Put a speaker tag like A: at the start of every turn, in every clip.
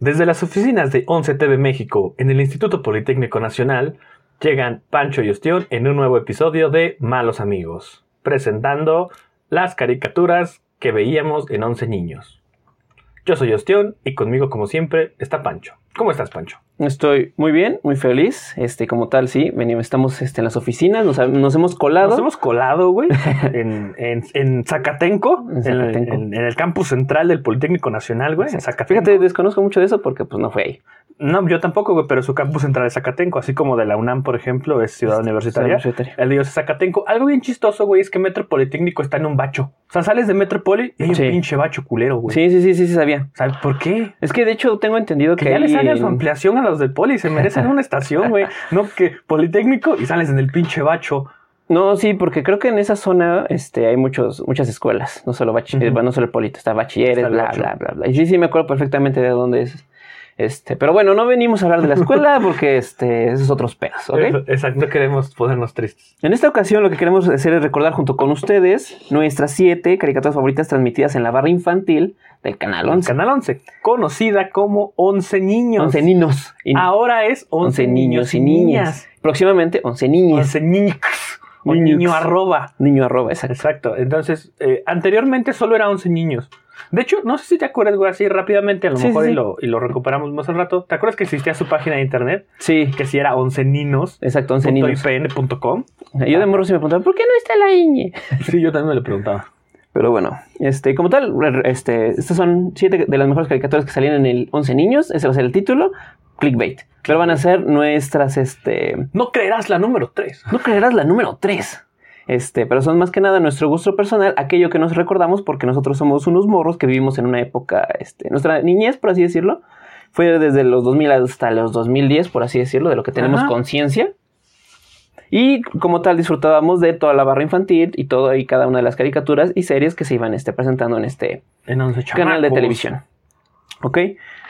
A: Desde las oficinas de 11 TV México en el Instituto Politécnico Nacional llegan Pancho y Ostión en un nuevo episodio de Malos Amigos, presentando las caricaturas que veíamos en 11 niños. Yo soy Ostión y conmigo como siempre está Pancho. ¿Cómo estás Pancho?
B: Estoy muy bien, muy feliz. Este, como tal, sí, venimos, estamos este, en las oficinas, nos, ha- nos hemos colado.
A: Nos hemos colado, güey, en, en, en Zacatenco,
B: En
A: en, el-
B: Zacatenco.
A: en- en el campus central del Politécnico Nacional, güey, en Zacatenco.
B: Fíjate, desconozco mucho de eso porque pues no fue ahí.
A: No, yo tampoco, güey, pero su campus central es Zacatenco, así como de la UNAM, por ejemplo, es ciudad
B: Este,
A: universitaria.
B: Universitaria.
A: El de ellos es Zacatenco. Algo bien chistoso, güey, es que Metro Politécnico está en un bacho. O sea, sales de Metropoli y hay
B: Sí.
A: un pinche bacho culero, güey.
B: Sí, sí, sí, sí, sí, sabía.
A: ¿Sabes por qué?
B: Es que de hecho tengo entendido que,
A: Que ya les
B: ahí
A: hagan su
B: en-
A: ampliación a los del Poli, se merecen una estación, güey. No que Politécnico y sales en el pinche bacho.
B: No, sí, porque creo que en esa zona este, hay muchos, muchas escuelas, no solo bachilleres,
A: Ujú.
B: no solo el polito, está bachilleres,
A: Está el
B: bla,
A: bacho.
B: bla, bla, bla. Y sí, sí, me acuerdo perfectamente de dónde es. Este, pero bueno, no venimos a hablar de la escuela porque este, esos otros pedos, ¿ok?
A: Eso, Exacto, no queremos ponernos tristes.
B: En esta ocasión lo que queremos hacer es recordar junto con ustedes nuestras siete caricaturas favoritas transmitidas en la barra infantil del Canal 11.
A: Canal 11, conocida como 11 niños.
B: 11 ninos. y-
A: Ahora es 11,
B: 11 Ah, niños y niñas. Próximamente 11 niñas.
A: 11 niños. O
B: Niños.
A: niño arroba.
B: Niño arroba, exacto.
A: Exacto. Entonces, eh, anteriormente solo era 11 niños. De hecho, no sé si te acuerdas, güey, así rápidamente, a lo
B: Sí,
A: mejor
B: sí,
A: Y,
B: sí.
A: lo, y lo recuperamos más al rato. ¿Te acuerdas que existía su página de internet?
B: Sí,
A: Que si era 11 ninos.
B: exacto, 11 ninos. Eh,
A: .ipn.com.
B: Yo de morro sí me preguntaba, ¿por qué no está la ñ?
A: Sí, yo también me lo preguntaba.
B: Pero bueno, este, como tal, re- re- este, estas son siete de las mejores caricaturas que salieron en el 11 niños. Ese va a ser el título, clickbait. Pero van a ser nuestras, este,
A: No creerás la número 3.
B: No creerás la número 3. Este, pero son más que nada nuestro gusto personal, aquello que nos recordamos porque nosotros somos unos morros que vivimos en una época, este, nuestra niñez, por así decirlo, fue desde los 2000 hasta los 2010, por así decirlo, de lo que tenemos
A: Ajá.
B: conciencia. Y como tal disfrutábamos de toda la barra infantil y todo y cada una de las caricaturas y series que se iban este, presentando en este
A: En 11
B: canal de
A: chamacos.
B: televisión. ¿Ok?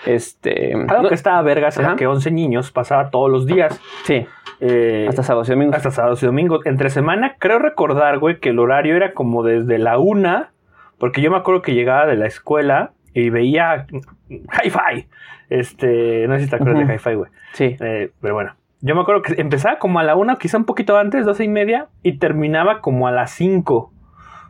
B: Este...
A: Algo
B: no-
A: que estaba vergas era
B: Ajá.
A: que 11 niños pasaba todos los días.
B: sí,
A: eh,
B: hasta sábados y domingos.
A: hasta sábados y domingos. Entre semana, creo recordar, güey, que el horario era como desde la una, porque yo me acuerdo que llegaba de la escuela y veía Hi-Fi. Este, no sé si te acuerdas
B: Ujú.
A: de Hi-Fi, güey.
B: Sí.
A: Eh, pero bueno, yo me acuerdo que empezaba como a la una, quizá un poquito antes, doce y media, y terminaba como a las cinco.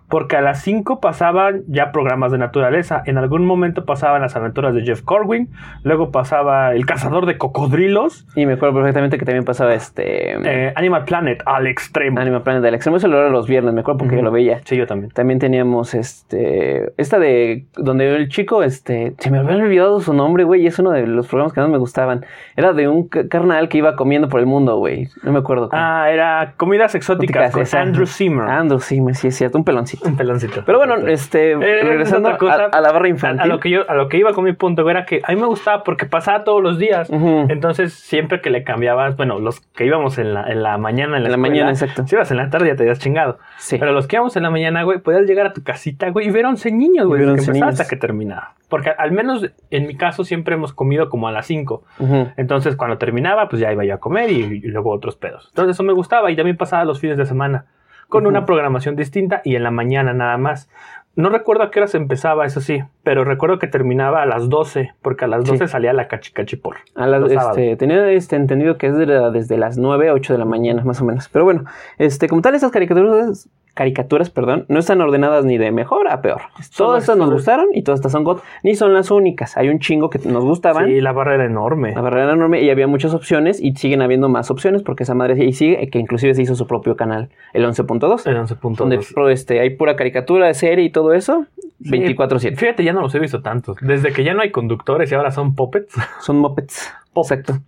A: Porque a las 5 pasaban ya programas de naturaleza. En algún momento pasaban las aventuras de Jeff Corwin. Luego pasaba El cazador de cocodrilos.
B: Y me acuerdo perfectamente que también pasaba este...
A: eh, Animal Planet al extremo.
B: Animal Planet del Extremo, eso lo era los viernes, me acuerdo porque
A: Ujú.
B: yo lo veía.
A: Sí, yo también.
B: También teníamos este. Esta de. Donde el chico, este. Se me había olvidado su nombre, güey. Y es uno de los programas que más me gustaban. Era de un ca- carnal que iba comiendo por el mundo, güey. No me acuerdo. cómo.
A: Ah, era Comidas Exóticas
B: Exóticas,
A: con
B: esa.
A: Andrew Zimmer.
B: Andrew, sí, me- sí, es cierto, un peloncito.
A: Un peloncito.
B: Pero bueno,
A: Exacto.
B: este.
A: Eh, es
B: regresando
A: otra cosa.
B: a, a la barra
A: a,
B: infantil.
A: a lo que yo, a lo que iba con mi punto güey, era que a mí me gustaba porque pasaba todos los días.
B: Ujú.
A: Entonces, siempre que le cambiabas, bueno, los que íbamos en la, en la mañana, en la,
B: En la
A: escuela,
B: mañana, exacto.
A: Si ibas en la tarde ya te habías chingado.
B: Sí.
A: Pero los que íbamos en la mañana, güey, podías llegar a tu casita, güey, y ver 11 niños, güey,
B: ver
A: desde que
B: 11
A: empezaba
B: niños.
A: hasta que terminaba. Porque al menos en mi caso siempre hemos comido como a las 5.
B: Ujú.
A: Entonces, cuando terminaba, pues ya iba yo a comer y, y luego otros pedos. Entonces, eso me gustaba y también pasaba los fines de semana con
B: Ujú.
A: una programación distinta y en la mañana nada más. No recuerdo a qué horas empezaba, eso sí, pero recuerdo que terminaba a las 12, porque a las
B: Sí.
A: 12 salía la cachicachiporra.
B: A las-
A: Los sábados.
B: este, tenía este, entendido que es de la- desde las 9 a 8 de la mañana, más o menos. Pero bueno, este, como tal, estas caricaturas, caricaturas perdón, no están ordenadas ni de mejor a peor.
A: Son-
B: todas estas nos
A: son-
B: gustaron y todas estas son got, ni son las únicas. Hay un chingo que nos gustaban.
A: Sí, la barra era enorme.
B: La barrera era enorme y había muchas opciones y siguen habiendo más opciones porque esa madre sí- y sigue, que inclusive se hizo su propio canal, el 11.2,
A: En 11.2.
B: donde pro, este, hay pura caricatura, serie y todo eso,
A: Sí.
B: 24/7.
A: Fíjate, ya no los he visto tantos. Desde que ya no hay conductores y ahora son puppets.
B: Son Muppets.
A: Puppets.
B: Exacto.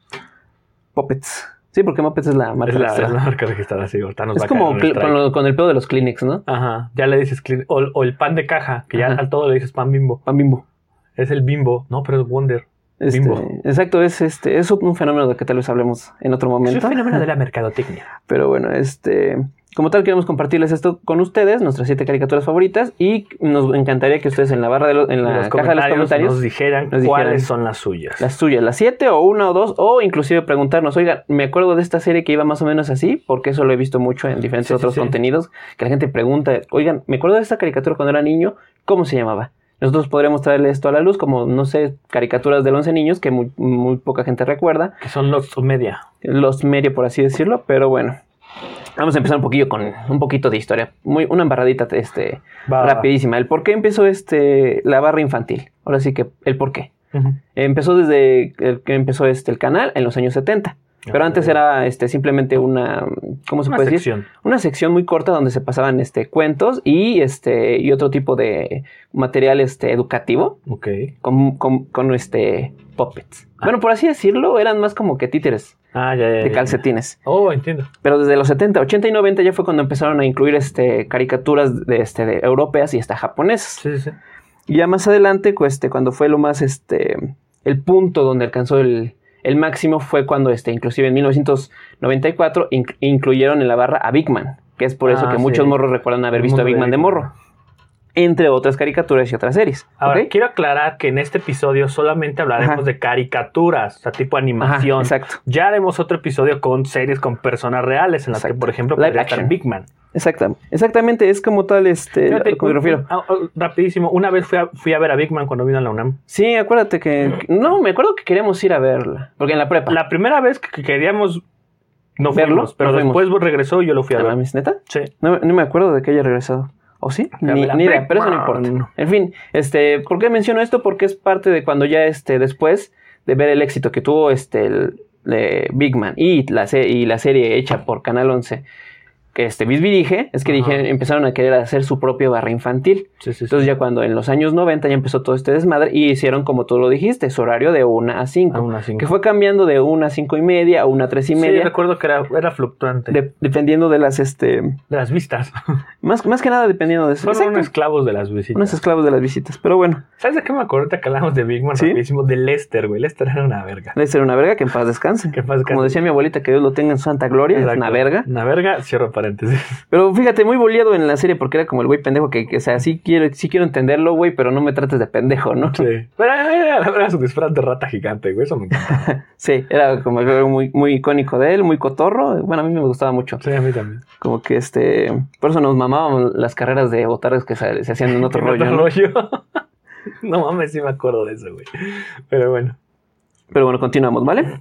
B: Puppets. Sí, porque Muppets es la marca
A: es, la,
B: registrada.
A: es la marca registrada, así. Ahorita nos
B: Es
A: va a
B: como
A: caer un
B: cl-
A: strike.
B: con, lo- con el pedo de los Kleenex, ¿no?
A: Ajá, ya le dices, clean- o, o el pan de caja, que ya
B: Ajá.
A: al todo le dices pan bimbo.
B: Pan bimbo.
A: Es el bimbo, no, pero es Wonder.
B: Este,
A: Bimbo.
B: Exacto, es este, es un fenómeno del que tal vez hablemos en otro
A: Es
B: momento.
A: un fenómeno de la mercadotecnia.
B: Pero bueno, este. Como tal, queremos compartirles esto con ustedes, nuestras siete caricaturas favoritas, y nos encantaría que ustedes en la barra de lo- en la caja de los comentarios
A: nos dijeran
B: nos
A: cuáles
B: dijeran.
A: son las suyas.
B: las suyas, las siete o una o dos, o inclusive preguntarnos, oigan, me acuerdo de esta serie que iba más o menos así, porque eso lo he visto mucho en diferentes
A: Sí, sí,
B: otros
A: sí.
B: contenidos, que la gente pregunta, oigan, me acuerdo de esta caricatura cuando era niño, ¿cómo se llamaba? Nosotros podríamos traerle esto a la luz, como, no sé, caricaturas del 11 niños que muy, muy poca gente recuerda.
A: Que son los media.
B: Los media, por así decirlo, pero bueno. Vamos a empezar un poquillo con un poquito de historia. Muy, una embarradita este,
A: Va.
B: rapidísima. El por qué empezó este, la barra infantil. Ahora sí que el por qué. Empezó desde el que empezó este, el canal en los años 70. Pero
A: Ah,
B: antes
A: ok.
B: era pues este, simplemente una, ¿cómo se
A: Una
B: puede decir?
A: sección.
B: Una sección muy corta donde se pasaban este, cuentos y, este, y otro tipo de material este, educativo
A: Ok.
B: con, con- con, este, puppets.
A: Ah.
B: Bueno, por así decirlo, eran más como que títeres
A: Ah, ya, ya.
B: de
A: ya.
B: calcetines.
A: Oh, entiendo.
B: Pero desde los 70, 80 y 90 ya fue cuando empezaron a incluir este, caricaturas de, este, de europeas y hasta japonesas.
A: Sí, sí, sí.
B: Y ya más adelante, cu- este, cuando fue lo más, este, el punto donde alcanzó el, el máximo fue cuando, este, inclusive en 1994 inc- incluyeron en la barra a Big Man, que es por eso
A: Ah,
B: que
A: sí.
B: muchos morros recuerdan haber
A: El
B: visto a
A: mundo
B: Big
A: de
B: Man de
A: Big
B: morro,
A: Man.
B: entre otras caricaturas y otras series.
A: Ahora,
B: ¿ok?
A: quiero aclarar que en este episodio solamente hablaremos
B: Ajá.
A: de caricaturas, o sea, tipo
B: Ajá,
A: animación.
B: exacto,
A: ya haremos otro episodio con series con personas reales, en las que,
B: Exacto.
A: por ejemplo,
B: Live
A: podría estar
B: action.
A: Big Man.
B: exactamente, exactamente, es como tal, este,
A: Fíjate,
B: lo que me
A: un-
B: refiero.
A: ah, ah, rapidísimo, una vez fui a, fui a ver a Big Man cuando vino a la UNAM.
B: Sí, acuérdate que, no, me acuerdo que queríamos ir a verla, porque en la prepa.
A: La primera vez que que queríamos, no
B: Verlo,
A: fuimos, pero
B: no fuimos.
A: después regresó y yo lo fui a
B: No
A: ver.
B: mames, ¿neta?
A: Sí.
B: No, no me acuerdo de que haya regresado. ¿O sí?
A: La
B: Ni,
A: de la
B: ni idea,
A: Big
B: pero eso no
A: Mouth.
B: importa. En fin, este, ¿por qué menciono esto? Porque es parte de cuando ya este, después de ver el éxito que tuvo este, el, de Big Man y la, se- y la serie hecha por Canal 11, que este, dije, es que
A: Ajá.
B: dije, empezaron a querer hacer su propia barra infantil.
A: Sí, sí, sí.
B: Entonces ya cuando en los años 90 ya empezó todo este desmadre y hicieron como tú lo dijiste, su horario de 1 a 5.
A: A una cinco.
B: Que fue cambiando de 1 a 5 y media a 1 a 3 y
A: Sí,
B: media,
A: recuerdo que era, era fluctuante. De,
B: de- dependiendo de las... este
A: las vistas.
B: más, más que nada dependiendo de eso.
A: Fueron
B: Exacto.
A: unos esclavos de las visitas.
B: Unos esclavos de las visitas. Pero bueno,
A: ¿Sabes de qué me acordé Ahorita que hablamos de Big Man?
B: ¿Sí?
A: Rapidísimo, de Lester, güey. Lester era una verga.
B: debe ser una verga que en paz descanse.
A: Que en paz
B: Como
A: descanse.
B: decía mi abuelita, que Dios lo tenga en santa gloria, es una
A: Exacto.
B: verga.
A: Una verga, cierro paréntesis.
B: Pero fíjate, muy boleado en la serie porque era como el güey pendejo que, que, o sea, sí quiero, sí quiero entenderlo, güey, pero no me trates de pendejo, ¿no? Sí,
A: Sí. Pero eh, era, era su disfraz de rata gigante, güey. Eso me encanta.
B: era como algo muy, muy icónico de él, muy cotorro. Bueno, a mí me gustaba mucho.
A: Sí, a mí también.
B: Como que este, por eso nos mamaban las carreras de botargas que se, se hacían en otro rollo, ¿no?
A: rollo. No mames, sí me acuerdo de eso, güey. Pero bueno.
B: Pero bueno, continuamos, ¿vale?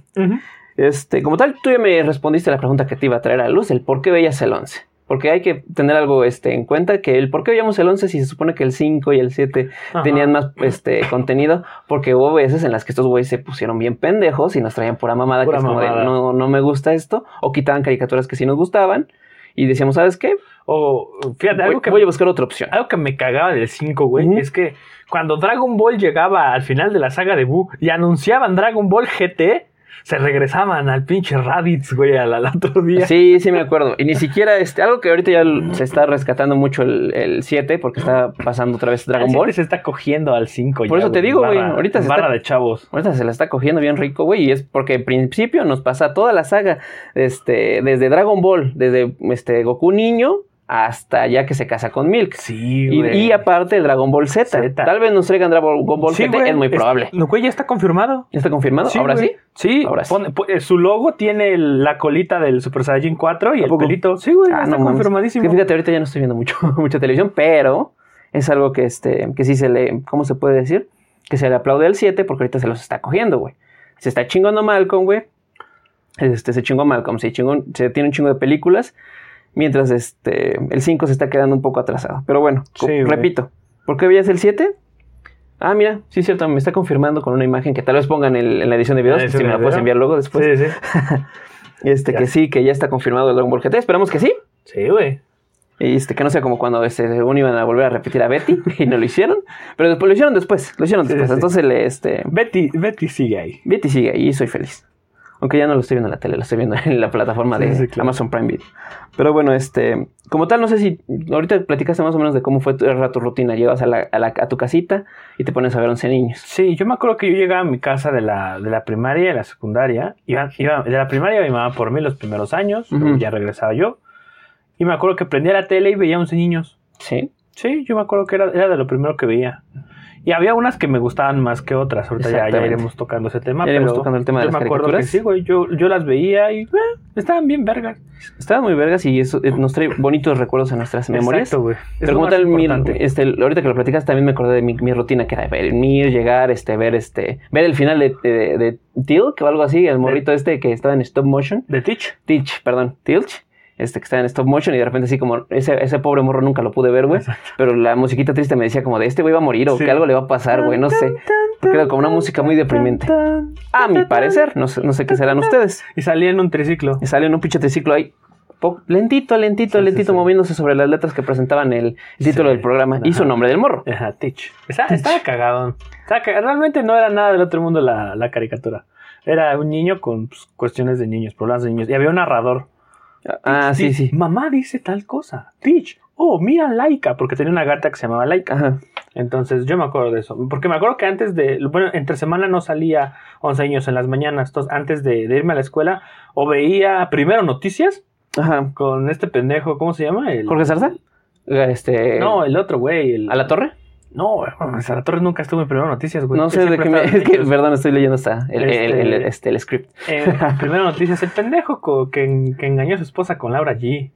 B: Este, como tal, tú ya me respondiste a la pregunta que te iba a traer a la luz, el por qué veías el 11. Porque hay que tener algo este, en cuenta, que el por qué veíamos el 11 si se supone que el 5 y el 7
A: Ajá.
B: tenían más este, contenido, porque hubo veces en las que estos güeyes se pusieron bien pendejos y nos traían pura mamada,
A: Pura
B: que es como de,
A: mamada.
B: no, no me gusta esto, o quitaban caricaturas que sí nos gustaban y decíamos, ¿sabes qué?
A: O, fíjate,
B: Voy,
A: algo que,
B: voy a buscar otra opción.
A: algo que me cagaba del 5, güey,
B: Ujú.
A: es que cuando Dragon Ball llegaba al final de la saga de Buu y anunciaban Dragon Ball GT, se regresaban al pinche Raditz, güey, al, al otro día.
B: Sí, sí me acuerdo. Y ni siquiera, este, algo que ahorita ya l- se está rescatando mucho el, el 7, porque está pasando otra vez Dragon
A: Al
B: Ball.
A: siete se está cogiendo al 5
B: Por eso te digo, güey, ahorita se
A: barra
B: está-
A: de chavos.
B: Ahorita se la está cogiendo bien rico, güey, y es porque en principio nos pasa toda la saga, este, desde Dragon Ball, desde este Goku niño hasta ya que se casa con Milk.
A: Sí,
B: Y, y aparte el Dragon Ball Z.
A: Zeta.
B: Tal vez nos traigan Dragon Ball
A: Sí,
B: Z,
A: güey,
B: es muy
A: es-
B: probable.
A: Lo cual ya está confirmado.
B: ¿Ya está confirmado? ¿Ahora
A: güey.
B: sí?
A: Sí,
B: Ahora sí.
A: pone- pu- eh, su logo tiene el- la colita del Super Saiyajin 4 y
B: ¿A
A: el
B: poco?
A: pelito. Sí, güey, ya
B: Ah,
A: está
B: no mames.
A: confirmadísimo.
B: Sí, fíjate, ahorita ya no estoy viendo mucho, mucha televisión, pero es algo que, este, que sí se le, ¿cómo se puede decir? Que se le aplaude al 7 porque ahorita se los está cogiendo, güey. Se está chingando Malcolm, güey. Este, se chingó Malcolm, se, chingó, se tiene un chingo de películas, mientras este, el 5 se está quedando un poco atrasado. Pero bueno, co-
A: Sí, güey.
B: repito, ¿por qué veías el 7? Ah, mira, sí es cierto, me está confirmando con una imagen que tal vez pongan en, en la edición de videos,
A: En la
B: si
A: edición
B: me
A: de
B: la puedes
A: video.
B: enviar luego después.
A: Sí, sí.
B: Este,
A: Ya.
B: que sí, que ya está confirmado el Dragon Ball GT, esperamos que sí.
A: Sí, güey.
B: Y este, que no sea como cuando este, según iban a volver a repetir a Betty y no lo hicieron. Pero después lo hicieron después, lo hicieron
A: Sí,
B: después.
A: sí.
B: Entonces le, este,
A: Betty, Betty sigue ahí.
B: Betty sigue ahí y soy feliz. Aunque ya no lo estoy viendo en la tele, lo estoy viendo en la plataforma
A: Sí,
B: de
A: sí, claro.
B: Amazon Prime Video. Pero bueno, este, como tal, no sé si ahorita platicaste más o menos de cómo fue tu, era tu rutina. Llevas a, la, a, la- a tu casita y te pones a ver 11 niños.
A: Sí, yo me acuerdo que yo llegaba a mi casa de la, de la primaria y la secundaria. Iba, iba- de la primaria mi mamá por mí los primeros años, luego
B: Ujú.
A: ya regresaba yo. Y me acuerdo que prendía la tele y veía 11 niños.
B: Sí.
A: Sí, yo me acuerdo que era, era de lo primero que veía. Y había unas que me gustaban más que otras. Ahorita ya, ya
B: Exactamente.
A: iremos tocando ese tema.
B: Ya iremos
A: pero
B: tocando el tema de
A: yo
B: las
A: me acuerdo que
B: caricaturas.
A: sí, güey. Yo, yo las veía y eh, estaban bien vergas.
B: Estaban muy vergas y eso eh, nos trae bonitos recuerdos a nuestras memorias.
A: Exacto, güey. Es
B: Pero
A: lo
B: como
A: más
B: tal, mi-
A: importante.
B: este, ahorita que lo platicas, también me acordé de mi, mi rutina, que era ver Mir, llegar, este, ver este, ver el final de, de, de Tilk o algo así, el morrito este que estaba en stop motion,
A: ¿De Teach?
B: Teach, perdón, Tilch, este que estaba en stop motion y de repente así como, ese, ese pobre morro nunca lo pude ver, güey, pero la musiquita triste me decía como de, este güey va a morir o
A: Sí.
B: que algo le va a pasar, Ah, güey, no sé, porque era como una música muy deprimente. A mi parecer, no sé, no sé qué serán ustedes.
A: Y salía en un triciclo.
B: Y sale en un pinche triciclo ahí. po- Lentito, lentito,
A: Sí, sí,
B: lentito,
A: sí.
B: moviéndose sobre las letras que presentaban el título
A: Sí.
B: del programa y su
A: Ajá.
B: nombre del morro.
A: Ajá, Teach. Está- Estaba cagado. Estaba ca- Realmente no era nada del otro mundo la, la caricatura. Era un niño con pues, cuestiones de niños, problemas de niños. Y había un narrador.
B: Ah, sí,
A: Teach,
B: sí.
A: Mamá dice tal cosa. Teach. Oh, mira Laika. Porque tenía una gata que se llamaba Laika.
B: Ajá.
A: Entonces yo me acuerdo de eso. Porque me acuerdo que antes de. Bueno, entre semana no salía 11 años en las mañanas. Entonces, antes de, de irme a la escuela, o veía primero noticias
B: Ajá.
A: con este pendejo. ¿Cómo se llama? El,
B: ¿Jorge Zarza? Este.
A: No, el otro, güey. el-
B: ¿A la torre?
A: No, hermano, Sara Torres nunca estuvo en Primero Noticias, güey.
B: No
A: Él
B: sé de
A: siempre
B: qué me.
A: estaba en
B: Es que,
A: ellos.
B: perdón, estoy leyendo hasta el, el-
A: Este-
B: el- el- este, el script.
A: En Primero Noticias, el pendejo co- que, en- que engañó a su esposa con Laura G.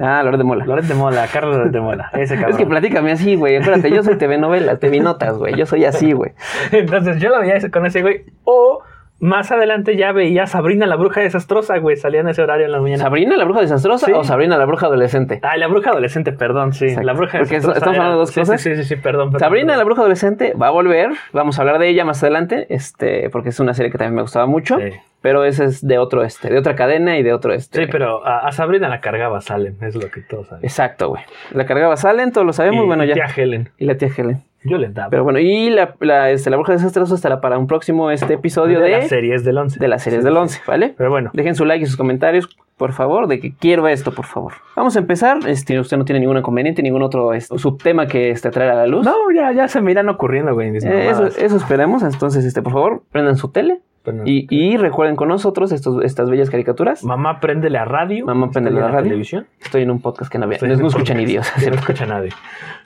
B: Ah, Lord de Mola.
A: Loret de Mola, Carlos Loret de Mola. Ese cabrón.
B: Es que platícame así, güey. Acuérdate, yo soy TV novelas, TV notas, güey. Yo soy así, güey.
A: Entonces yo lo veía ese- con ese güey. O más adelante ya veía a Sabrina la Bruja Desastrosa, güey. Salía en ese horario en la mañana.
B: ¿Sabrina la bruja desastrosa
A: Sí.
B: o Sabrina la bruja adolescente?
A: Ah, la Bruja Adolescente, perdón, sí.
B: Exacto.
A: La Bruja
B: Porque
A: Desastrosa.
B: estamos hablando de dos
A: sí,
B: cosas.
A: Sí, sí, sí, sí, perdón. perdón,
B: Sabrina, la
A: perdón.
B: bruja adolescente, va a volver. Vamos a hablar de ella más adelante, este, porque es una serie que también me gustaba mucho.
A: Sí.
B: Pero ese es de otro este, de otra cadena y de otro este.
A: Sí, pero a, a Sabrina la cargaba Salem, es lo que todos saben.
B: Exacto, güey. La cargaba Salen, todos lo sabemos,
A: Y-
B: bueno,
A: y
B: ya.
A: tía Helen.
B: Y la tía Helen.
A: Yo le daba.
B: Pero bueno, y la, la, este, la bruja desastrosa estará para un próximo este episodio de,
A: de las series del 11.
B: de las series del 11, ¿vale?
A: Pero bueno,
B: Dejen su like y sus comentarios, por favor, de que quiero esto, por favor. Vamos a empezar. Este, usted no tiene ningún inconveniente, ningún otro este, subtema que este, traer a la luz.
A: No, Oh, ya, ya se me irán ocurriendo, güey. mis
B: Eh, eso,
A: mamadas.
B: eso esperemos. Entonces, este, por favor, prendan su tele.
A: Pero no.
B: Y, y recuerden con nosotros estos- estas bellas caricaturas.
A: Mamá, préndele a radio.
B: Mamá, préndele
A: Estoy
B: a
A: en
B: radio.
A: televisión.
B: Estoy en un podcast que no, ve-
A: Estoy
B: no,
A: en
B: no
A: el
B: escuchan
A: podcast,
B: idios.
A: que No escucha nadie.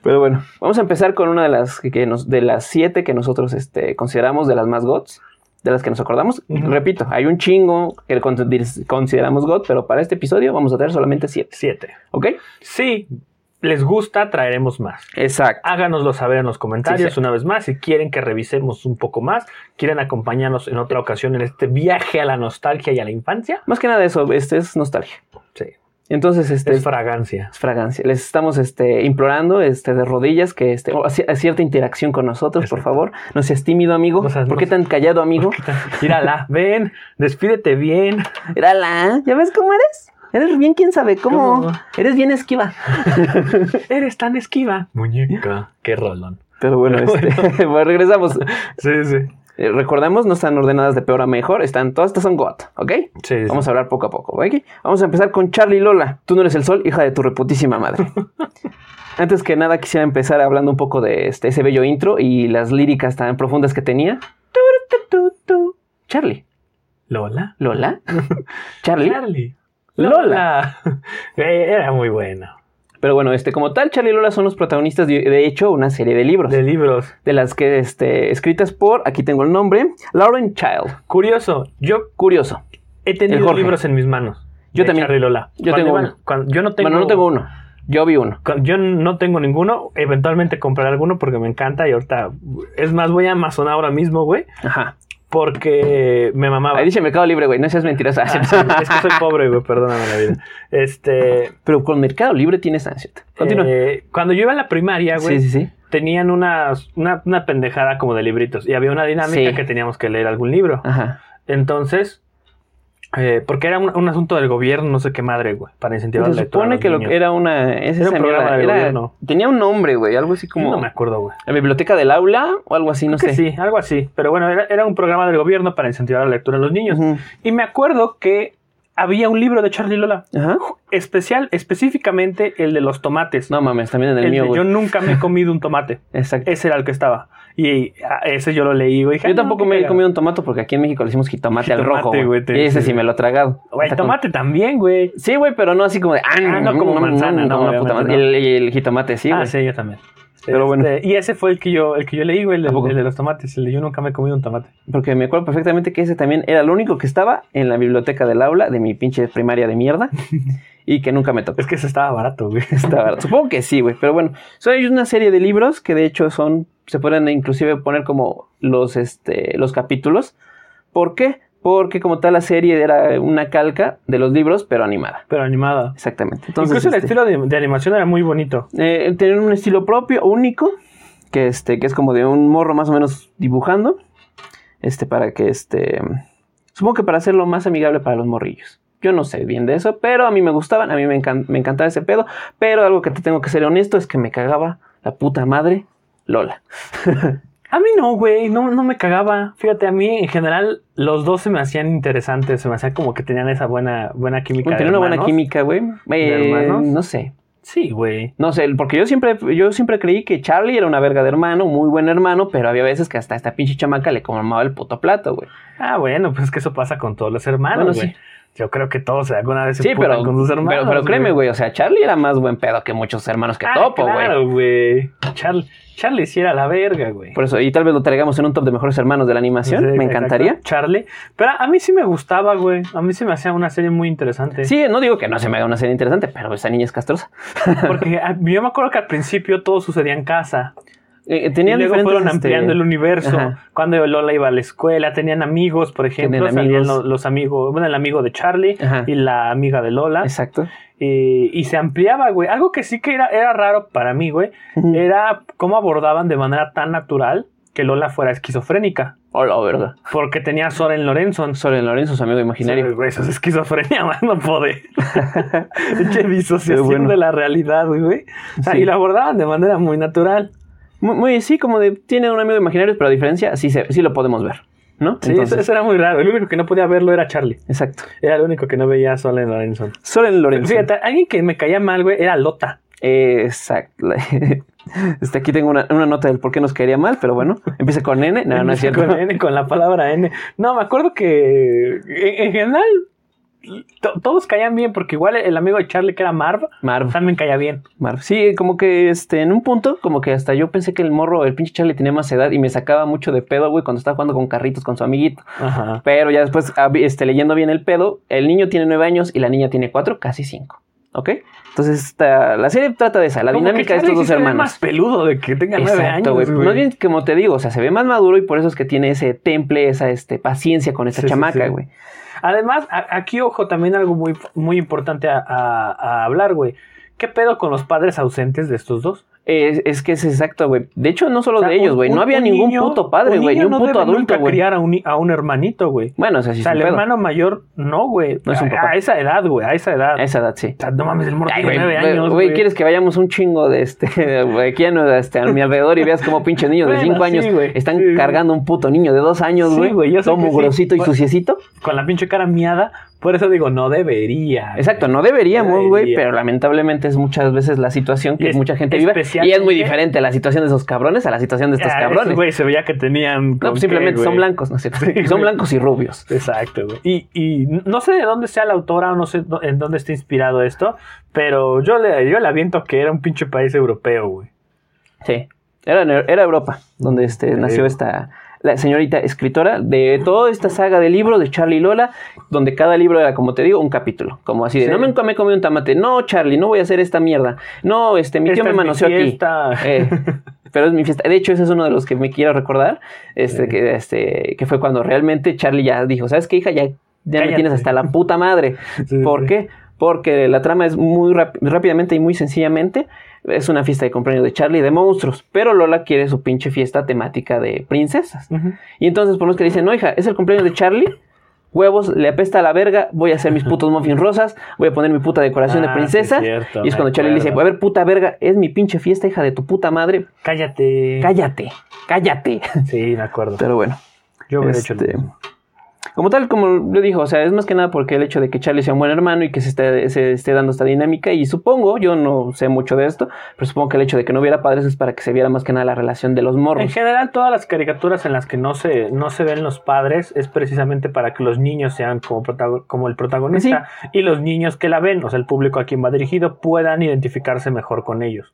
B: Pero bueno, vamos a empezar con una de las que, que nos, de las siete que nosotros este, consideramos de las más gods, de las que nos acordamos.
A: Ujú.
B: Repito, hay un chingo que con- consideramos god, pero para este episodio vamos a tener solamente siete,
A: Siete.
B: ¿ok?
A: Si les gusta, traeremos más.
B: Exacto.
A: Háganoslo saber en los comentarios
B: Sí, sí.
A: una vez más. Si quieren que revisemos un poco más, quieren acompañarnos en otra ocasión en este viaje a la nostalgia y a la infancia.
B: Más que nada eso, este es nostalgia.
A: Sí,
B: Entonces, este
A: es fragancia.
B: es fragancia. Les estamos este, implorando este, de rodillas que este, o haci- cierta interacción con nosotros, por
A: Exacto.
B: favor. No seas tímido, amigo.
A: No seas-
B: ¿Por
A: no
B: qué
A: seas-
B: tan callado, amigo?
A: Mírala, ven, despídete bien.
B: Mírala, ¿ya ves cómo eres? Eres bien, quién sabe cómo.
A: ¿Cómo?
B: Eres bien esquiva.
A: Eres tan esquiva. Muñeca. Qué rolón.
B: Pero bueno,
A: Pero
B: este, bueno, regresamos.
A: Sí, sí.
B: Eh, recordemos, no están ordenadas de peor a mejor. Están, todas estas son GOT, ¿ok?
A: Sí, sí.
B: Vamos a hablar poco a poco, ¿ok? Vamos a empezar con Charlie Lola. Tú no eres el sol, hija de tu reputísima madre. Antes que nada, quisiera empezar hablando un poco de este, ese bello intro y las líricas tan profundas que tenía. Tu, tu, tu, tu. Charlie.
A: Lola.
B: ¿Lola? ¿Charlie?
A: Charlie.
B: Lola.
A: Lola. Eh, Era muy bueno.
B: Pero bueno, este, como tal, Charlie y Lola son los protagonistas de, de hecho, una serie de libros.
A: De libros.
B: de las que este, escritas por, aquí tengo el nombre, Lauren Child.
A: Curioso, yo
B: Curioso.
A: he
B: El
A: tenido
B: Jorge.
A: libros en mis manos.
B: Yo
A: de
B: también.
A: Charlie Lola.
B: Yo
A: Cuando
B: tengo
A: iban-
B: uno.
A: cuando- yo no tengo.
B: Bueno, no tengo uno. Yo vi uno.
A: cu- Yo no tengo ninguno. Eventualmente compraré alguno porque me encanta y ahorita. Es más, voy a Amazon ahora mismo, güey.
B: Ajá.
A: Porque me mamaba.
B: Ahí dice Mercado Libre, güey. No seas mentirosa.
A: Ah, sí, es que soy pobre, güey. Perdóname la vida. Este.
B: Pero con Mercado Libre tienes ansiedad. Continúa.
A: eh, cuando yo iba a la primaria, güey.
B: sí, sí, sí.
A: Tenían unas, una, una pendejada como de libritos. Y había una dinámica
B: Sí.
A: que teníamos que leer algún libro.
B: Ajá.
A: Entonces, eh, porque era un, un asunto del gobierno, no sé qué madre, güey, para incentivar
B: Se
A: la lectura. a
B: supone
A: los
B: que lo
A: niños.
B: que era una. Es
A: Era un
B: esa
A: programa
B: mierda,
A: del
B: era-
A: gobierno.
B: Tenía un nombre, güey. Algo así
A: Yo
B: como.
A: No me acuerdo, güey.
B: La biblioteca del aula o algo así, no
A: Creo
B: sé.
A: que sí, algo así. Pero bueno, era, era un programa del gobierno para incentivar la lectura a los niños.
B: Ujú.
A: Y me acuerdo que había un libro de Charlie Lola,
B: Ajá.
A: especial, específicamente el de los tomates.
B: No mames, también en el,
A: El
B: mío,
A: de
B: güey.
A: yo nunca me he comido un tomate.
B: Exacto.
A: Ese era el que estaba. Y a- ese yo lo leí, güey. dije,
B: Yo
A: "Ah, no,
B: tampoco
A: qué
B: me he
A: cagado".
B: comido un tomate porque aquí en México le decimos jitomate, al
A: Jitomate,
B: rojo.
A: güey,
B: güey.
A: te-
B: Y ese
A: sí.
B: sí me lo he tragado.
A: Güey,
B: Hasta con-
A: tomate también, güey.
B: Sí, güey, pero no así como de. Ah,
A: no como manzana, no,
B: como una puta
A: obviamente
B: madre.
A: no.
B: El, el jitomate, sí,
A: ah,
B: güey.
A: sí, yo también.
B: Pero bueno.
A: Este, y ese fue el que yo, el que yo leí, güey, el, de-
B: ¿A poco?
A: el de los tomates. El de yo nunca me he comido un tomate.
B: Porque me acuerdo perfectamente que ese también era lo único que estaba en la biblioteca del aula de mi pinche primaria de mierda y que nunca me tocó.
A: Es que ese estaba barato, güey.
B: Está barato. Supongo que sí, güey. Pero bueno, so, hay una serie de libros que de hecho son, se pueden inclusive poner como los, este, los capítulos. ¿Por qué? Porque como tal la serie era una calca de los libros, pero animada.
A: Pero animada.
B: Exactamente. Entonces,
A: Incluso el
B: este,
A: estilo de, de animación era muy bonito.
B: eh, tenían un estilo propio, único, que este, que es como de un morro más o menos dibujando, este, para que este, supongo que para hacerlo más amigable para los morrillos. Yo no sé bien de eso, pero a mí me gustaban, a mí me, encan- me encantaba ese pedo, pero algo que te tengo que ser honesto es que me cagaba la puta madre Lola.
A: A mí no, güey. No, no me cagaba. Fíjate, a mí en general los dos se me hacían interesantes. Se me hacía como que tenían esa buena, buena química. de
B: Tenía una buena
A: hermanos.
B: química, güey. Eh,
A: hermanos?
B: no sé.
A: Sí, güey.
B: No sé, porque yo siempre, yo siempre creí que Charlie era una verga de hermano, muy buen hermano, pero había veces que hasta esta pinche chamaca le comaba el puto plato, güey.
A: Ah, bueno, pues es que eso pasa con todos los hermanos,
B: Bueno,
A: güey.
B: sí.
A: Yo creo que todos alguna vez se
B: Sí,
A: emputan
B: pero,
A: con sus hermanos.
B: pero, pero créeme, güey. O sea, Charlie era más buen pedo que muchos hermanos que
A: Ah,
B: topo, güey.
A: Claro, güey. Char- Charlie sí era la verga, güey.
B: Por eso, y tal vez lo traigamos en un top de mejores hermanos de la animación.
A: Entonces,
B: me
A: exacto,
B: encantaría.
A: Charlie. Pero a mí sí me gustaba, güey. A mí se me hacía una serie muy interesante.
B: Sí, no digo que no se me haga una serie interesante, pero esa niña es castrosa.
A: Porque a- yo me acuerdo que al principio todo sucedía en casa.
B: Eh,
A: Y
B: tenían
A: luego
B: diferentes,
A: fueron
B: este,
A: ampliando el universo.
B: ajá.
A: Cuando Lola iba a la escuela, tenían amigos, por ejemplo.
B: Tenían
A: salían
B: amigos.
A: Los, los amigos, bueno, el amigo de Charlie
B: Ajá.
A: y la amiga de Lola.
B: Exacto.
A: Eh, y se ampliaba, güey. Algo que sí que era, era raro para mí, güey,
B: Mm.
A: era cómo abordaban de manera tan natural que Lola fuera esquizofrénica.
B: Hola, verga.
A: Porque tenía a Soren Lorenzo.
B: Sobre Lorenzo, su amigo imaginario.
A: Güey, eso es esquizofrenia, más no poder. Qué
B: Pero
A: disociación
B: bueno.
A: de la realidad, güey. O sea,
B: Sí.
A: Y la abordaban de manera muy natural.
B: Muy, muy- sí, como de tiene un amigo imaginario, pero a diferencia, sí, se, sí lo podemos ver, ¿no?
A: Sí,
B: Entonces,
A: eso, eso era muy raro. El único que no podía verlo era Charlie.
B: Exacto.
A: Era el único que no veía a Soren Lorenzo.
B: Sobre
A: Pero
B: Lorenzo.
A: fíjate, alguien que me caía mal, güey, era Lota.
B: Exacto. Este, aquí tengo una, una nota del por qué nos caería mal, pero bueno, empieza con N. No, no es cierto.
A: Con N, con la palabra N. No, me acuerdo que en, en general to- todos caían bien, porque igual el amigo de Charlie, que era Marv,
B: Marv,
A: también caía bien.
B: Marv. Sí, como que este, en un punto, como que hasta yo pensé que el morro, el pinche Charlie tenía más edad y me sacaba mucho de pedo, güey, cuando estaba jugando con carritos con su amiguito.
A: Ajá.
B: Pero ya después, ah, vi- este, leyendo bien el pedo, el niño tiene nueve años y la niña tiene cuatro, casi cinco. ¿Ok? Entonces, esta- la serie trata de esa, la dinámica de estos dos hermanos.
A: más peludo de que tenga nueve
B: Exacto,
A: años,
B: güey.
A: güey.
B: Más bien, como te digo, o sea, se ve más maduro y por eso es que tiene ese temple, esa este, paciencia con esa
A: Sí, sí,
B: chamaca,
A: sí.
B: güey.
A: Además, a- aquí, ojo, también algo muy, muy importante a, a- a hablar, güey. ¿Qué pedo con los padres ausentes de estos dos?
B: Es, es que es exacto, güey. De hecho, no
A: O
B: solo
A: sea,
B: de ellos,
A: un-
B: güey.
A: un-
B: No había
A: un
B: ningún
A: niño-
B: puto padre,
A: un
B: güey. Ni
A: niño
B: un
A: no
B: puto
A: debe nunca
B: adulto, güey.
A: criar a un, hi- a un hermanito, güey.
B: Bueno, o sea, sí,
A: O
B: es
A: sea,
B: un
A: el
B: pedo.
A: hermano mayor, no, güey.
B: No es un
A: A-
B: papá.
A: A esa edad, güey, a esa edad.
B: A esa edad, sí.
A: O sea, no mames, el morro
B: Ay,
A: tiene nueve
B: güey,
A: años,
B: güey, ¿quieres que vayamos un chingo de este, güey, aquí a, nu- este, a mi alrededor y veas cómo pinches niños de
A: Bueno,
B: 5
A: sí,
B: años
A: güey.
B: están
A: Sí.
B: cargando un puto niño de 2 años,
A: Sí,
B: güey?
A: güey, yo sé
B: todo
A: que sí.
B: mugrosito y
A: Bueno.
B: suciecito.
A: Con la pinche cara miada. Por eso digo, no debería. güey.
B: Exacto, no deberíamos,
A: Debería.
B: güey, pero lamentablemente es muchas veces la situación
A: Y
B: que
A: es-
B: mucha gente vive. Y es
A: especialmente-
B: muy diferente la situación de esos cabrones a la situación de estos
A: Ah,
B: cabrones.
A: esos Güey, se veía que tenían.
B: No,
A: con
B: pues simplemente
A: qué,
B: son
A: güey.
B: blancos, ¿no es cierto?
A: Sí,
B: Y son
A: güey.
B: blancos y rubios.
A: Exacto, güey. Y, y no sé de dónde sea la autora, no sé dó- en dónde está inspirado esto, pero yo le, yo le aviento que era un pinche país europeo, güey.
B: Sí. Era, en- era Europa, donde este,
A: Sí.
B: nació esta la señorita escritora de toda esta saga de libros de Charlie y Lola, donde cada libro era, como te digo, un capítulo. Como así de,
A: Sí.
B: no me, me comí un tamate, no, Charlie, no voy a hacer esta mierda. No, este, mi tío
A: Esta
B: me
A: es mi
B: manoseó aquí.
A: fiesta.
B: Eh, pero es mi fiesta. De hecho, ese es uno de los que me quiero recordar, este,
A: Sí.
B: que, este, que fue cuando realmente Charlie ya dijo, ¿sabes qué, hija? Ya, ya me
A: Cállate.
B: tienes hasta la puta madre.
A: Sí,
B: ¿Por
A: sí.
B: qué? Porque la trama es muy ráp- rápidamente y muy sencillamente. Es una fiesta de cumpleaños de Charlie y de monstruos. Pero Lola quiere su pinche fiesta temática de princesas.
A: Ujú.
B: Y entonces, por más que le dicen, no, hija, es el cumpleaños de Charlie. Huevos, le apesta a la verga. Voy a hacer mis putos muffins rosas. Voy a poner mi puta decoración
A: Ah,
B: de
A: sí,
B: princesa.
A: cierto,
B: y es
A: me
B: cuando Charlie le dice, a
A: acuerdo.
B: ver, puta verga, es mi pinche fiesta, hija de tu puta madre.
A: Cállate.
B: Cállate, cállate.
A: Sí, me acuerdo.
B: Pero bueno.
A: Yo hubiera hecho lo
B: Este,
A: mismo.
B: Como tal, como lo dijo, o sea, es más que nada porque el hecho de que Charlie sea un buen hermano y que se esté, se esté dando esta dinámica, y supongo, yo no sé mucho de esto, pero supongo que el hecho de que no hubiera padres es para que se viera más que nada la relación de los
A: En
B: morros.
A: general, todas las caricaturas en las que no se, no se ven los padres es precisamente para que los niños sean como, protago- como el protagonista
B: Pues
A: y los niños que la ven, o sea, el público a quien va dirigido, puedan identificarse mejor con ellos.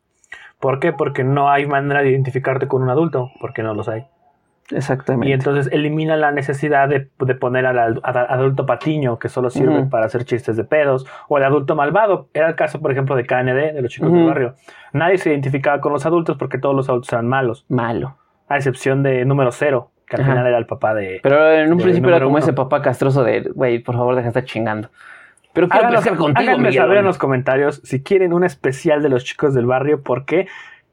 A: ¿Por qué? Porque no hay manera de identificarte con un adulto, porque no los hay.
B: Exactamente.
A: Y entonces elimina la necesidad de, de poner al, al- al adulto patiño, que solo sirve
B: Ujú.
A: para hacer chistes de pedos, o el adulto malvado. Era el caso, por ejemplo, de KND, de los chicos del
B: Ujú.
A: barrio. Nadie se identificaba con los adultos porque todos los adultos eran malos,
B: Malo.
A: a excepción de número cero, que al
B: Ajá.
A: final era el papá de...
B: Pero en un
A: Del
B: principio era
A: número
B: como
A: uno.
B: ese papá castroso de, güey, por favor, deja de estar chingando. Pero quiero
A: Háganos-
B: platicar contigo,
A: háganme saber en
B: Miguel.
A: los comentarios si quieren un especial de los chicos del barrio, porque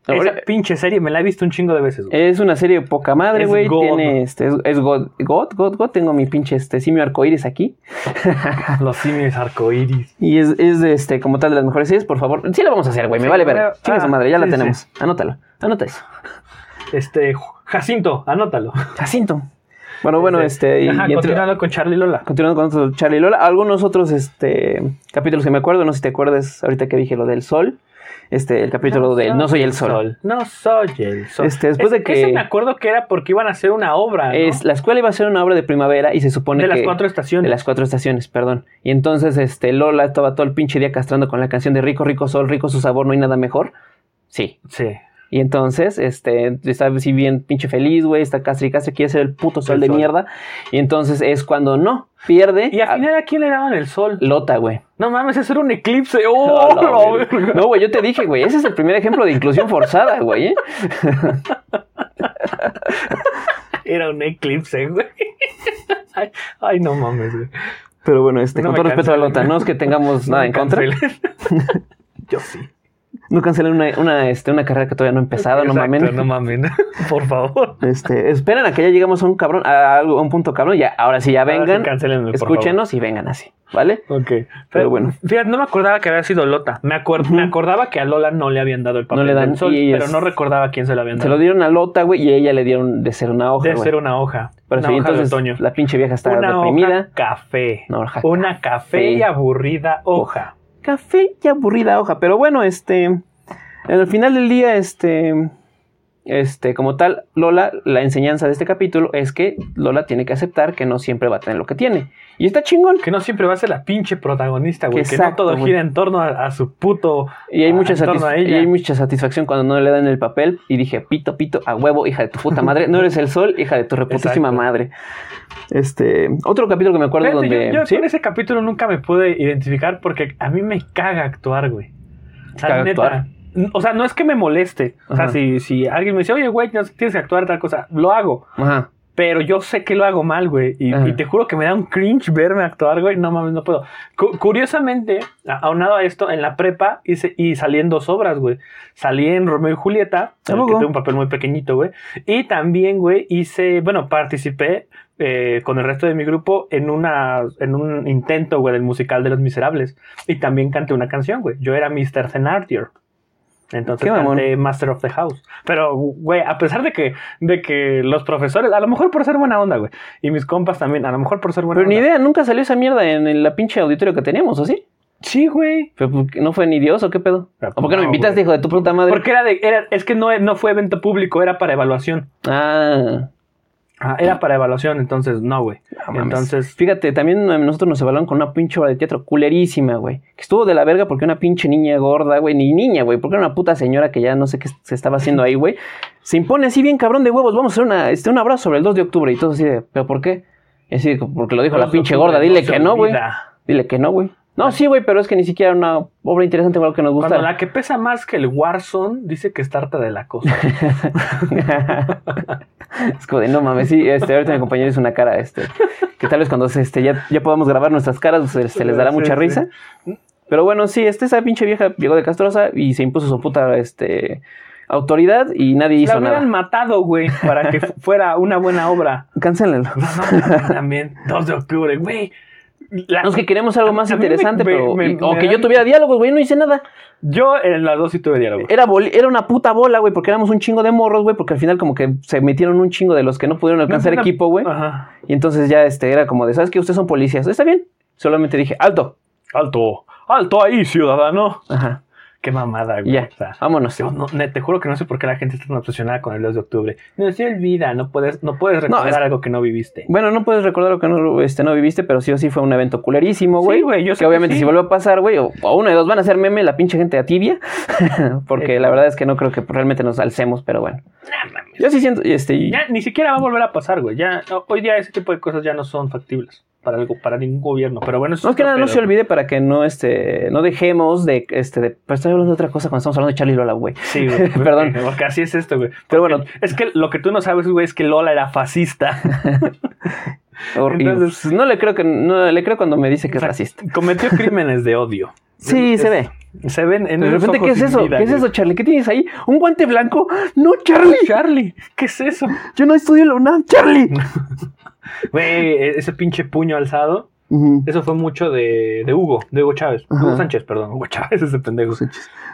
B: Ahora- Eh.
A: esa pinche serie me la he visto un chingo de veces. güey.
B: Es una serie de poca madre,
A: Es
B: güey.
A: God.
B: Tiene este, es, es God, God, God, God. Tengo mi pinche este simio arcoíris aquí.
A: Ah, Los simios arcoíris.
B: Y es, es de este, como tal, de las mejores series, por favor. Sí la vamos a hacer, güey. Me
A: Sí,
B: vale ver.
A: creo-
B: Chinga su
A: ah,
B: madre, ya la
A: sí,
B: tenemos. Anótalo. Anota eso.
A: Este, Jacinto, anótalo.
B: Jacinto. Bueno, bueno, este. y-
A: Ajá,
B: y entre-
A: continuando con Charlie Lola.
B: Continuando con otro Charlie y Lola, algunos otros este, capítulos que me acuerdo, no sé si te acuerdas ahorita que dije lo del sol, este, el capítulo
A: No
B: de
A: soy
B: No soy el
A: el Ah,
B: sol.
A: sol. No soy el sol.
B: Este, después
A: Es-
B: de que-
A: Ese me acuerdo que era porque iban a hacer una obra, Ah, ¿no?
B: Es, la escuela iba a ser una obra de primavera y se supone
A: De
B: que...
A: las cuatro estaciones.
B: De las cuatro estaciones, perdón. Y entonces este, Lola estaba todo el pinche día castrando con la canción de Rico, Rico Sol, Rico su sabor, no hay nada mejor. Sí.
A: Sí.
B: Y entonces, este, está así bien pinche feliz, güey, está castra y castra, quiere ser el puto sol
A: El
B: de
A: sol.
B: mierda. Y entonces es cuando no, pierde
A: Y
B: a
A: al final, ¿a quién le daban el sol?
B: Lota, güey.
A: No mames, eso era un eclipse.
B: No,
A: ¡Oh, la
B: no, güey.
A: verga!
B: No, güey, yo te dije, güey, ese es el primer ejemplo de inclusión forzada, güey. ¿eh?
A: Era un eclipse, güey. Ay, ay, no mames, güey.
B: Pero bueno, este,
A: No
B: con
A: me
B: todo respeto a
A: cancelen.
B: Lota, no es que tengamos nada
A: No
B: en contra.
A: cancelen. Yo sí.
B: No cancelen una, una, este, una carrera que todavía no ha empezado, no
A: Exacto,
B: mamen.
A: No mamen. Por favor.
B: Este, esperen a que ya llegamos a un cabrón, a, algo, a un punto cabrón, ya, ahora sí, ya
A: Ahora sí,
B: vengan,
A: cancelen, por favor.
B: escúchenos y vengan así, ¿vale?
A: Ok. Pero,
B: Pero bueno.
A: Fíjate, no me acordaba que había sido Lota. Me, acuer- me acordaba que a Lola no le habían dado el papel
B: No le dan-
A: del sol,
B: y
A: pero
B: es-
A: no recordaba a quién se lo habían
B: Se
A: dado.
B: lo dieron a Lota, güey, y a ella le dieron de ser una hoja,
A: Debe
B: güey.
A: ser una hoja.
B: Pero
A: una
B: sí,
A: hoja
B: entonces
A: de otoño.
B: la pinche vieja estaba
A: Una
B: deprimida.
A: hoja café.
B: Una hoja
A: una café
B: café.
A: y aburrida hoja.
B: café y aburrida hoja. Pero bueno, este. En el final del día, este. Este, como tal, Lola, la enseñanza de este capítulo es que Lola tiene que aceptar que no siempre va a tener lo que tiene. Y está chingón.
A: Que no siempre va a ser la pinche protagonista, güey. Que no
B: Exacto,
A: todo
B: güey.
A: gira en torno a, a su puto.
B: Y hay,
A: Ah,
B: mucha
A: en torno a
B: satis-
A: ella.
B: y hay mucha satisfacción cuando no le dan el papel. Y dije, pito, pito, a huevo, hija de tu puta madre. No eres el sol, hija de tu reputísima
A: Exacto.
B: madre. Este, otro capítulo que me acuerdo
A: Fíjate,
B: donde.
A: yo, yo
B: ¿sí?
A: con ese capítulo nunca me pude identificar porque a mí me caga actuar, güey. O sea,
B: caga
A: neta,
B: actuar.
A: n- O sea, no es que me moleste. O sea,
B: Ajá.
A: si, si alguien me dice, oye, güey, no, tienes que actuar tal cosa, lo hago.
B: Ajá.
A: Pero yo sé que lo hago mal, güey. Y,
B: Ajá.
A: y te juro que me da un cringe verme actuar, güey. No mames, no puedo. Cu- curiosamente, a- aunado a esto, en la prepa hice, y salí en dos obras, güey. Salí en Romeo y Julieta, en el que
B: Tampoco.
A: tengo un papel muy pequeñito, güey. Y también, güey, hice, bueno, participé eh, con el resto de mi grupo en, una, en un intento, güey, del musical de Los Miserables. Y también canté una canción, güey. Yo era Mr. Zenartier. Entonces
B: Qué mamón.
A: canté Master of the House. Pero, güey, a pesar de que, de que los profesores, a lo mejor por ser buena onda, güey. Y mis compas también, a lo mejor por ser buena
B: Pero ni
A: onda.
B: idea, nunca salió esa mierda en, en la pinche auditorio que tenemos, ¿o sí?
A: Sí, güey.
B: Pero, ¿por qué ¿No fue ni Dios o qué pedo?
A: Pero,
B: ¿O por qué no me
A: Ah, no,
B: invitaste,
A: güey.
B: hijo de tu puta madre?
A: Porque era de, era- es que no, no fue evento público, era para evaluación.
B: Ah,
A: Ah, era para evaluación, entonces no, güey. entonces,
B: fíjate, también a nosotros nos evaluaron con una pinche obra de teatro culerísima, güey. Que estuvo de la verga porque una pinche niña gorda, güey, ni niña, güey, porque era una puta señora que ya no sé qué se estaba haciendo ahí, güey. Se impone así bien cabrón de huevos, vamos a hacer una, este, una obra sobre el 2 de octubre y todo así de, ¿pero por qué? Y así, de, porque lo dijo
A: pues,
B: la pinche gorda, dile que no, güey. Dile que no, güey. No, sí, güey, pero es que ni siquiera era una obra interesante o algo que nos gusta.
A: Ah. Cuando la que pesa más que el Warzone dice que es tarta de la cosa.
B: es como de, no mames, sí, este, ahorita mi compañero hizo una cara, este, que tal vez cuando se, este, ya, ya podamos grabar nuestras caras, se, se les dará
A: Sí,
B: mucha
A: sí.
B: risa. Pero bueno, sí, este, esa pinche vieja llegó de Castrosa y se impuso su puta, este, autoridad y nadie
A: La
B: hizo
A: hubieran
B: nada.
A: matado, güey, para que fu- fuera una buena obra.
B: Cancélenlo.
A: No, no, también, 2 de octubre, güey. La-
B: No, es que queremos algo más
A: a mí me-
B: interesante,
A: me-
B: pero,
A: me-
B: y-
A: me
B: o que
A: dan-
B: yo tuviera diálogos, güey, no hice nada.
A: Yo en las dos sí tuve diálogo.
B: Era, boli- era una puta bola, güey, porque éramos un chingo de morros, güey, porque al final como que se metieron un chingo de los que no pudieron alcanzar
A: una-
B: equipo, güey.
A: Ajá.
B: Y entonces ya este era como de, ¿sabes qué? Ustedes son policías. Está bien. Solamente dije, alto.
A: Alto, alto ahí, ciudadano.
B: Ajá.
A: Qué mamada, güey.
B: Ya,
A: O sea,
B: vámonos.
A: yo no- ne- te juro que no sé por qué la gente está tan obsesionada con el 2 de octubre. No se olvida, no puedes, no puedes recordar
B: es-
A: algo que no viviste.
B: Bueno, no puedes recordar lo que no, este, no viviste, pero sí o sí fue un evento culerísimo, güey.
A: Sí, güey, yo sé
B: que
A: que
B: obviamente
A: sí.
B: si vuelve a pasar, güey, o, o uno de dos van a ser meme la pinche gente a tibia. porque la verdad es que no creo que realmente nos alcemos, pero bueno.
A: Nah, mames.
B: Yo sí siento, y este, y-
A: Ya ni siquiera va a volver a pasar, güey. Ya, no, hoy día ese tipo de cosas ya no son factibles para algo, para ningún gobierno. Pero bueno, eso
B: más
A: es
B: que
A: otro
B: nada no
A: pedo,
B: se olvide para que no, este, no dejemos de, este, de, pero estoy hablando de otra cosa cuando estamos hablando de Charlie Lola, güey.
A: Sí, güey. pues, eh,
B: Perdón.
A: Porque así es esto, güey.
B: Pero bueno,
A: Es que lo que tú no sabes, güey, es que Lola era fascista.
B: or- y,
A: Entonces-
B: pues, no le creo que, no le creo cuando me dice que es
A: Exacto.
B: racista.
A: Cometió crímenes de odio.
B: Sí,
A: Es-
B: se ve.
A: Se ven en
B: De
A: esos
B: repente, ¿qué
A: ojos
B: es
A: sin
B: eso?
A: vida,
B: ¿Qué es
A: güey.
B: eso, Charlie? ¿Qué tienes ahí? ¿Un guante blanco? No, Charlie.
A: Charlie, ¿qué es eso?
B: Yo no estudio en la UNAM, Charlie.
A: Güey, e- ese pinche puño alzado,
B: Ujú.
A: eso fue mucho de, de Hugo, de Hugo Chávez.
B: Ajá.
A: Hugo Sánchez, perdón, Hugo Chávez, ese pendejo.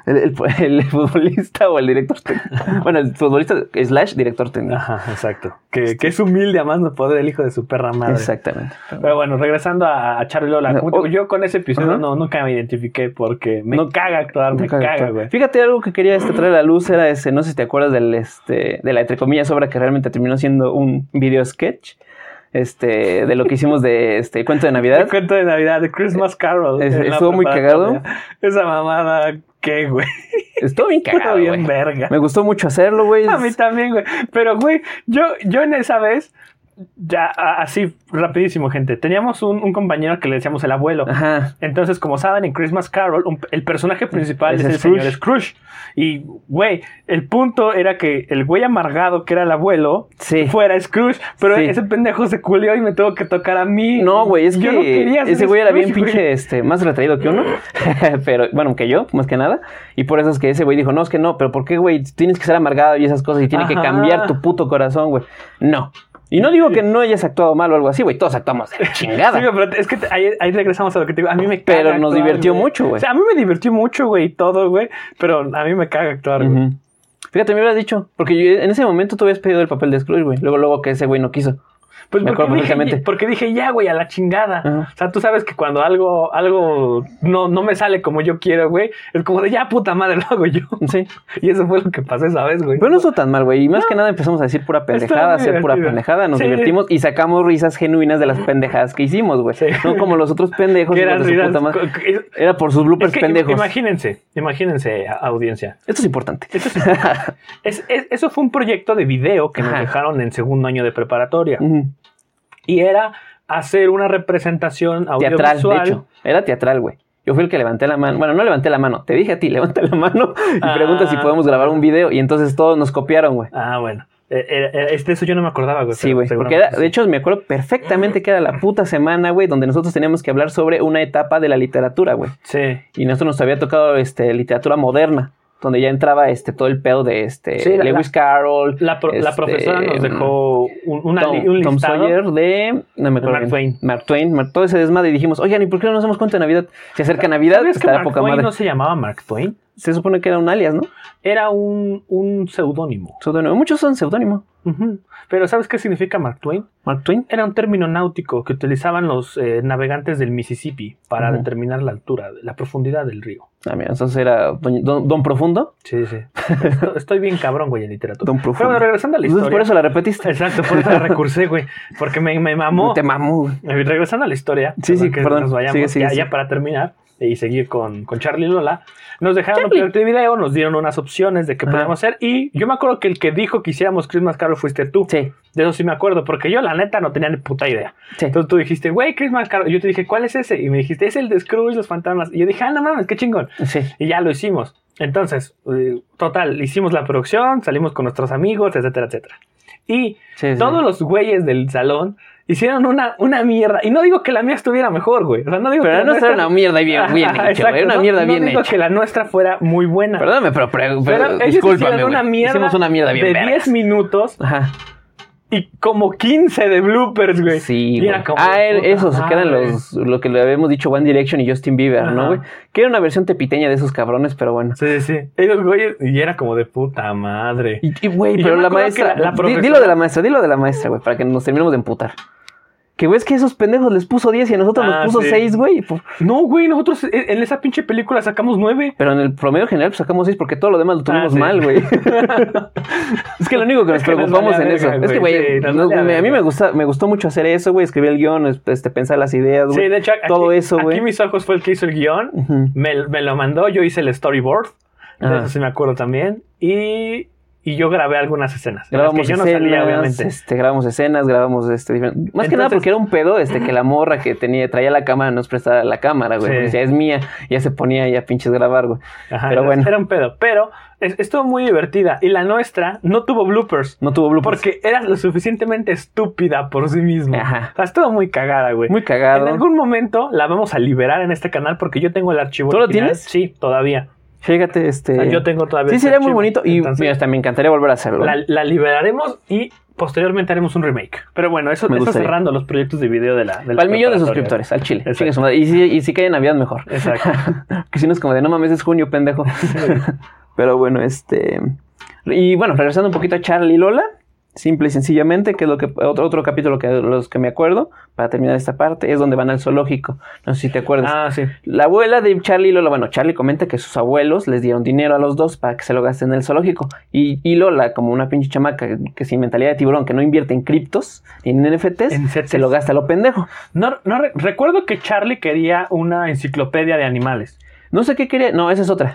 B: El, el- el futbolista o el director técnico. Bueno, el futbolista slash director técnico.
A: Ajá, exacto. Que,
B: Este.
A: que es humilde a más no poder el hijo de su perra madre.
B: Exactamente.
A: Pero bueno, regresando a, a Charlie Lola,
B: No,
A: como te
B: o-
A: digo, yo con ese episodio
B: Ajá.
A: no, nunca me identifiqué porque me
B: No-
A: caga actuar, me
B: Nunca-
A: caga, güey.
B: Fíjate, algo que quería este, traer a la luz era ese, no sé si te acuerdas del este, de la entre comillas obra que realmente terminó siendo un video sketch. Este, de lo que hicimos de este cuento de
A: El
B: Navidad.
A: cuento de Navidad, de Christmas Carol.
B: Eh, Es-
A: en la
B: estuvo muy
A: preparatoria. Esa mamada, ¿qué, güey?
B: Estuvo bien
A: Estuvo
B: cagado,
A: bien
B: güey.
A: verga.
B: Me gustó mucho hacerlo, güey.
A: A mí también, güey. Pero, güey, yo, yo en esa vez, ya a- así, rapidísimo, gente. Teníamos un, un compañero que le decíamos el abuelo.
B: Ajá.
A: Entonces, como saben, en Christmas Carol, un- el personaje principal
B: Es
A: es, el
B: Scrooge.
A: señor Scrooge. Y, güey, el punto era que el güey amargado que era el abuelo
B: Sí.
A: fuera Scrooge, pero
B: Eh, Sí.
A: ese pendejo se culió y me tuvo que tocar a mí.
B: No, güey, es que
A: Yo no quería ser
B: ese güey era bien
A: Scrooge,
B: pinche,
A: güey.
B: este, más retraído que uno, pero bueno, que yo, más que nada, y por eso es que ese güey dijo, no, es que no, pero ¿por qué, güey? Tienes que ser amargado y esas cosas y tiene que
A: Ajá.
B: cambiar tu puto corazón, güey. No. Y no digo que no hayas actuado mal o algo así, güey, todos actuamos de la
A: Sí,
B: chingada.
A: güey, pero es que te- ahí, ahí regresamos a lo que te digo. A mí me caga
B: Pero nos
A: actuar,
B: divirtió mucho, güey.
A: O sea, a mí me divirtió mucho, güey, y todo, güey. Pero a mí me caga actuar, güey.
B: Ujú. Fíjate, me hubieras dicho, porque yo- en ese momento tú habías pedido el papel de Scrooge, güey, luego, luego que ese güey no quiso.
A: Pues
B: Me
A: porque
B: acuerdo
A: dije,
B: perfectamente.
A: porque dije ya, güey, a la chingada.
B: Ajá.
A: O sea, tú sabes que cuando algo, algo no, no me sale como yo quiero, güey, es como de ya puta madre lo hago yo.
B: Sí.
A: Y eso fue lo que pasó esa vez, güey.
B: Pero no estuvo tan mal, güey. Y más que nada empezamos a decir pura pendejada, a
A: muy
B: hacer pura
A: divertido.
B: pendejada. Nos
A: Sí.
B: divertimos y sacamos risas genuinas de las pendejadas que hicimos, güey.
A: Sí.
B: No como los otros pendejos.
A: Que
B: hijos
A: eran
B: de su
A: risas-
B: puta madre.
A: co- es-
B: Era por sus
A: es
B: bloopers
A: que im-
B: pendejos.
A: imagínense, imagínense, a- audiencia.
B: Esto es importante.
A: Esto es- es- es- eso fue un proyecto de video que nos
B: Ajá. Mm.
A: dejaron en segundo año de preparatoria.
B: Ujú.
A: Y era hacer una representación audiovisual.
B: teatral, de hecho. Era teatral, güey. Yo fui el que levanté la mano. Bueno, no levanté la mano. Te dije a ti, levanta la mano y
A: Ah.
B: pregunta si podemos grabar un video. Y entonces todos nos copiaron, güey.
A: Ah, bueno. Eh, eh, eh, este, eso yo no me acordaba, güey.
B: Sí,
A: pero
B: güey. Porque
A: seguramente
B: era,
A: sí.
B: de hecho, me acuerdo perfectamente que era la puta semana, güey, donde nosotros teníamos que hablar sobre una etapa de la literatura, güey.
A: Sí.
B: y nosotros nos había tocado este literatura moderna donde ya entraba este todo el pedo de este
A: Sí, la-
B: Lewis Carroll
A: La, pro- la
B: este,
A: profesora nos dejó un, una
B: Tom,
A: li- un
B: Tom
A: listado.
B: Sawyer de no me acuerdo
A: Mark
B: bien.
A: Twain.
B: Mark Twain Mark- todo ese desmadre y dijimos oigan y por qué no nos hacemos cuenta de Navidad se acerca Navidad
A: Ah, ¿Sabías que
B: está la
A: Mark
B: poca
A: Twain
B: madre
A: no se llamaba Mark Twain?
B: se supone que era un alias no
A: Era un, un seudónimo.
B: Seudónimo. muchos son seudónimo
A: Ujú. Pero ¿sabes qué significa Mark Twain?
B: Mark Twain
A: Era un término náutico que utilizaban los eh, navegantes del Mississippi para
B: Ujú.
A: determinar la altura, la profundidad del río.
B: ah, mira, entonces era Doña- don, don profundo
A: Sí, sí. Esto- Estoy bien cabrón, güey, en literatura.
B: don
A: Pero bueno,
B: profundo
A: regresando a la
B: entonces
A: historia.
B: por eso la repetiste
A: Exacto, por eso la recursé, güey. Porque me, me mamó.
B: te mamó güey.
A: Eh, Regresando a la historia,
B: Sí, sí,
A: que
B: perdón.
A: nos vayamos
B: Sigue, sigue,
A: ya,
B: sigue.
A: ya para terminar y seguir con, con Charlie y Lola, nos dejaron un
B: Charlie.
A: proyecto de video, nos dieron unas opciones de qué
B: Ajá.
A: podíamos hacer y yo me acuerdo que el que dijo que hiciéramos Christmas Carol fuiste tú.
B: sí
A: De eso sí me acuerdo, porque yo la neta no tenía ni puta idea.
B: sí
A: Entonces tú dijiste, güey, Christmas Carol. Y yo te dije, ¿cuál es ese? Y me dijiste, es el de Scrooge, los fantasmas. Y yo dije, ah, no mames, qué chingón.
B: sí
A: Y ya lo hicimos. Entonces, eh, total, hicimos la producción, salimos con nuestros amigos, etcétera, etcétera. Y
B: sí, sí.
A: todos los güeyes del salón hicieron una, una mierda. Y no digo que la mía estuviera mejor, güey. O sea, no digo que
B: pero era
A: la
B: no era
A: nuestra...
B: una mierda bien, bien
A: Ajá,
B: hecha,
A: exacto,
B: güey, una
A: no-
B: mierda
A: no
B: bien
A: digo
B: hecha.
A: que la nuestra fuera muy buena.
B: Perdóname, pero, pero,
A: pero
B: pero
A: ellos
B: discúlpame,
A: hicieron una
B: güey.
A: mierda,
B: Hicimos una mierda bien
A: de
B: vergas.
A: 10 minutos
B: Ajá.
A: y como 15 de bloopers, güey.
B: Sí,
A: Y
B: güey.
A: era como,
B: Ah, el-
A: puta
B: esos que eran
A: madre.
B: los lo que le habíamos dicho One Direction y Justin Bieber,
A: Ajá.
B: ¿no, güey? Que era una versión tepiteña de esos cabrones, pero bueno.
A: Sí, sí, sí. Ellos, güey, y era como de puta madre.
B: Y, y, güey,
A: Y yo
B: pero
A: me
B: la
A: acuerdo que
B: maestra,
A: la- la
B: di-
A: profesora-
B: dilo de la maestra, dilo de la maestra, güey, para que nos terminemos de emputar. Que güey, es que a esos pendejos les puso 10 y a nosotros
A: Ah,
B: nos puso
A: sí.
B: 6, güey. Pues,
A: No, güey, nosotros e- en esa pinche película sacamos nueve.
B: Pero en el promedio general pues, sacamos 6 porque todo lo demás lo tuvimos
A: Ah, sí.
B: mal, güey. es que lo único que nos
A: Es que nos
B: preocupamos
A: valía
B: en eso.
A: verga,
B: es que,
A: güey,
B: güey,
A: sí, nos
B: nos-
A: valía
B: me- a mí
A: verga.
B: me, gusta, me gustó mucho hacer eso, güey. Escribir el guión, es- este, pensar las ideas,
A: Sí,
B: güey.
A: de hecho, aquí-
B: Todo eso, güey.
A: Aquí mis ojos fue el que hizo el guión.
B: Ujú.
A: Me, me lo mandó, yo hice el storyboard. de
B: Ah.
A: Eso sí me acuerdo también. Y, y yo grabé algunas escenas. en las
B: Grabamos
A: que yo no
B: escenas,
A: salía, obviamente.
B: este, grabamos escenas, grabamos este, diferente- más que nada
A: Entonces-
B: porque era un pedo, este, que la morra que tenía, traía la cámara, nos prestaba la cámara,
A: Sí.
B: güey, porque decía, es mía, y ya se ponía ya pinches grabar, güey,
A: Ajá,
B: pero
A: era-
B: bueno.
A: Era un pedo. Pero es- estuvo muy divertida. Y la nuestra no tuvo bloopers.
B: no tuvo bloopers,
A: Porque era lo suficientemente estúpida por sí misma.
B: Ajá.
A: O sea, estuvo muy cagada, güey.
B: muy cagado,
A: En algún momento la vamos a liberar en este canal porque yo tengo el archivo.
B: ¿Tú lo
A: original.
B: tienes?
A: Sí, todavía.
B: fíjate,
A: O
B: este,
A: sea, yo tengo todavía.
B: sí
A: ese
B: sería muy
A: archivo.
B: bonito, y
A: Entonces,
B: mira, hasta me encantaría volver a hacerlo,
A: la, la liberaremos y posteriormente haremos un remake. Pero bueno, eso,
B: Me
A: eso
B: gustaría.
A: cerrando los proyectos de video de la. de la
B: palmillo de
A: preparatoria.
B: suscriptores, al chile,
A: Exacto.
B: chingue su madre. y si, y si cae en Navidad mejor,
A: Exacto.
B: que si no es como de, no mames, es junio, pendejo, pero bueno, este, y bueno, regresando un poquito a Charlie y Lola, simple y sencillamente, que es lo que otro, otro capítulo que los que me acuerdo, para terminar esta parte, es donde van al zoológico. No sé si te acuerdas.
A: ah, sí.
B: La abuela de Charlie y Lola, bueno, Charlie comenta que sus abuelos les dieron dinero a los dos para que se lo gasten en el zoológico. Y, y Lola, como una pinche chamaca que sin mentalidad de tiburón, que no invierte en criptos ni en NFTs,
A: En CETES.
B: se lo gasta a lo pendejo.
A: No, no re- recuerdo que Charlie quería una enciclopedia de animales.
B: No sé qué quería. No, esa es otra.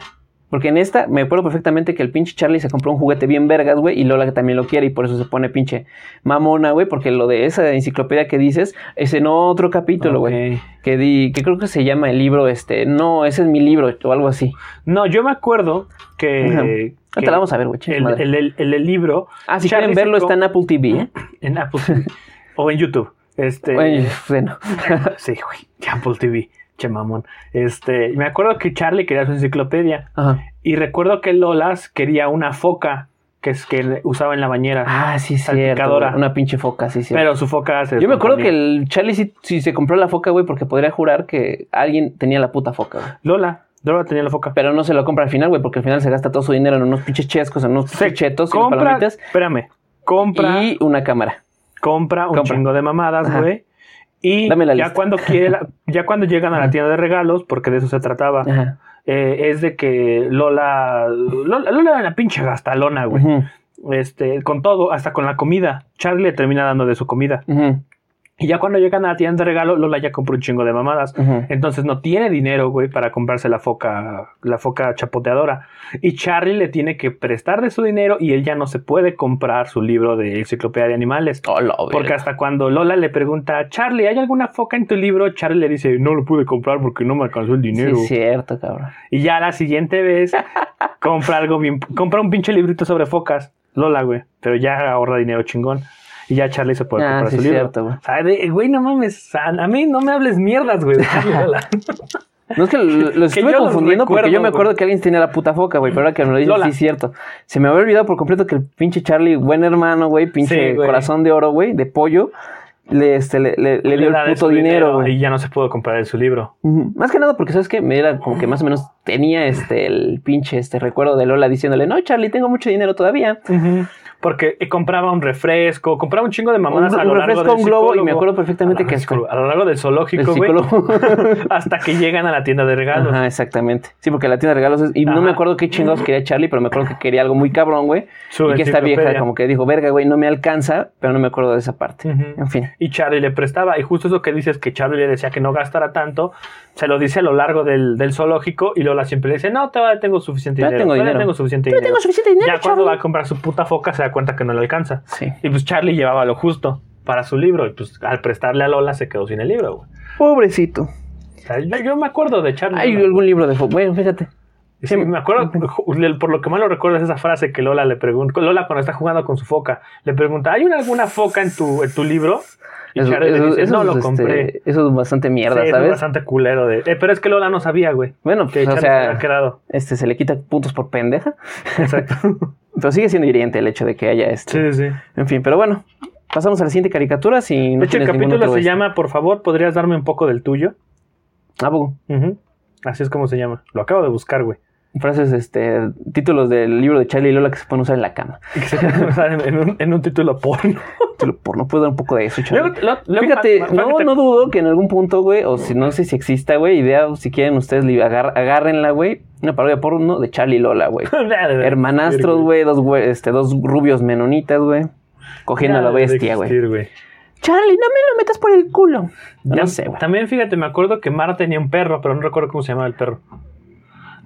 B: Porque en esta me acuerdo perfectamente que el pinche Charlie se compró un juguete bien vergas, güey, y Lola también lo quiere y por eso se pone pinche mamona, güey, porque lo de esa enciclopedia que dices es en otro capítulo, güey,
A: Ok.
B: que, di- que creo que se llama el libro, este, no, ese es mi libro o algo así.
A: No, yo me acuerdo
B: Ajá.
A: que. que
B: Ahorita la vamos a ver, güey. chingue su
A: el,
B: madre.
A: el- el- el- el libro
B: ah, si
A: Charlie
B: quieren verlo
A: se co-
B: está en Apple TV, ¿eh?
A: en Apple o en YouTube. Este,
B: Güey, bueno,
A: Sí, güey. Apple TV. Che mamón. Este, me acuerdo que Charlie quería su enciclopedia.
B: ajá.
A: Y recuerdo que Lolas quería una foca que es que le- usaba en la bañera.
B: Ah, sí, cierto.
A: Salpicadora.
B: güey, Una pinche foca, sí, cierto.
A: Pero su foca se
B: Yo me acuerdo que
A: descomponía.
B: el Charlie sí, sí se compró la foca, güey, porque podría jurar que alguien tenía la puta foca, güey.
A: Lola, Lola tenía la foca.
B: Pero no se lo compra al final, güey, porque al final se gasta todo su dinero en unos pinches chescos, en unos pinches chetos y unas
A: compra,
B: palomitas
A: espérame. Compra,
B: y una cámara.
A: compra un
B: compra.
A: chingo de mamadas,
B: Ajá.
A: güey. Y
B: Dame la
A: ya
B: lista.
A: cuando quiera, ya cuando llegan a la
B: Ajá.
A: tienda de regalos, porque de eso se trataba,
B: Ajá.
A: eh, es de que Lola, Lola, Lola era una pinche gastalona, güey.
B: Ujú,
A: Este, con todo, hasta con la comida. Charlie le termina dando de su comida.
B: ujú,
A: Y ya cuando llegan a la tienda de regalo, Lola ya compró un chingo de mamadas.
B: ujú.
A: Entonces no tiene dinero, güey, para comprarse la foca, la foca chapoteadora. Y Charlie le tiene que prestar de su dinero y él ya no se puede comprar su libro de enciclopedia de animales.
B: Oh, la
A: Porque
B: verga.
A: hasta cuando Lola le pregunta, Charlie, ¿hay alguna foca en tu libro? Charlie le dice, no lo pude comprar porque no me alcanzó el
B: Sí,
A: dinero.
B: es cierto, cabrón.
A: Y ya la siguiente vez compra algo bien, compra un pinche librito sobre focas, Lola, güey. Pero ya ahorra dinero chingón. Y ya Charlie se puede
B: Ah,
A: comprar
B: sí,
A: su
B: es
A: libro.
B: cierto, güey.
A: O sea, de- güey, no mames, a, a mí no me hables mierdas, güey. de Charlie y Lola.
B: No es que lo- lo estuve
A: yo los
B: confundiendo porque
A: recuerdo,
B: yo me acuerdo
A: güey.
B: que alguien tenía la puta foca, güey, pero ahora que me lo dices,
A: Lola.
B: sí es cierto. Se me había olvidado por completo que el pinche Charlie, buen hermano, güey, pinche
A: Sí, güey.
B: corazón de oro, güey, de pollo, le, este, le, le- le dio
A: da
B: el
A: de
B: puto
A: su
B: dinero, güey.
A: Y ya no se pudo comprar de su libro.
B: Ujú. Más que nada porque, ¿sabes qué? Me era como que más o menos tenía este el pinche este recuerdo de Lola diciéndole, no, Charlie, tengo mucho dinero todavía.
A: Porque eh, compraba un refresco, compraba un chingo de
B: Un,
A: mamadas a
B: un
A: lo largo
B: refresco,
A: del
B: un globo, y
A: psicólogo.
B: me acuerdo
A: A lo
B: perfectamente
A: largo
B: que
A: del
B: es
A: psicólogo, a lo largo del
B: el
A: zoológico, güey.
B: psicólogo.
A: Hasta que llegan a la tienda de regalos.
B: Ajá, exactamente. Sí, porque la tienda de regalos es... Y no
A: Ajá.
B: me acuerdo qué chingados quería Charlie, pero me acuerdo que quería algo muy cabrón, güey.
A: Su
B: y que esta vieja
A: enciclopedia.
B: como que dijo, verga, güey, no me alcanza, pero no me acuerdo de esa parte.
A: Ujú.
B: En fin.
A: Y Charlie le prestaba, y justo eso que dices que Charlie le decía que no gastara tanto, se lo dice a lo largo del, del zoológico y Lola siempre le dice, no, todavía tengo suficiente
B: Todavía
A: dinero.
B: tengo
A: todavía
B: dinero.
A: tengo suficiente
B: Pero
A: dinero.
B: tengo suficiente dinero,
A: ya cuando va a
B: Charlie.
A: comprar su puta foca se da cuenta que no le alcanza.
B: Sí.
A: Y pues Charlie llevaba lo justo para su libro. Y pues al prestarle a Lola se quedó sin el libro, güey.
B: Pobrecito.
A: O sea, yo, yo me acuerdo de Charlie.
B: Hay
A: Lola.
B: algún libro de... fo- Bueno, fíjate.
A: Sí, me acuerdo, ju- por lo que más lo recuerdo es esa frase que Lola le pregunta. Lola cuando está jugando con su foca, le pregunta, ¿hay una- alguna foca en tu, en tu libro? Y
B: Eso,
A: Charlie
B: eso-
A: le dice,
B: eso
A: no
B: es,
A: lo
B: este,
A: compré.
B: eso es bastante mierda,
A: Sí, es
B: ¿sabes?
A: bastante culero de... Eh, pero es que Lola no sabía, güey.
B: Bueno,
A: Que
B: pues, o
A: Charlie se había
B: sea,
A: quedado.
B: este, se le quita puntos por pendeja.
A: Exacto.
B: Pero sigue siendo hiriente el hecho de que haya este.
A: sí, sí.
B: En fin, pero bueno. Pasamos a la siguiente caricatura si no
A: de hecho, el
B: tienes ningún
A: capítulo
B: otro,
A: se
B: este.
A: llama, por favor, ¿podrías darme un poco del tuyo?
B: Ah, poco?
A: Ujú. Así es como se llama. Lo acabo de buscar, güey.
B: frases, este, títulos del libro de Charlie y Lola que se pueden usar en la cama.
A: Que se puede usar en, en un, en un título porno.
B: Título porno, puedo dar un poco de eso, Charlie.
A: Luego- lo- luego-
B: Fíjate,
A: pa- pa-
B: no,
A: fíjate-
B: no dudo que en algún punto, güey, o si no sé si exista, güey, idea, o si quieren ustedes, li- agar- agárrenla, güey, una parodia porno de Charlie y Lola, güey. Hermanastros, güey, dos, güey, este, dos rubios menonitas, güey, cogiendo a la
A: Debe de
B: bestia, güey.
A: existir, güey.
B: Charlie, no me lo metas por el culo.
A: Ya-
B: No sé, güey.
A: También fíjate, me acuerdo que Mara tenía un perro, pero no recuerdo cómo se llamaba el perro.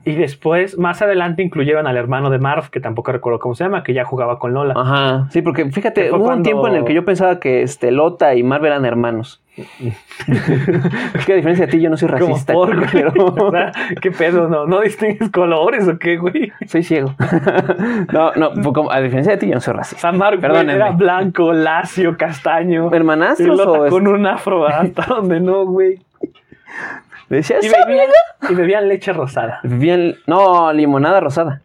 A: Y después, más adelante, incluyeron al hermano de Marv, que tampoco recuerdo cómo se llama, que ya jugaba con
B: Ah,
A: Lola.
B: Ajá. Sí, porque fíjate,
A: Que fue
B: hubo un
A: cuando-
B: tiempo en el que yo pensaba que este Lota y Marvel eran hermanos. es que a diferencia de ti, yo no soy
A: Como
B: racista.
A: por, güey.
B: pero
A: O sea, ¿Qué pedo? ¿No, ¿No distingues colores o qué, güey?
B: soy ciego. no, no, fue como- a diferencia de ti, yo no soy
A: O
B: racista.
A: sea, Marv güey,
B: Perdónenme.
A: era blanco, lacio, castaño. Y
B: ¿Hermanastros
A: Lota
B: o es-
A: con un afro hasta donde no, güey.
B: decías?
A: Y
B: "Soy
A: bebían, y bebían leche rosada.
B: negro"? Bien- no, limonada rosada.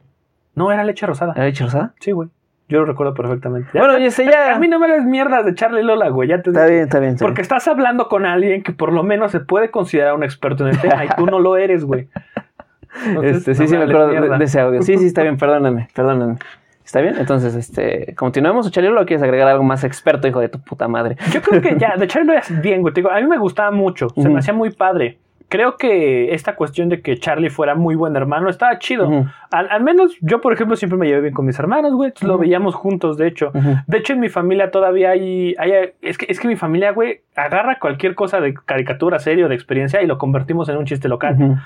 A: No, era leche rosada.
B: ¿Era leche rosada?
A: Sí, güey. Yo lo recuerdo perfectamente. Ya-
B: Bueno, yo sé ya.
A: a mí no me hagas mierdas de Charlie Lola, güey. Ya te
B: Ah. Está bien, está bien. está
A: Porque
B: bien.
A: estás hablando con alguien que por lo menos se puede considerar un experto en el tema y tú no lo eres, güey. Entonces,
B: Este,
A: no
B: sí, sí, me
A: hables
B: acuerdo de,
A: mierda.
B: de ese audio. Sí, sí, está bien, perdóname, perdóname. ¿Está bien? Entonces, este, continuamos, o Charlie, ¿o quieres agregar algo más experto, hijo de tu puta madre?
A: Yo creo que ya, de Charlie Lola es bien, güey. Te digo, a mí me gustaba mucho, se
B: Ujú.
A: me hacía muy padre. Creo que esta cuestión de que Charlie fuera muy buen hermano estaba chido.
B: Ujú.
A: Al, al menos yo, por ejemplo, siempre me llevé bien con mis hermanos, güey. Entonces, Lo
B: Ujú.
A: veíamos juntos, de hecho.
B: Ujú.
A: De hecho, en mi familia todavía hay. hay- es, que, es que mi familia, güey, agarra cualquier cosa de caricatura, serio, de experiencia y lo convertimos en un chiste local.
B: Ujú.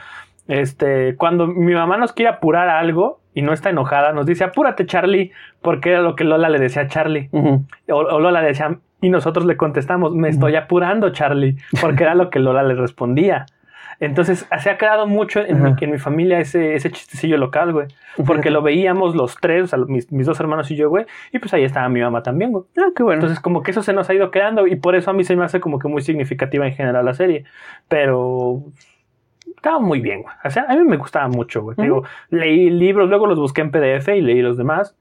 A: Este, cuando mi mamá nos quiere apurar a algo y no está enojada, nos dice apúrate, Charlie, porque era lo que Lola le decía a Charlie.
B: Ujú.
A: O, o Lola le decía, y nosotros le contestamos, me estoy apurando, Charlie, porque era lo que Lola le respondía. Entonces, se ha quedado mucho en, mi,
B: Ajá.
A: en mi familia ese, ese chistecillo local, güey. Porque lo veíamos los tres, o sea, mis, mis dos hermanos y yo, güey. Y pues ahí estaba mi mamá también, güey.
B: Ah, qué bueno.
A: Entonces, como que eso se nos ha ido quedando y por eso a mí se me hace como que muy significativa en general la serie. Pero estaba muy bien, güey. O sea, a mí me gustaba mucho, güey. Te
B: Ujú.
A: Digo, leí libros, luego los busqué en PDF y leí los demás.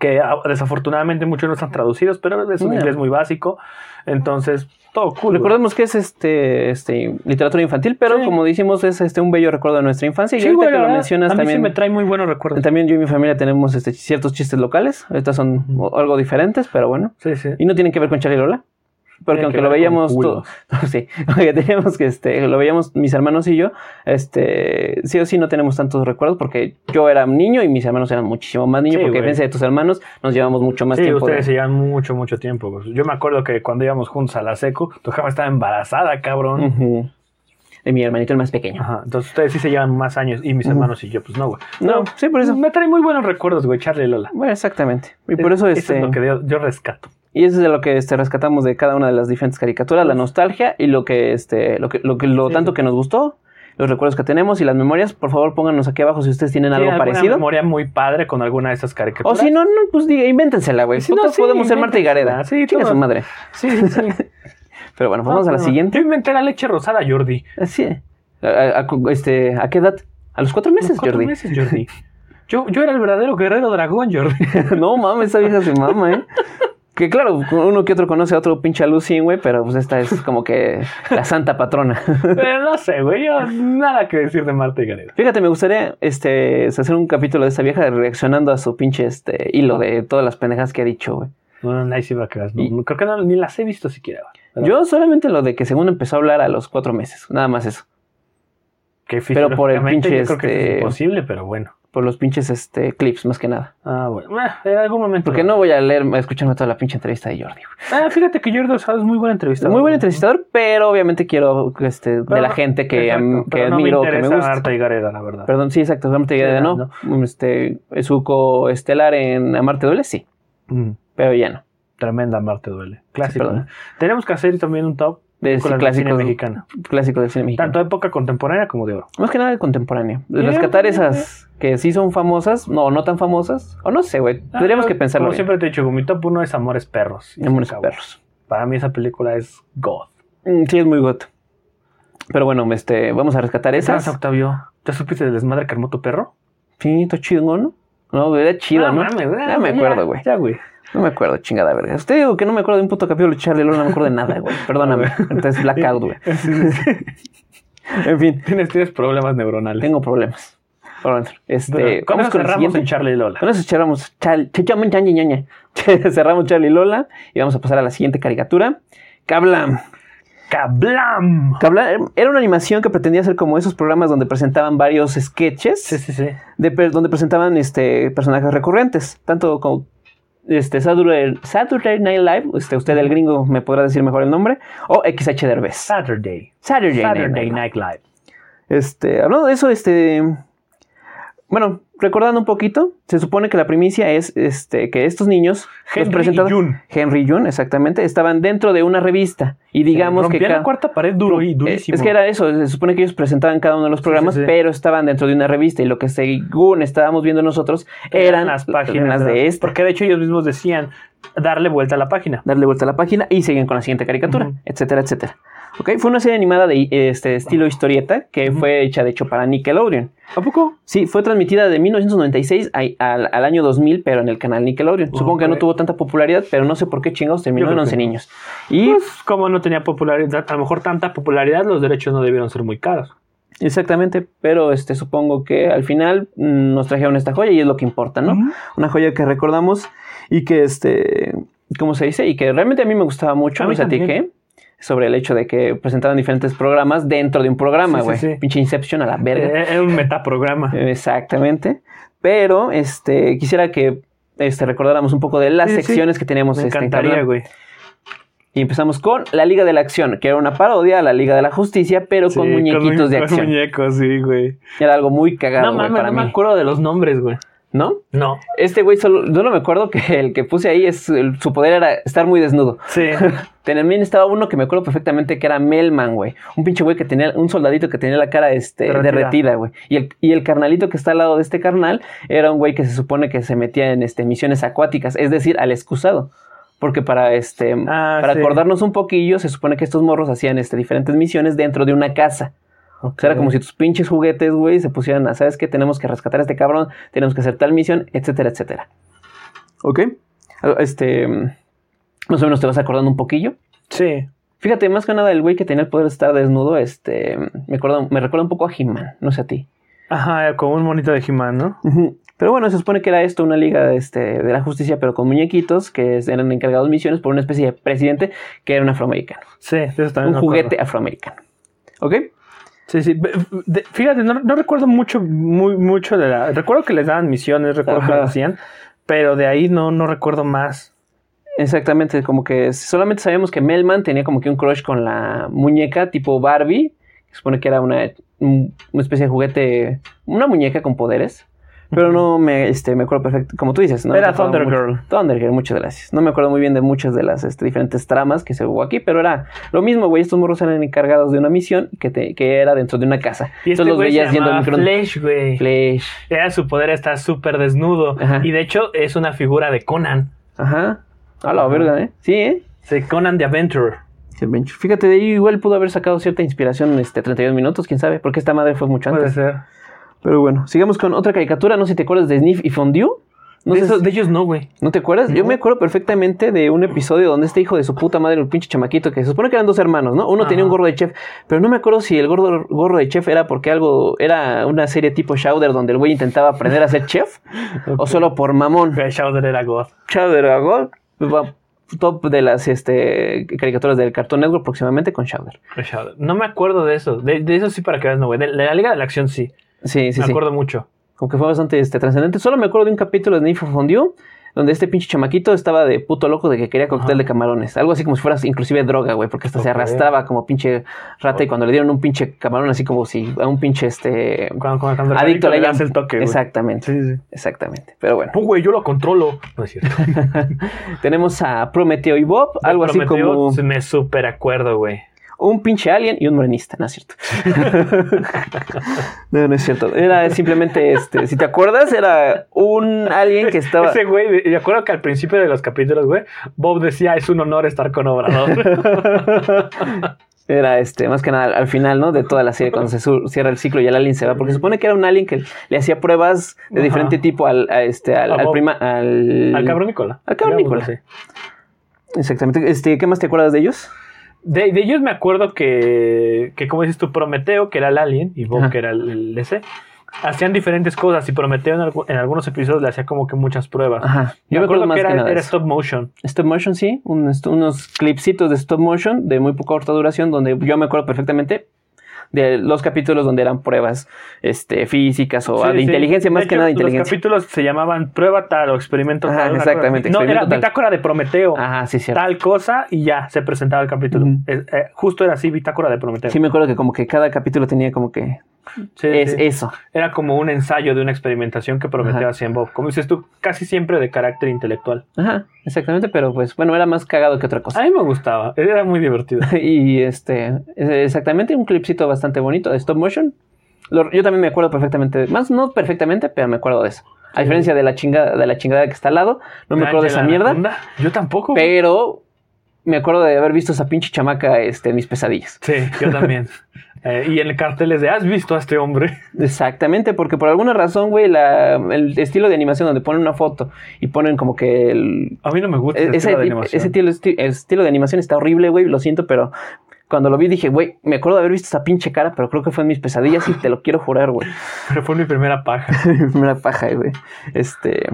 A: Que ah, desafortunadamente muchos no están traducidos, pero es un
B: Mira.
A: inglés muy básico. Entonces, todo cool. güey.
B: Recordemos que es este, este literatura infantil, pero
A: Sí.
B: como decimos, es este un bello recuerdo de nuestra infancia. Y
A: Sí,
B: ahorita
A: güey,
B: que
A: la
B: lo
A: verdad,
B: mencionas
A: a mí
B: también.
A: sí me trae pues. muy buenos recuerdos.
B: También yo y mi familia tenemos este, ciertos chistes locales. Estas son o- algo diferentes, pero bueno.
A: Sí, sí.
B: Y no tienen que ver con Charlie y Lola. Porque
A: Tiene
B: aunque
A: que
B: lo
A: ver con
B: veíamos
A: culos.
B: todo, sí, aunque teníamos que este, lo veíamos mis hermanos y yo, este, sí o sí no tenemos tantos recuerdos porque yo era un niño y mis hermanos eran muchísimo más niños,
A: Sí,
B: porque
A: güey.
B: pensé de tus hermanos nos llevamos mucho más
A: Sí,
B: tiempo. de-
A: ustedes se llevan mucho, mucho tiempo. güey. Yo me acuerdo que cuando íbamos juntos a la secu, tu jefa estaba embarazada, cabrón.
B: Ujú. De mi hermanito el más pequeño.
A: Ajá, entonces ustedes sí se llevan más años y mis
B: Ujú.
A: hermanos y yo, pues no, güey.
B: No, sí, por eso.
A: Me trae muy buenos recuerdos, güey, Charlie y Lola.
B: Bueno, exactamente. Y por eso,
A: Eh, es
B: este,
A: lo que yo, yo rescato.
B: y eso es de lo que este, rescatamos de cada una de las diferentes caricaturas, la nostalgia y lo que, este, lo que, lo que, lo
A: Sí,
B: tanto
A: sí.
B: que nos gustó, los recuerdos que tenemos y las memorias. Por favor, pónganos aquí abajo si ustedes tienen algo
A: ¿Tiene alguna
B: parecido.
A: memoria muy padre con alguna de estas
B: O
A: caricaturas.
B: si no, no, pues diga, invéntensela, güey.
A: Y si no,
B: Puta,
A: sí,
B: podemos ser Marta y Gareda.
A: invéntensela. Sí,
B: Chinga
A: todo.
B: su madre.
A: Sí, sí, sí.
B: Pero bueno, pues vamos a la
A: No,
B: siguiente.
A: Yo inventé la leche rosada, Jordi.
B: Así. ¿A, a- a- este, ¿A qué edad? ¿A los cuatro meses,
A: Cuatro
B: Jordi?
A: meses, Jordi. Yo, yo era el verdadero guerrero dragón, Jordi.
B: no mames, esa vieja se mama, ¿eh? Que claro, uno que otro conoce a otro pinche Lucien, güey, pero pues esta es como que la santa patrona.
A: Pero no sé, güey. Yo nada que decir de Marta y Gareda.
B: Fíjate, me gustaría este hacer un capítulo de esta vieja reaccionando a su pinche este hilo de todas las pendejas que ha dicho, güey.
A: No, no, ahí sí va a quedar. No,
B: Y-
A: no, creo que no, ni las he visto siquiera. güey. Pero-
B: Yo solamente lo de que según empezó a hablar a los cuatro meses, nada más eso.
A: que
B: pero por el
A: fisiológicamente
B: pinche,
A: Yo creo que eso
B: este-
A: es imposible, pero bueno.
B: Por los pinches este clips, más que nada.
A: Ah, bueno. Bueno, En algún momento.
B: Porque no voy a leer, a escucharme toda la pinche entrevista de Jordi, güey.
A: Ah, fíjate que Jordi Osado es muy buena entrevista.
B: Muy buen entrevistador, pero obviamente quiero este, de
A: Pero
B: la
A: no-
B: gente que,
A: Exacto,
B: am- que
A: pero no
B: admiro,
A: me
B: que me
A: interesa
B: gusta.
A: Marta y Gareda, la verdad.
B: Perdón, sí, exacto, solamente
A: Sí,
B: ya de no.
A: no.
B: Este, su coestelar en Amarte Duele, sí,
A: Mm,
B: pero ya no.
A: tremenda Marte duele. Clásico.
B: perdón.
A: ¿no? Tenemos que hacer también un top
B: De
A: con
B: sí,
A: la
B: clásicos,
A: mexicana.
B: clásicos del cine mexicano.
A: Tanto época contemporánea como de oro.
B: Más que nada de contemporáneo. De
A: Mira,
B: rescatar
A: mira,
B: esas que sí son famosas, no, no tan famosas, o no sé, güey.
A: Ah,
B: Tendríamos
A: yo,
B: que pensarlo.
A: Como
B: bien.
A: siempre te he dicho, mi top uno es Amores Perros. y se
B: Amores
A: acabó.
B: perros.
A: Para mí esa película es God.
B: Mm, Sí, es muy got. Pero bueno, este, vamos a rescatar esas.
A: ¿Sabes, Octavio? ¿Ya supiste del desmadre que armó tu perro?
B: Sí, está chido, ¿no? No, era chido,
A: Ah,
B: ¿no?
A: mames,
B: Ya me acuerdo, güey.
A: Ya, güey.
B: No me acuerdo, chingada verga. Usted digo que no me acuerdo de un puto capítulo de Charlie Lola, no me acuerdo de nada, güey. Perdóname.
A: Ah, güey.
B: Entonces, blackout, güey.
A: Sí, sí, sí.
B: En fin,
A: Tienes, tienes problemas neuronales.
B: tengo problemas. Bueno, este,
A: Pero, ¿Cómo
B: vamos con el
A: cerramos
B: siguiente.
A: en Charlie y Lola?
B: Con eso cerramos Chal- Chichamun Chan- Ña- Ña. cerramos Charlie Lola y vamos a pasar a la siguiente caricatura. Kablam.
A: ¡Cablam!
B: Kablam era una animación que pretendía ser como esos programas donde presentaban varios sketches,
A: Sí, sí, sí.
B: de per- donde presentaban este, personajes recurrentes, tanto como este, Saturday, Saturday Night Live, este, usted el gringo me podrá decir mejor el nombre, o XH Derbez.
A: Saturday.
B: Saturday,
A: Saturday
B: Night Live.
A: Night Live.
B: Este, hablando de eso, este. Bueno, recordando un poquito, se supone que la primicia es este, que estos niños.
A: Henry y Jun.
B: Henry y Jun, exactamente, estaban dentro de una revista. Y digamos que.
A: Rompían
B: cada-
A: la cuarta pared duro y
B: eh,
A: durísimo.
B: Es que era eso, se supone que ellos presentaban cada uno de los programas,
A: sí, sí.
B: pero estaban dentro de una revista. Y lo que según estábamos viendo nosotros eran las páginas de
A: esto.
B: este.
A: Porque de hecho ellos mismos decían darle vuelta a la página.
B: Darle vuelta a la página y siguen con la siguiente caricatura,
A: Ujú.
B: etcétera, etcétera. Ok, fue una serie animada de este, estilo historieta que
A: Ujú.
B: fue hecha, de hecho, para Nickelodeon.
A: ¿A poco?
B: Sí, fue transmitida de 1996 a- al, al año 2000, pero en el canal Nickelodeon. Supongo que no
A: Ok.
B: tuvo tanta popularidad, pero no sé por qué chingados terminó
A: Yo
B: en
A: creo
B: 11
A: que no.
B: niños. Y
A: Pues como no tenía popularidad, a lo mejor tanta popularidad, los derechos no debieron ser muy caros.
B: exactamente, pero este supongo que al final mm, nos trajeron esta joya y es lo que importa, ¿no?
A: Ujú.
B: Una joya que recordamos y que este, ¿cómo se dice? Y que realmente a mí me gustaba mucho,
A: A mí
B: me
A: también.
B: platiqué sobre el hecho de que presentaban diferentes programas dentro de un
A: Sí,
B: programa,
A: sí,
B: güey.
A: sí.
B: Pinche Inception a la verga. Eh,
A: Eh, Era un metaprograma.
B: Exactamente. Pero este quisiera que este, recordáramos un poco de las
A: Sí, sí.
B: secciones que teníamos.
A: Me
B: este, en
A: encantaría,
B: Cablam.
A: güey.
B: y empezamos con la Liga de la Acción, que era una parodia a la Liga de la Justicia, pero
A: Sí,
B: con
A: muñe-
B: muñequitos de
A: con
B: acción.
A: muñecos, sí, güey.
B: Era algo muy cagado
A: no
B: güey,
A: mames,
B: para
A: no me
B: mí.
A: acuerdo de los nombres, güey.
B: ¿No?
A: No.
B: Este güey solo, no me acuerdo que el que puse ahí es el- su poder era estar muy desnudo.
A: Sí.
B: También estaba uno que me acuerdo perfectamente que era Melman, güey. Un pinche güey que tenía, un soldadito que tenía la cara este,
A: Derretida.
B: derretida, güey. Y el, y el carnalito que está al lado de este carnal era un güey que se supone que se metía en este, misiones acuáticas, es decir, al excusado. Porque para este
A: Ah,
B: para
A: sí.
B: acordarnos un poquillo, se supone que estos morros hacían este, diferentes misiones dentro de una casa. O sea, era como si tus pinches juguetes, güey, se pusieran a, ¿sabes qué? Tenemos que rescatar a este cabrón, tenemos que hacer tal misión, etcétera, etcétera. ¿Ok? Ah, Este, mm, más o menos te vas acordando un poquillo.
A: Sí.
B: Fíjate, más que nada, el güey que tenía el poder de estar desnudo, este, mm, me, acuerdo- me recuerda un poco a He-Man, no sé a ti.
A: Ajá, como un monito de He-Man, ¿no?
B: Ujú. Pero bueno, se supone que era esto, una liga este, de la justicia, pero con muñequitos que es- eran encargados de misiones por una especie de presidente que era un afroamericano.
A: Sí, de eso también.
B: Un
A: me Ah, acuerdo.
B: juguete afroamericano. ¿Ok?
A: Sí, sí. Ve- de- Fíjate, no, no recuerdo mucho, muy, mucho de la. Recuerdo que les daban misiones, recuerdo que
B: Ajá.
A: lo hacían, pero de ahí no, no recuerdo más.
B: Exactamente, como que solamente sabemos que Melman tenía como que un crush con la muñeca tipo Barbie, que supone que era una, un- una especie de juguete, una muñeca con poderes, pero no me, este, me acuerdo perfecto, como tú dices, ¿no?
A: Era
B: Me acuerdo
A: Thunder
B: mucho-
A: Girl.
B: Thunder Girl, muchas gracias. No me acuerdo muy bien de muchas de las este, diferentes tramas que se hubo aquí, pero era lo mismo, güey, estos morros eran encargados de una misión que, te- que era dentro de una casa.
A: Y este
B: Entonces los
A: güey
B: veías
A: se
B: yendo al
A: llamaba
B: microondas.
A: Flash, güey.
B: Flash.
A: Era su poder estar súper desnudo.
B: Ajá.
A: Y de hecho es una figura de Conan.
B: Ajá. A la
A: Ajá.
B: verga, ¿eh? Sí, ¿eh?
A: Sí, Conan the Adventurer.
B: Sí, Bench. Fíjate, de ahí igual pudo haber sacado cierta inspiración en este 32 minutos, quién sabe, porque esta madre fue mucho
A: Puede
B: antes.
A: ser.
B: Pero bueno, sigamos con otra caricatura, no sé si te acuerdas de Sniff y Fondue. No,
A: de,
B: sé
A: eso-
B: si-
A: de ellos no, güey.
B: ¿No te acuerdas? Yo
A: No.
B: me acuerdo perfectamente de un episodio donde este hijo de su puta madre, el pinche chamaquito, que se supone que eran dos hermanos, ¿no? Uno tenía un
A: Ajá.
B: gorro de chef, pero no me acuerdo si el gordo, gorro de chef era porque algo, era una serie tipo Chowder donde el güey intentaba aprender a ser chef, o solo por mamón.
A: Güey, Shouder era God.
B: Chowder a gol, va top de las este, caricaturas del Cartoon Network próximamente con Chowder.
A: Güey, Shouder. No me acuerdo de eso. De, de eso sí, para que veas, no, güey. De, de la Liga de la Acción sí.
B: Sí, sí,
A: me
B: sí.
A: acuerdo mucho.
B: como que fue bastante este, trascendente. Solo me acuerdo de un capítulo de Nifo Fondue, donde este pinche chamaquito estaba de puto loco de que quería cóctel
A: Ajá.
B: de camarones. Algo así como si fuera inclusive droga, güey, porque hasta se
A: Ok.
B: arrastraba como pinche rata y cuando le dieron un pinche camarón así como si a un pinche este...
A: Cuando, cuando, cuando
B: Adicto
A: le
B: le
A: das el toque, güey.
B: Exactamente,
A: Sí, sí. sí.
B: exactamente. Pero bueno,
A: No, güey, yo lo controlo. No es cierto.
B: tenemos a Prometeo y Bob, algo así
A: Prometeo,
B: como
A: se Me super acuerdo, güey.
B: un pinche alien y un morenista, ¿no es cierto? no, no es cierto. Era simplemente, este, si te acuerdas, era un alien que estaba...
A: Ese güey, me- me acuerdo que al principio de los capítulos, güey, Bob decía, es un honor estar con Obrador.
B: Era este, más que nada al final, ¿no? De toda la serie, cuando se su- cierra el ciclo y el alien se va. Porque se supone que era un alien que le hacía pruebas de
A: Ajá.
B: diferente tipo al, a este, al,
A: A
B: al
A: Bob.
B: prima, al.
A: al cabrón Nicola.
B: Al cabrón
A: Digamos
B: Nicola.
A: así.
B: Exactamente. Este, ¿qué más te acuerdas de ellos?
A: De, de ellos me acuerdo que, que, como dices tú, Prometeo, que era el alien, y Bob,
B: Ajá.
A: que era el, el ese. hacían diferentes cosas y Prometeo en, algu- en algunos episodios le hacía como que muchas pruebas.
B: Ajá.
A: Yo me acuerdo
B: más
A: que era,
B: nada
A: era
B: de eso.
A: stop motion.
B: Stop motion, sí, un est- unos clipsitos de stop motion de muy poca corta duración, donde yo me acuerdo perfectamente de los capítulos donde eran pruebas este, físicas o
A: Sí,
B: de
A: sí.
B: inteligencia,
A: De
B: más que
A: hecho,
B: nada de
A: Los
B: inteligencia.
A: capítulos se llamaban prueba tal o experimento
B: Ajá,
A: tal. una cosa
B: exactamente,
A: así. No, era
B: experimento tal.
A: bitácora de Prometeo.
B: Ajá, sí, cierto.
A: Tal cosa y ya se presentaba el capítulo.
B: Ujú.
A: Es- eh, justo era así, bitácora de Prometeo.
B: Sí, me acuerdo que como que cada capítulo tenía como que
A: Sí,
B: es
A: sí.
B: eso.
A: Era como un ensayo de una experimentación que Prometeo
B: Ajá.
A: hacía en Bob. Como dices tú, casi siempre de carácter intelectual.
B: Ajá, exactamente, pero pues bueno, era más cagado que otra cosa.
A: A mí me gustaba, era muy divertido.
B: Y este, eh, exactamente, un clipcito bastante bonito de stop motion. Lo- yo también me acuerdo perfectamente, de- más no perfectamente, pero me acuerdo de eso. A diferencia de la chingada, de la chingada que está al lado, no me acuerdo de esa
A: Angela
B: mierda,
A: Anaconda. Yo tampoco. güey.
B: pero me acuerdo de haber visto esa pinche chamaca este, en mis pesadillas.
A: Sí, yo también. Eh, y en carteles de ¿has visto a este hombre?
B: Exactamente, porque por alguna razón, güey, la- el estilo de animación donde ponen una foto y ponen como que el,
A: A mí no me gusta
B: E-
A: ese,
B: Ese,
A: tipo de
B: tip-
A: animación.
B: ese estilo, esti- el estilo de animación está horrible, güey, lo siento, pero cuando lo vi dije, güey, me acuerdo de haber visto esa pinche cara, pero creo que fue en mis pesadillas y te lo quiero jurar, güey.
A: Pero fue mi primera paja.
B: Una paja, güey. Este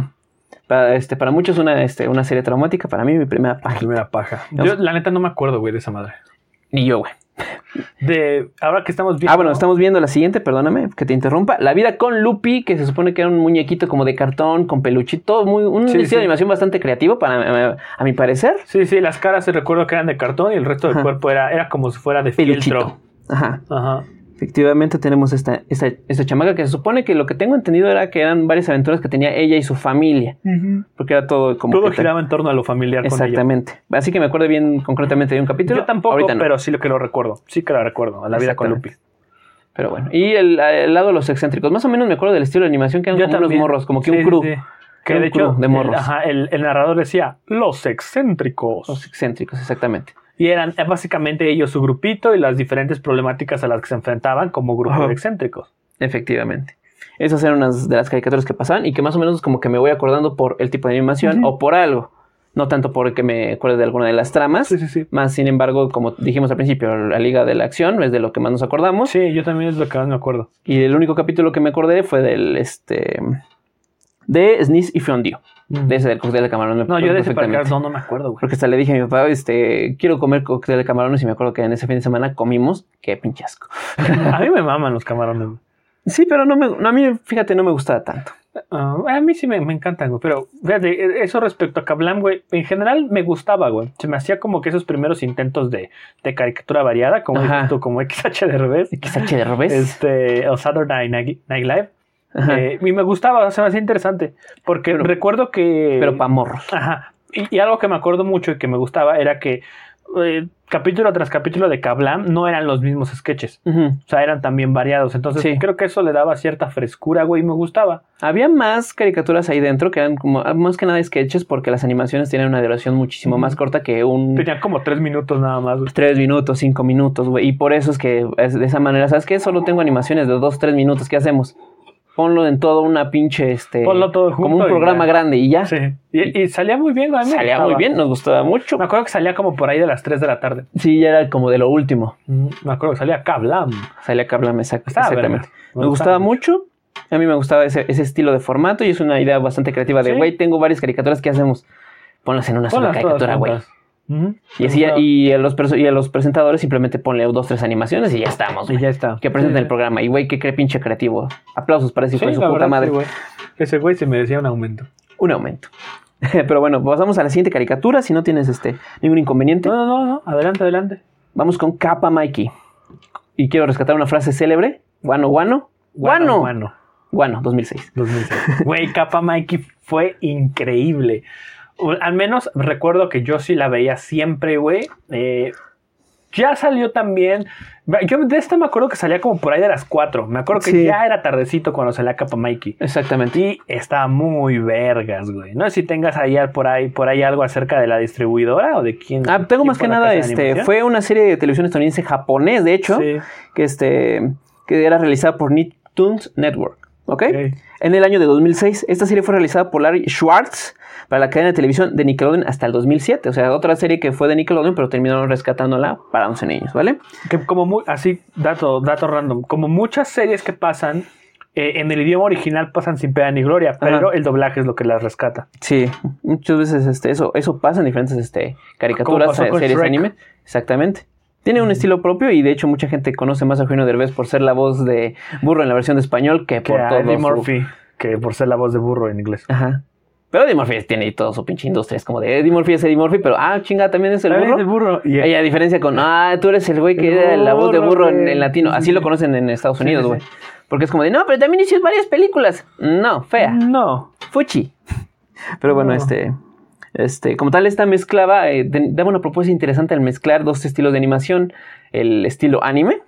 B: para, este, para muchos una, este, una serie traumática, para mí mi primera
A: Mi
B: paja.
A: primera paja. Yo, la neta, no me acuerdo, güey, de esa madre.
B: Ni yo, güey.
A: De ahora que estamos viendo.
B: Ah, bueno, estamos viendo la siguiente, perdóname que te interrumpa. La vida con Lupi, que se supone que era un muñequito como de cartón, con peluchito, muy, un
A: Sí,
B: estilo
A: sí.
B: de animación bastante creativo, para, a, mi parecer.
A: Sí, sí, las caras se recuerdo que eran de cartón y el resto del
B: Ajá.
A: cuerpo era, era como si fuera de
B: Peluchito.
A: fieltro.
B: Ajá.
A: Ajá.
B: Efectivamente tenemos esta, esta, esta chamaca que se supone que lo que tengo entendido era que eran varias aventuras que tenía ella y su familia, porque era todo como...
A: Todo
B: que-
A: giraba en torno a lo familiar con ella.
B: Exactamente. Así que me acuerdo bien concretamente de un capítulo.
A: Yo tampoco,
B: Ahorita no,
A: pero sí lo que lo recuerdo. Sí que lo recuerdo. A la vida con Lupi.
B: Exactamente. pero bueno. Y el, el lado de los excéntricos. Más o menos me acuerdo del estilo de animación que eran
A: Yo
B: como unos
A: también.
B: morros, como
A: Sí,
B: que un
A: sí,
B: crew.
A: sí. Que
B: Era
A: de
B: un crew
A: hecho,
B: de morros.
A: El, ajá, el- el narrador decía los excéntricos.
B: Los excéntricos, exactamente.
A: Y eran eh, básicamente ellos su grupito y las diferentes problemáticas a las que se enfrentaban como grupo
B: Ajá.
A: de excéntricos.
B: Efectivamente. Esas eran unas de las caricaturas que pasaban y que más o menos como que me voy acordando por el tipo de animación
A: Ujú.
B: o por algo. No tanto porque me acuerde de alguna de las tramas,
A: Sí, sí, sí.
B: Más sin embargo, como dijimos al principio, la Liga de la Acción es de lo que más nos acordamos.
A: Sí, yo también es lo que más me acuerdo.
B: Y el único capítulo que me acordé fue del este de Sneeze y Fiondio. De ese del cóctel de camarón. me
A: No, yo
B: acuerdo
A: de ese
B: perfectamente.
A: parque no, no me acuerdo, güey.
B: Porque hasta le dije a mi papá, este, quiero comer cóctel de camarones y me acuerdo que en ese fin de semana comimos, qué pinche asco.
A: A mí me maman los camarones. güey.
B: Sí, pero no me, no, a mí, fíjate, no me gustaba tanto.
A: Ah, a mí sí me, me encantan, güey. Pero fíjate, eh, eso respecto a Kablam, güey, en general me gustaba, güey. Se me hacía como que esos primeros intentos de, de caricatura variada, como
B: Ajá.
A: dices tú, como XH de revés.
B: XH de revés.
A: Este, o Saturday Night, Night Live.
B: Ajá.
A: Eh, y me gustaba, se me hacía interesante. Porque
B: Pero-
A: recuerdo que.
B: pero pa' morros.
A: Ajá. Y, y algo que me acuerdo mucho y que me gustaba era que eh, capítulo tras capítulo de Kablam no eran los mismos sketches.
B: Ujú.
A: O sea, eran también variados. Entonces,
B: Sí.
A: creo que eso le daba cierta frescura, güey, y me gustaba.
B: Había más caricaturas ahí dentro que eran como más que nada sketches porque las animaciones tienen una duración muchísimo
A: Ujú.
B: más corta que un
A: Tenían como tres minutos nada más, güey.
B: tres minutos, cinco minutos, güey. Y por eso es que es de esa manera, ¿sabes qué? Solo tengo animaciones de dos, tres minutos. ¿Qué hacemos? Ponlo en todo una pinche, este...
A: Ponlo todo junto.
B: como un
A: y
B: programa
A: ya.
B: grande y ya.
A: Sí. Y, y salía muy bien, güey. a mí me
B: Salía
A: gustaba.
B: muy bien, nos gustaba mucho.
A: Me acuerdo que salía como por ahí de las 3 de la tarde. Mm,
B: Sí, ya era como de lo último.
A: Me acuerdo que salía Kablam.
B: Salía que hablame
A: Estaba
B: exactamente.
A: verga.
B: Me gustaba mucho. A mí me gustaba ese, ese estilo de formato y es una idea bastante creativa de,
A: Sí.
B: güey, tengo varias caricaturas, ¿qué hacemos? Ponlas en una sola
A: Ponlas todas
B: caricatura, güey.
A: juntas. Ujú.
B: Y,
A: Me
B: así,
A: gustaba.
B: y, a los perso- y a los presentadores simplemente ponle dos, tres animaciones y ya estamos, güey.
A: Y ya está.
B: que presenta
A: Sí,
B: el programa. Y güey, qué cre pinche creativo. Aplausos para ese
A: Sí,
B: hijo de su
A: la
B: puta
A: verdad,
B: madre.
A: sí, güey. Ese güey se merecía un aumento.
B: Un aumento. Pero bueno, pasamos a la siguiente caricatura. Si no tienes este ningún inconveniente,
A: No, no, no, no. Adelante, adelante.
B: vamos con Kappa Mikey. Y quiero rescatar una frase célebre. Guano, guano. Guano. Guano,
A: Guano.
B: 2006.
A: 2006. Güey, Capa Mikey fue increíble. O, al menos recuerdo que yo sí la veía siempre, güey. Eh, ya salió también. Yo de esta me acuerdo que salía como por ahí de las 4. Me acuerdo que
B: Sí.
A: ya era tardecito cuando salía Capa Mikey.
B: Exactamente.
A: Y está muy vergas, güey. No sé si tengas ahí al- por ahí, por ahí algo acerca de la distribuidora o de quién.
B: Ah, tengo
A: quién
B: más
A: fue
B: que
A: la
B: nada,
A: casa de
B: este,
A: animación.
B: fue una serie de televisión estadounidense japonés, de hecho,
A: Sí,
B: que este, que era realizada por Nicktoons Network, ¿ok?
A: ok.
B: En el año de 2006, esta serie fue realizada por Larry Schwartz para la cadena de televisión de Nickelodeon hasta el 2007. O sea, otra serie que fue de Nickelodeon, pero terminaron rescatándola para 11 niños, ¿vale?
A: Que como mu- así, dato, dato random, como muchas series que pasan eh, en el idioma original pasan sin pena ni gloria, pero el doblaje es lo que las rescata.
B: Sí, muchas veces este, eso, eso pasa en diferentes este, caricaturas,
A: pasó
B: eh,
A: con
B: series,
A: Shrek. Mm.
B: anime. Exactamente. Tiene un estilo propio y de hecho mucha gente conoce más a Eugenio Derbez por ser la voz de Burro en la versión de español que,
A: Que
B: por
A: a
B: todo
A: Eddie
B: su-
A: Murphy, que por ser la voz de burro en inglés.
B: Ajá. Pero Eddie Murphy tiene ahí todo su pinche industria. Es como de Eddie Murphy es Eddie Murphy, pero ah, chinga, también es el
A: También
B: burro.
A: es burro. Y,
B: Y a diferencia con, ah, tú eres el güey que
A: El
B: era la voz de
A: burro,
B: burro en,
A: güey.
B: en latino. Así lo conocen en Estados
A: Sí,
B: Unidos,
A: sí,
B: güey.
A: sí.
B: Porque es como de, no, pero también hiciste varias películas. No, fea.
A: No.
B: Fuchi. Pero bueno,
A: Mm. No.
B: este. Este, como tal, esta mezclaba eh, de- daba una propuesta interesante al mezclar dos estilos de animación, el estilo anime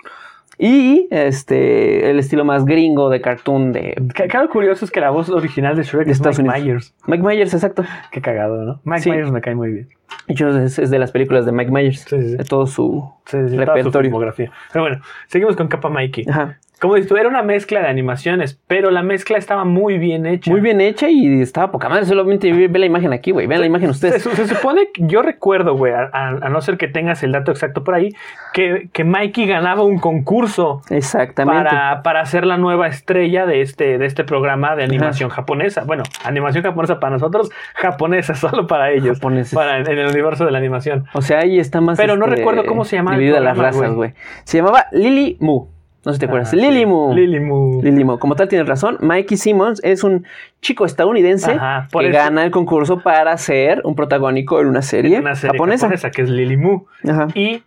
B: y este el estilo más gringo de cartoon de
A: Ca- Claro, curioso es que la voz original de Shrek
B: De
A: es
B: Estados
A: Mike
B: Unidos.
A: Myers.
B: Mike Myers, exacto.
A: Qué cagado, ¿no? Mike
B: Sí.
A: Myers me cae muy bien.
B: De hecho, es, es de las películas de Mike Myers,
A: Sí, sí, sí.
B: de todo su
A: Sí, sí, toda su
B: Repertorio.
A: filmografía. Pero bueno, seguimos con Capa Mikey.
B: ajá,
A: Como dices tú, era una mezcla de animaciones, pero la mezcla estaba muy bien hecha.
B: muy bien hecha y estaba poca madre. Solamente ve, ve la imagen aquí, güey. Vean la
A: Se,
B: imagen ustedes.
A: su- se supone, que- yo recuerdo, güey, a, a- a no ser que tengas el dato exacto por ahí, que, que Mikey ganaba un concurso
B: Exactamente.
A: para, para ser la nueva estrella de este, de este programa de animación japonesa. Bueno, animación japonesa para nosotros, japonesa solo para ellos,
B: Japoneses.
A: para en el universo de la animación.
B: O sea, ahí está más.
A: Pero no recuerdo cómo se llamaba el
B: Debido a las
A: programa,
B: razas,
A: güey.
B: güey. Se llamaba Lily Moo. No sé si te acuerdas. Lily Moo.
A: Ah, Lilimu.
B: Lily Moo. Como tal, tienes razón. Mikey Simmons es un chico estadounidense
A: Ajá, por
B: que
A: eso.
B: gana el concurso para ser un protagónico en una serie,
A: Una serie
B: japonesa.
A: japonesa. que es Lilimu.
B: Ajá.
A: Y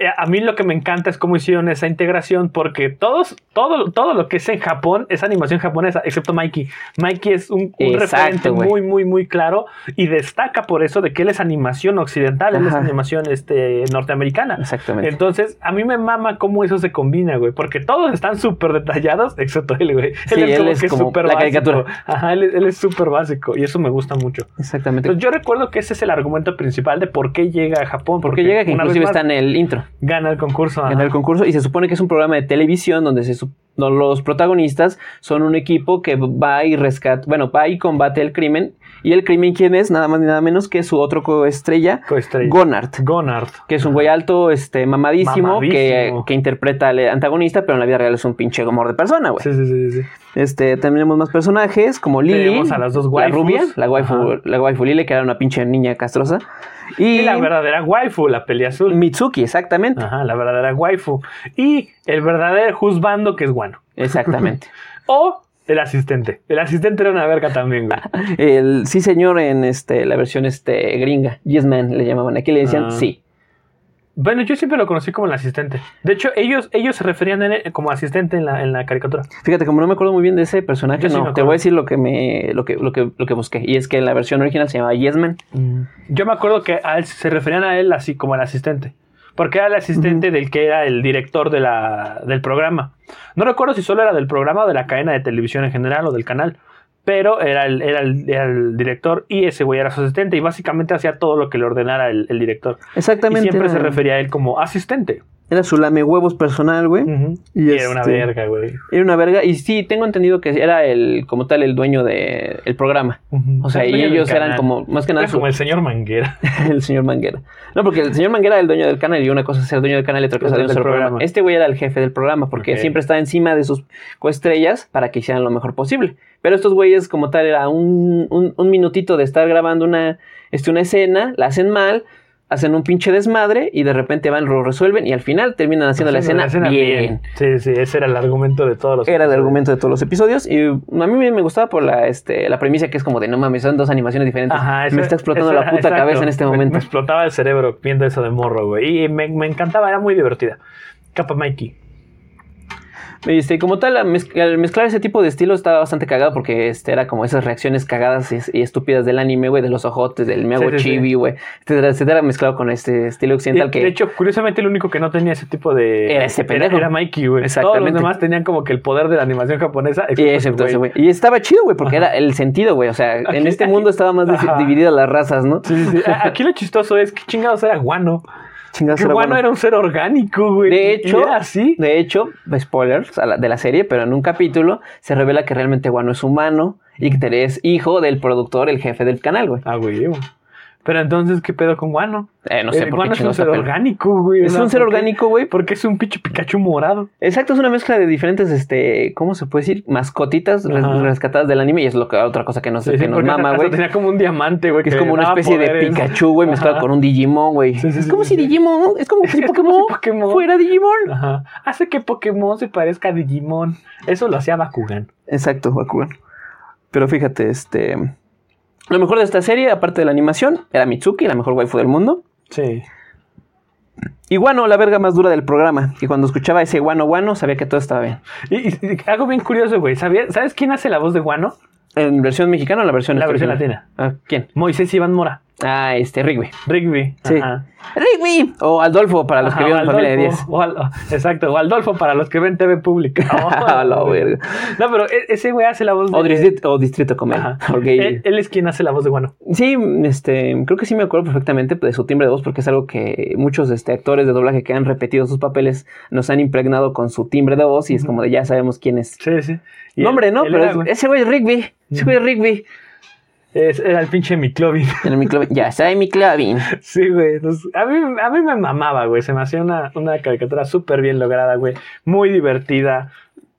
A: eh, a mí lo que me encanta es cómo hicieron esa integración, porque todos, todo, todo lo que es en Japón es animación japonesa, excepto Mikey. Mikey es un, un
B: Exacto,
A: referente
B: güey.
A: muy, muy, muy claro y destaca por eso de que él es animación occidental, él es
B: Ajá.
A: animación este, norteamericana.
B: Exactamente.
A: Entonces, a mí me mama cómo eso se combina, güey, porque todos están súper detallados, excepto él, güey. Él
B: Sí, él es como
A: súper
B: la
A: básico.
B: caricatura.
A: Ajá, él, es- él es súper básico y eso me gusta mucho.
B: Exactamente.
A: Entonces, yo recuerdo que ese es el argumento principal de por qué llega a Japón.
B: Porque llega que
A: una vez
B: inclusive
A: más,
B: está en el intro.
A: Gana el concurso.
B: en
A: ajá.
B: el concurso y se supone que es un programa de televisión donde se sup- no, los protagonistas son un equipo que va y rescata, bueno, va y combate el crimen y el crimen quién es nada más ni nada menos que su otro coestrella
A: Coestrella.
B: Gonard,
A: Gonard.
B: que es un güey alto, este mamadísimo, Que,
A: Mamadísimo.
B: que interpreta al antagonista, pero en la vida real es un pinche amor de persona, güey.
A: Sí, sí, sí, sí, sí.
B: Este, tenemos más personajes como Lily,
A: Tenemos a las dos
B: la
A: waifus.
B: rubia, la waifu,
A: Ajá.
B: la waifu Lily que era una pinche niña castrosa y, Mm.
A: Y la Ah. verdadera waifu, la peli azul.
B: Mitsuki, exactamente,
A: Ajá, la verdadera waifu. Y el verdadero juzbando que es Guano.
B: exactamente.
A: O el asistente. El asistente era una verga también, güey.
B: El sí señor en este la versión este gringa, yes man le llamaban. Aquí le decían
A: Ah.
B: sí.
A: Bueno, yo siempre lo conocí como el asistente. De hecho, ellos, ellos se referían a él como asistente en la, en la caricatura.
B: Fíjate, como no me acuerdo muy bien de ese personaje,
A: Yo sí me
B: no, te
A: acuerdo.
B: voy a decir lo que me lo que lo que lo que busqué y es que en la versión original se llamaba Yes Man.
A: Mm. Yo me acuerdo que a él se referían a él así como el asistente. Porque era el asistente del que era el director de la, del programa. No recuerdo si solo era del programa o de la cadena de televisión en general o del canal. Pero era el, era el, era el director y ese güey era su asistente. Y básicamente hacía todo lo que le ordenara el, el director. Y
B: Exactamente.
A: siempre se
B: era,
A: refería a él como asistente.
B: era su lame huevos personal, güey.
A: Ujú.
B: Y
A: Y era una
B: este-
A: verga, güey.
B: Mm. Era una verga y sí, tengo entendido que era el como tal el dueño del programa. O sea,
A: El
B: y
A: dueño del
B: ellos eran
A: canal.
B: como más que nada
A: Era
B: su-
A: como el señor Manguera.
B: el señor Manguera. No, porque el señor Manguera era el dueño del canal y una cosa es ser dueño del canal y otra cosa
A: Otra
B: es dueño
A: del
B: del programa.
A: programa.
B: Este güey era el jefe del programa porque
A: Ok.
B: siempre estaba encima de sus coestrellas para que hicieran lo mejor posible. Pero estos güeyes como tal era un, un- un minutito de estar grabando una, este, una escena, la hacen mal, hacen un pinche desmadre y de repente van, lo resuelven y al final terminan haciendo la escena, bien.
A: Sí, sí, ese era el argumento de todos los.
B: Era el
A: episodios.
B: argumento de todos los episodios y a mí me gustaba por la, este, la premisa que es como de no mames, son dos animaciones diferentes.
A: Ajá, eso-
B: me está explotando
A: eso
B: la
A: era-
B: puta
A: exacto.
B: cabeza en este
A: Me-
B: momento.
A: Me, explotaba el cerebro viendo eso de morro, güey. Y me, me encantaba, era muy divertida. Capa Mikey.
B: Este, como tal, al mezc- al mezclar ese tipo de estilo estaba bastante cagado porque este, era como esas reacciones cagadas y, es- y estúpidas del anime, güey, de los ojotes, del me hago
A: Sí, sí, sí.
B: chibi, güey, etcétera, etcétera, mezclado con este estilo
A: De,
B: occidental que...
A: de hecho, curiosamente, el único que no tenía ese tipo de.
B: Era ese pendejo.
A: Era, era Mikey, güey. Todos los
B: Exactamente.
A: demás tenían como que el poder de la animación japonesa.
B: y,
A: ese
B: excepto ese,
A: güey.
B: güey. Y estaba chido, güey, porque era el sentido, güey. O sea, en este mundo estaba más
A: Ajá.
B: divididas dividida las razas, ¿no?
A: Sí, sí, sí. A- Aquí lo chistoso es que chingados era guano.
B: Chingados,
A: Que
B: era
A: guano
B: bueno.
A: era un ser orgánico, güey.
B: De
A: Y
B: hecho,
A: era así.
B: de hecho, spoilers a la- de la serie, pero en un capítulo se revela que realmente Guano es humano y que es hijo del productor, el jefe del canal, güey.
A: Ah, güey. Pero entonces, ¿qué pedo con Guano?
B: Eh, no sé
A: El
B: por qué
A: Guano es un
B: chingados
A: ser
B: está peleando.
A: orgánico, güey.
B: Es
A: o sea,
B: un ser
A: ¿por qué-
B: orgánico, güey.
A: Porque es un pinche Pikachu morado.
B: Exacto, es una mezcla de diferentes, este, ¿cómo se puede decir? Mascotitas res-
A: Ajá.
B: rescatadas del anime y es lo que, otra cosa que nos,
A: Sí,
B: que
A: sí,
B: nos
A: porque
B: mama,
A: hasta
B: güey.
A: tenía como un diamante, güey.
B: Que es como una
A: daba
B: especie de
A: poderes.
B: Pikachu, güey, mezclado
A: ¿eh? Ajá.
B: con un Digimon, güey.
A: Sí, sí,
B: es
A: sí,
B: como
A: sí,
B: si
A: sí.
B: Digimon, es como si
A: Es como si
B: Pokémon
A: Pokémon.
B: fuera Digimon.
A: Ajá. Hace que Pokémon se parezca a Digimon. Eso lo hacía Bakugan.
B: Exacto, Bakugan. Pero fíjate, este. Lo mejor de esta serie, aparte de la animación, era Mitsuki, la mejor waifu del mundo.
A: Sí.
B: Y Guano, la verga más dura del programa. Que cuando escuchaba ese Guano Guano, sabía que todo estaba bien.
A: Y, y- y algo bien curioso, güey. ¿Sabía- ¿Sabes quién hace la voz de Guano?
B: ¿En versión mexicana o la versión
A: La versión
B: extranjera?
A: latina.
B: Ah, ¿Quién?
A: Moisés Iván Mora.
B: Ah, este, Rigby.
A: Rigby.
B: Sí.
A: Ajá.
B: ¡Rigby! O Aldolfo, para los
A: Ajá,
B: que vieron
A: o
B: Familia de
A: Aldolfo,
B: 10.
A: o Al- exacto, o Aldolfo para los que ven TV pública.
B: A la verga.
A: No, pero e- ese güey hace la voz
B: O
A: de...
B: Distrito, o distrito Comedia.
A: Ajá. Eh,
B: Porque-
A: Él, él es quien hace la voz de Guano.
B: Sí, este, creo que sí me acuerdo perfectamente pues, de su timbre de voz porque es algo que muchos este, actores de doblaje que han repetido sus papeles nos han impregnado con su timbre de voz y es como de ya sabemos quién es.
A: Sí, sí. Y
B: No, hombre,
A: él-
B: no,
A: él
B: pero
A: era,
B: es-
A: güey,
B: ese güey es Rigby. Ese güey es Rigby.
A: es- era el pinche Miclovin.
B: En el micro- ya está en mi clavin.
A: Sí, güey. entonces, a, mí, a mí me mamaba, güey. Se me hacía una, una caricatura súper bien lograda, güey. Muy divertida.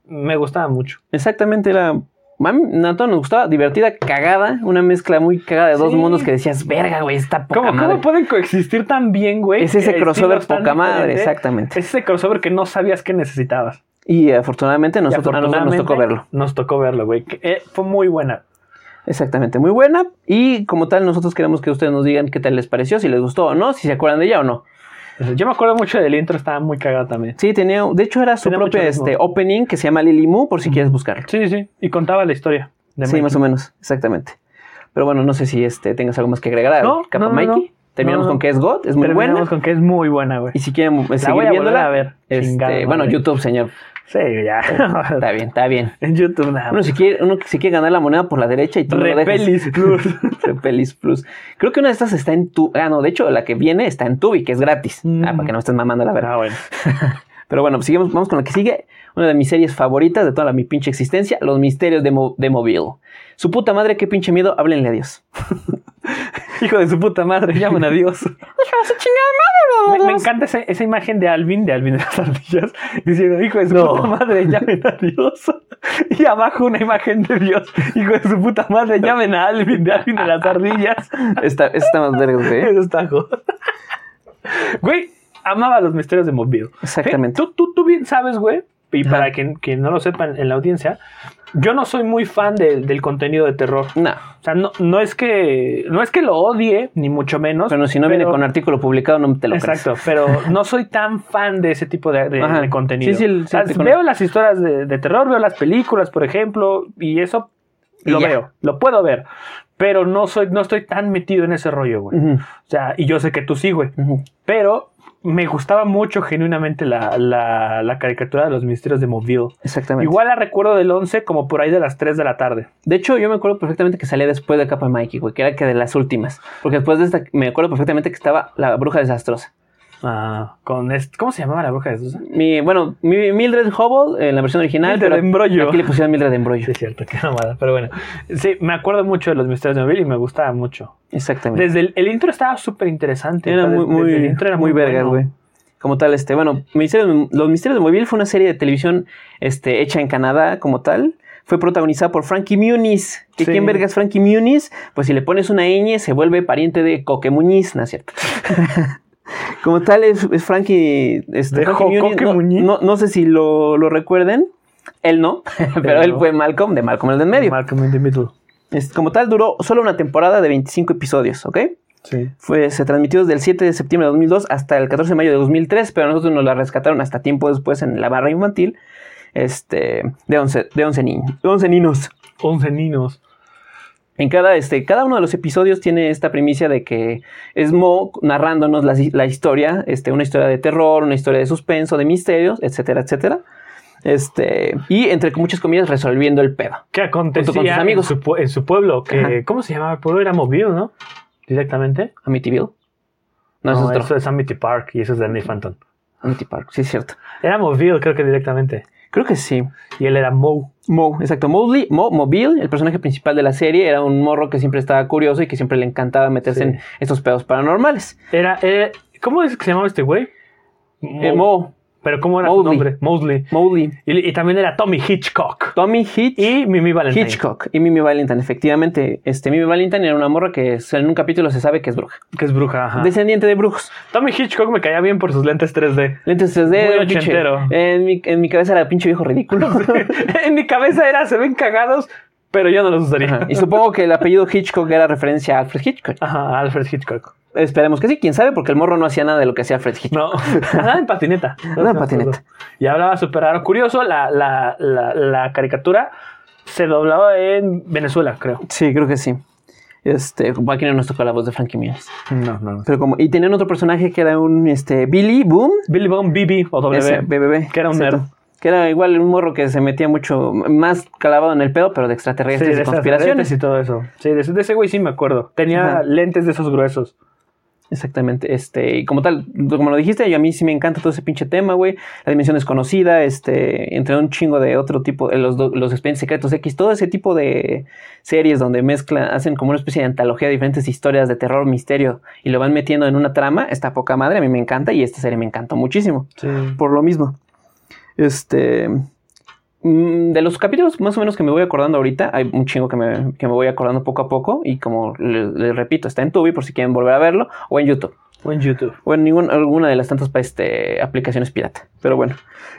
A: Me gustaba mucho.
B: Exactamente, era. Mami, a todos nos gustaba, divertida, cagada, una mezcla muy cagada de dos
A: Sí.
B: mundos que decías, verga, güey, está poca
A: ¿Cómo,
B: madre.
A: ¿Cómo pueden coexistir tan bien, güey?
B: es ese
A: eh,
B: crossover
A: estilos tan
B: poca madre,
A: diferentes?
B: exactamente.
A: Es ese crossover que no sabías que necesitabas.
B: Y eh, afortunadamente
A: Y
B: nosotros, a nosotros nos
A: afortunadamente,
B: tocó verlo.
A: Nos tocó verlo, güey. que, eh, fue muy buena.
B: Exactamente, muy buena. Y como tal, nosotros queremos que ustedes nos digan qué tal les pareció, si les gustó o no, si se acuerdan de ella o no.
A: Yo me acuerdo mucho del intro, estaba muy cagado también.
B: Sí, tenía, de hecho era su
A: Tenía
B: propio
A: mucho ritmo.
B: este, opening que se llama Lily Moo, por si quieres buscarlo.
A: Sí, sí. Y contaba la historia. De
B: Sí,
A: Mikey.
B: más o menos, exactamente. Pero bueno, no sé si este, tengas algo más que agregar a
A: No,
B: Capa
A: no, no,
B: Mikey.
A: no.
B: Terminamos
A: No, no.
B: con que es God, es muy
A: Terminamos
B: buena.
A: con que es muy buena, güey.
B: Y si quieren eh,
A: La voy
B: seguir
A: a volver
B: viéndola,
A: a ver.
B: este,
A: Chingada
B: bueno,
A: madre.
B: YouTube, señor.
A: Sí, ya.
B: Está bien, está bien.
A: en YouTube, nada.
B: Uno
A: más.
B: si quiere, uno que se quiere ganar la moneda por la derecha y tú no lo dejas.
A: Repelis Plus.
B: Repelis Plus. Creo que una de estas está en tu. Ah, no, de hecho, la que viene está en Tubi, que es gratis.
A: Mm.
B: Ah, para que no me estés mamando, la verdad.
A: Ah, bueno.
B: Pero bueno, sigamos, vamos con la que sigue. Una de mis series favoritas de toda la, mi pinche existencia: Los misterios de, Mo- de Mobile. Su puta madre, qué pinche miedo, háblenle a Dios.
A: Hijo de su puta madre, llaman a Dios. Me, me encanta esa, esa imagen de Alvin, de Alvin de las ardillas, diciendo, hijo de su
B: No.
A: puta madre, llamen a Dios. Y abajo una imagen de Dios, hijo de su puta madre, llamen a Alvin, de Alvin de las ardillas.
B: Esta, esta más verga, ¿eh? güey.
A: Eso está jodido. Güey, amaba los misterios de Mobile.
B: Exactamente.
A: Tú, tú, tú bien sabes, güey, y
B: Ajá.
A: para quien, quien no lo sepa en, en la audiencia, yo no soy muy fan de- del contenido de terror.
B: No,
A: O sea, no, no es que no es que lo odie, ni mucho menos.
B: pero si no viene
A: pero-
B: con artículo publicado, no te lo creas.
A: Exacto, pero no soy tan fan de ese tipo de, de-
B: Ajá.
A: de contenido.
B: Sí, sí, el- sí,
A: O sea,
B: te conozco.
A: veo las historias de, de terror, veo las películas, por ejemplo, y eso
B: Y
A: lo
B: ya.
A: veo, lo puedo ver, pero no soy, no estoy tan metido en ese rollo, güey.
B: Ujú,
A: O sea, y yo sé que tú sí, güey.
B: ujú.
A: Pero me gustaba mucho genuinamente la, la- la caricatura de los misterios de Mobile.
B: Exactamente.
A: Igual la recuerdo del 11 como por ahí de las 3 de la tarde.
B: De hecho, yo me acuerdo perfectamente que salía después de Capa Mikey, güey, que era que de las últimas. Porque después de esta, me acuerdo perfectamente que estaba la bruja desastrosa.
A: Ah, con este- ¿Cómo se llamaba la bruja de Susa?
B: Mi, bueno, mi Mildred Hobble en la versión original.
A: Mildred
B: pero
A: Embrollo.
B: Aquí le pusieron Mildred Embrollo.
A: Sí, es cierto, qué mamada. Pero bueno, sí, me acuerdo mucho de los misterios de Mobile y me gustaba mucho.
B: Exactamente.
A: Desde el, el intro estaba súper interesante.
B: era
A: O sea,
B: muy,
A: desde-
B: muy,
A: desde el intro era
B: muy, vergas,
A: bueno.
B: güey. Como tal, este, bueno, Misterios- Los Misterios de Mobile fue una serie de televisión este, hecha en Canadá, como tal. Fue protagonizada por Frankie Muniz. ¿Que
A: Sí.
B: ¿Quién verga es Frankie Muniz? Pues si le pones una ñ, se vuelve pariente de Coque Muñiz, ¿no es cierto? como tal, es, es Frankie. Este,
A: ¿De
B: Frankie
A: Jo-
B: Muniz.
A: Coque
B: No,
A: Muñiz?
B: no- no sé si lo, lo recuerden. Él no, pero
A: Él
B: él
A: no.
B: fue Malcolm, de Malcolm el de en medio.
A: Malcolm in the Middle.
B: Este, como tal, duró solo una temporada de 25 episodios, ¿ok?
A: Sí.
B: Fue, se transmitió desde el 7 de septiembre de 2002 hasta el 14 de mayo de 2003, pero nosotros nos la rescataron hasta tiempo después en la barra infantil este, de 11, de 11, ni- de 11 niños.
A: 11 niños.
B: En cada, este, cada uno de los episodios tiene esta primicia de que es Mo narrándonos la, la historia, este, una historia de terror, una historia de suspenso, de misterios, etcétera, etcétera. Este, y entre muchas comillas, resolviendo el pedo.
A: Que acontecía
B: Junto con tus amigos.
A: En, su, pue- en su pueblo. Que,
B: Ajá.
A: ¿Cómo se llamaba el pueblo? Era Mobile, ¿no? Directamente.
B: Amityville. No, eso es otro.
A: eso es Amity Park y eso es Danny Phantom.
B: Monty Park, sí es cierto.
A: Era Mobile, creo que directamente.
B: Creo que sí.
A: Y él era Moe.
B: Mo, exacto. Mosley, Mo, Mobile, el personaje principal de la serie, era un morro que siempre estaba curioso y que siempre le encantaba meterse
A: Sí.
B: en estos pedos paranormales.
A: Era, era- ¿Cómo es que se llamaba este güey?
B: Eh, Mo,
A: Pero ¿cómo era su
B: Mowgli.
A: nombre? Mosley.
B: Mowgli,
A: Y, y también era Tommy Hitchcock.
B: Tommy Hitch,
A: Y Mimi Valentine.
B: Hitchcock y Mimi Valentine. Efectivamente, este Mimi Valentine era una morra que o sea, en un capítulo se sabe que es bruja.
A: Que es bruja, ajá.
B: Descendiente de brujos.
A: Tommy Hitchcock me caía bien por sus lentes 3D.
B: Lentes 3D.
A: Muy
B: era un pinche-
A: ochentero.
B: en, mi, en mi cabeza era pinche viejo ridículo.
A: en mi cabeza era, se ven cagados, pero yo no los usaría.
B: Ajá. Y supongo que el apellido Hitchcock era referencia a Alfred Hitchcock.
A: Ajá, Alfred Hitchcock.
B: Esperemos que sí, quién sabe, porque el morro no hacía nada de lo que hacía Alfred Hitchcock.
A: No, andaba en patineta.
B: Andaba en patineta.
A: Y hablaba súper raro. Curioso, la, la, la, la caricatura se doblaba en Venezuela, creo.
B: Sí, creo que sí. Este, aquí no nos tocó la voz de Frankie Mills.
A: No, no.
B: Pero como, y tenían otro personaje que era un este, Billy Boom.
A: Billy Bone BB o
B: Ese,
A: W.
B: BBB.
A: Que era un
B: Exacto.
A: nerd.
B: Que era igual un morro que se metía mucho más clavado en el pedo, pero de
A: Sí,
B: extraterrestres
A: de
B: y
A: esas redes
B: conspiraciones.
A: y todo eso. Sí, de ese, de ese güey sí me acuerdo. Tenía
B: Ajá.
A: lentes de esos gruesos.
B: Exactamente. Este, y como tal, como lo dijiste, yo a mí sí me encanta todo ese pinche tema, güey. La dimensión desconocida, este, entre un chingo de otro tipo, eh, los, do- los expedientes secretos X, todo ese tipo de series donde mezclan, hacen como una especie de antología de diferentes historias de terror, misterio, y lo van metiendo en una trama, está poca madre, a mí me encanta, y esta serie me encantó muchísimo
A: Sí.
B: por lo mismo. Este. mm, De los capítulos más o menos que me voy acordando ahorita, hay un chingo que me, que me voy acordando poco a poco. Y como le- les repito, está en Tubi por si quieren volver a verlo, o en YouTube,
A: O en YouTube.
B: o en ninguna alguna de las tantas pa- este, aplicaciones pirata. Pero bueno,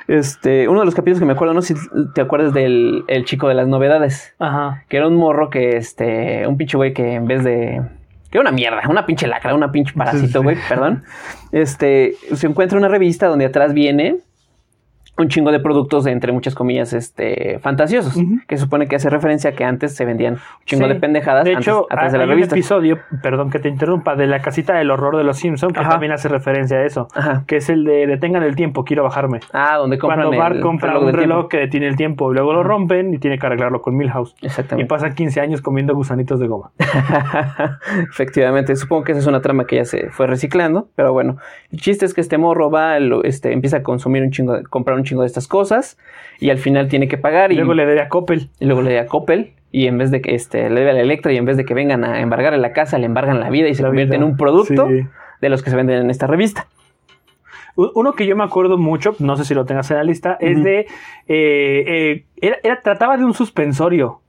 B: este, uno de los capítulos que me acuerdo, no sé si te acuerdas del el chico de las novedades,
A: Ajá.
B: que era un morro que, este, un pinche güey que en vez de. que era una mierda, una pinche lacra, una
A: Sí,
B: pinche
A: sí.
B: parásito, güey, perdón. Este, se encuentra una revista donde atrás viene un chingo de productos, entre muchas comillas, este, fantasiosos,
A: Ujú.
B: que se supone que hace referencia a que antes se vendían un chingo
A: Sí.
B: de pendejadas
A: De
B: antes-
A: hecho,
B: atrás de
A: hay
B: la revista.
A: un episodio, perdón que te interrumpa, de la casita del horror de los Simpsons, que
B: Ajá.
A: también hace referencia a eso,
B: Ajá.
A: que es el de detengan el tiempo, quiero bajarme.
B: Ah, donde compran
A: Cuando Bart
B: el
A: compra
B: reloj
A: un
B: del tiempo.
A: reloj que detiene el tiempo, luego lo rompen y tiene que arreglarlo con Milhouse. Y
B: Exactamente.
A: pasan 15 años comiendo gusanitos de goma.
B: Efectivamente, supongo que esa es una trama que ya se fue reciclando, pero bueno, el chiste es que este morro va, lo- este, empieza a consumir un chingo, de- comprar un chingo de estas cosas y al final tiene que pagar y,
A: Y luego le debe a Coppel.
B: y luego le da a Coppel y en vez de que este, le debe a la Electra y en vez de que vengan a embargarle la casa, le embargan la vida y se
A: la
B: convierte
A: vida.
B: en un producto
A: Sí.
B: de los que se venden en esta revista.
A: U- Uno que yo me acuerdo mucho, no sé si lo tengas en la lista, es
B: Ujú.
A: de. eh, eh, era, era- trataba de un suspensorio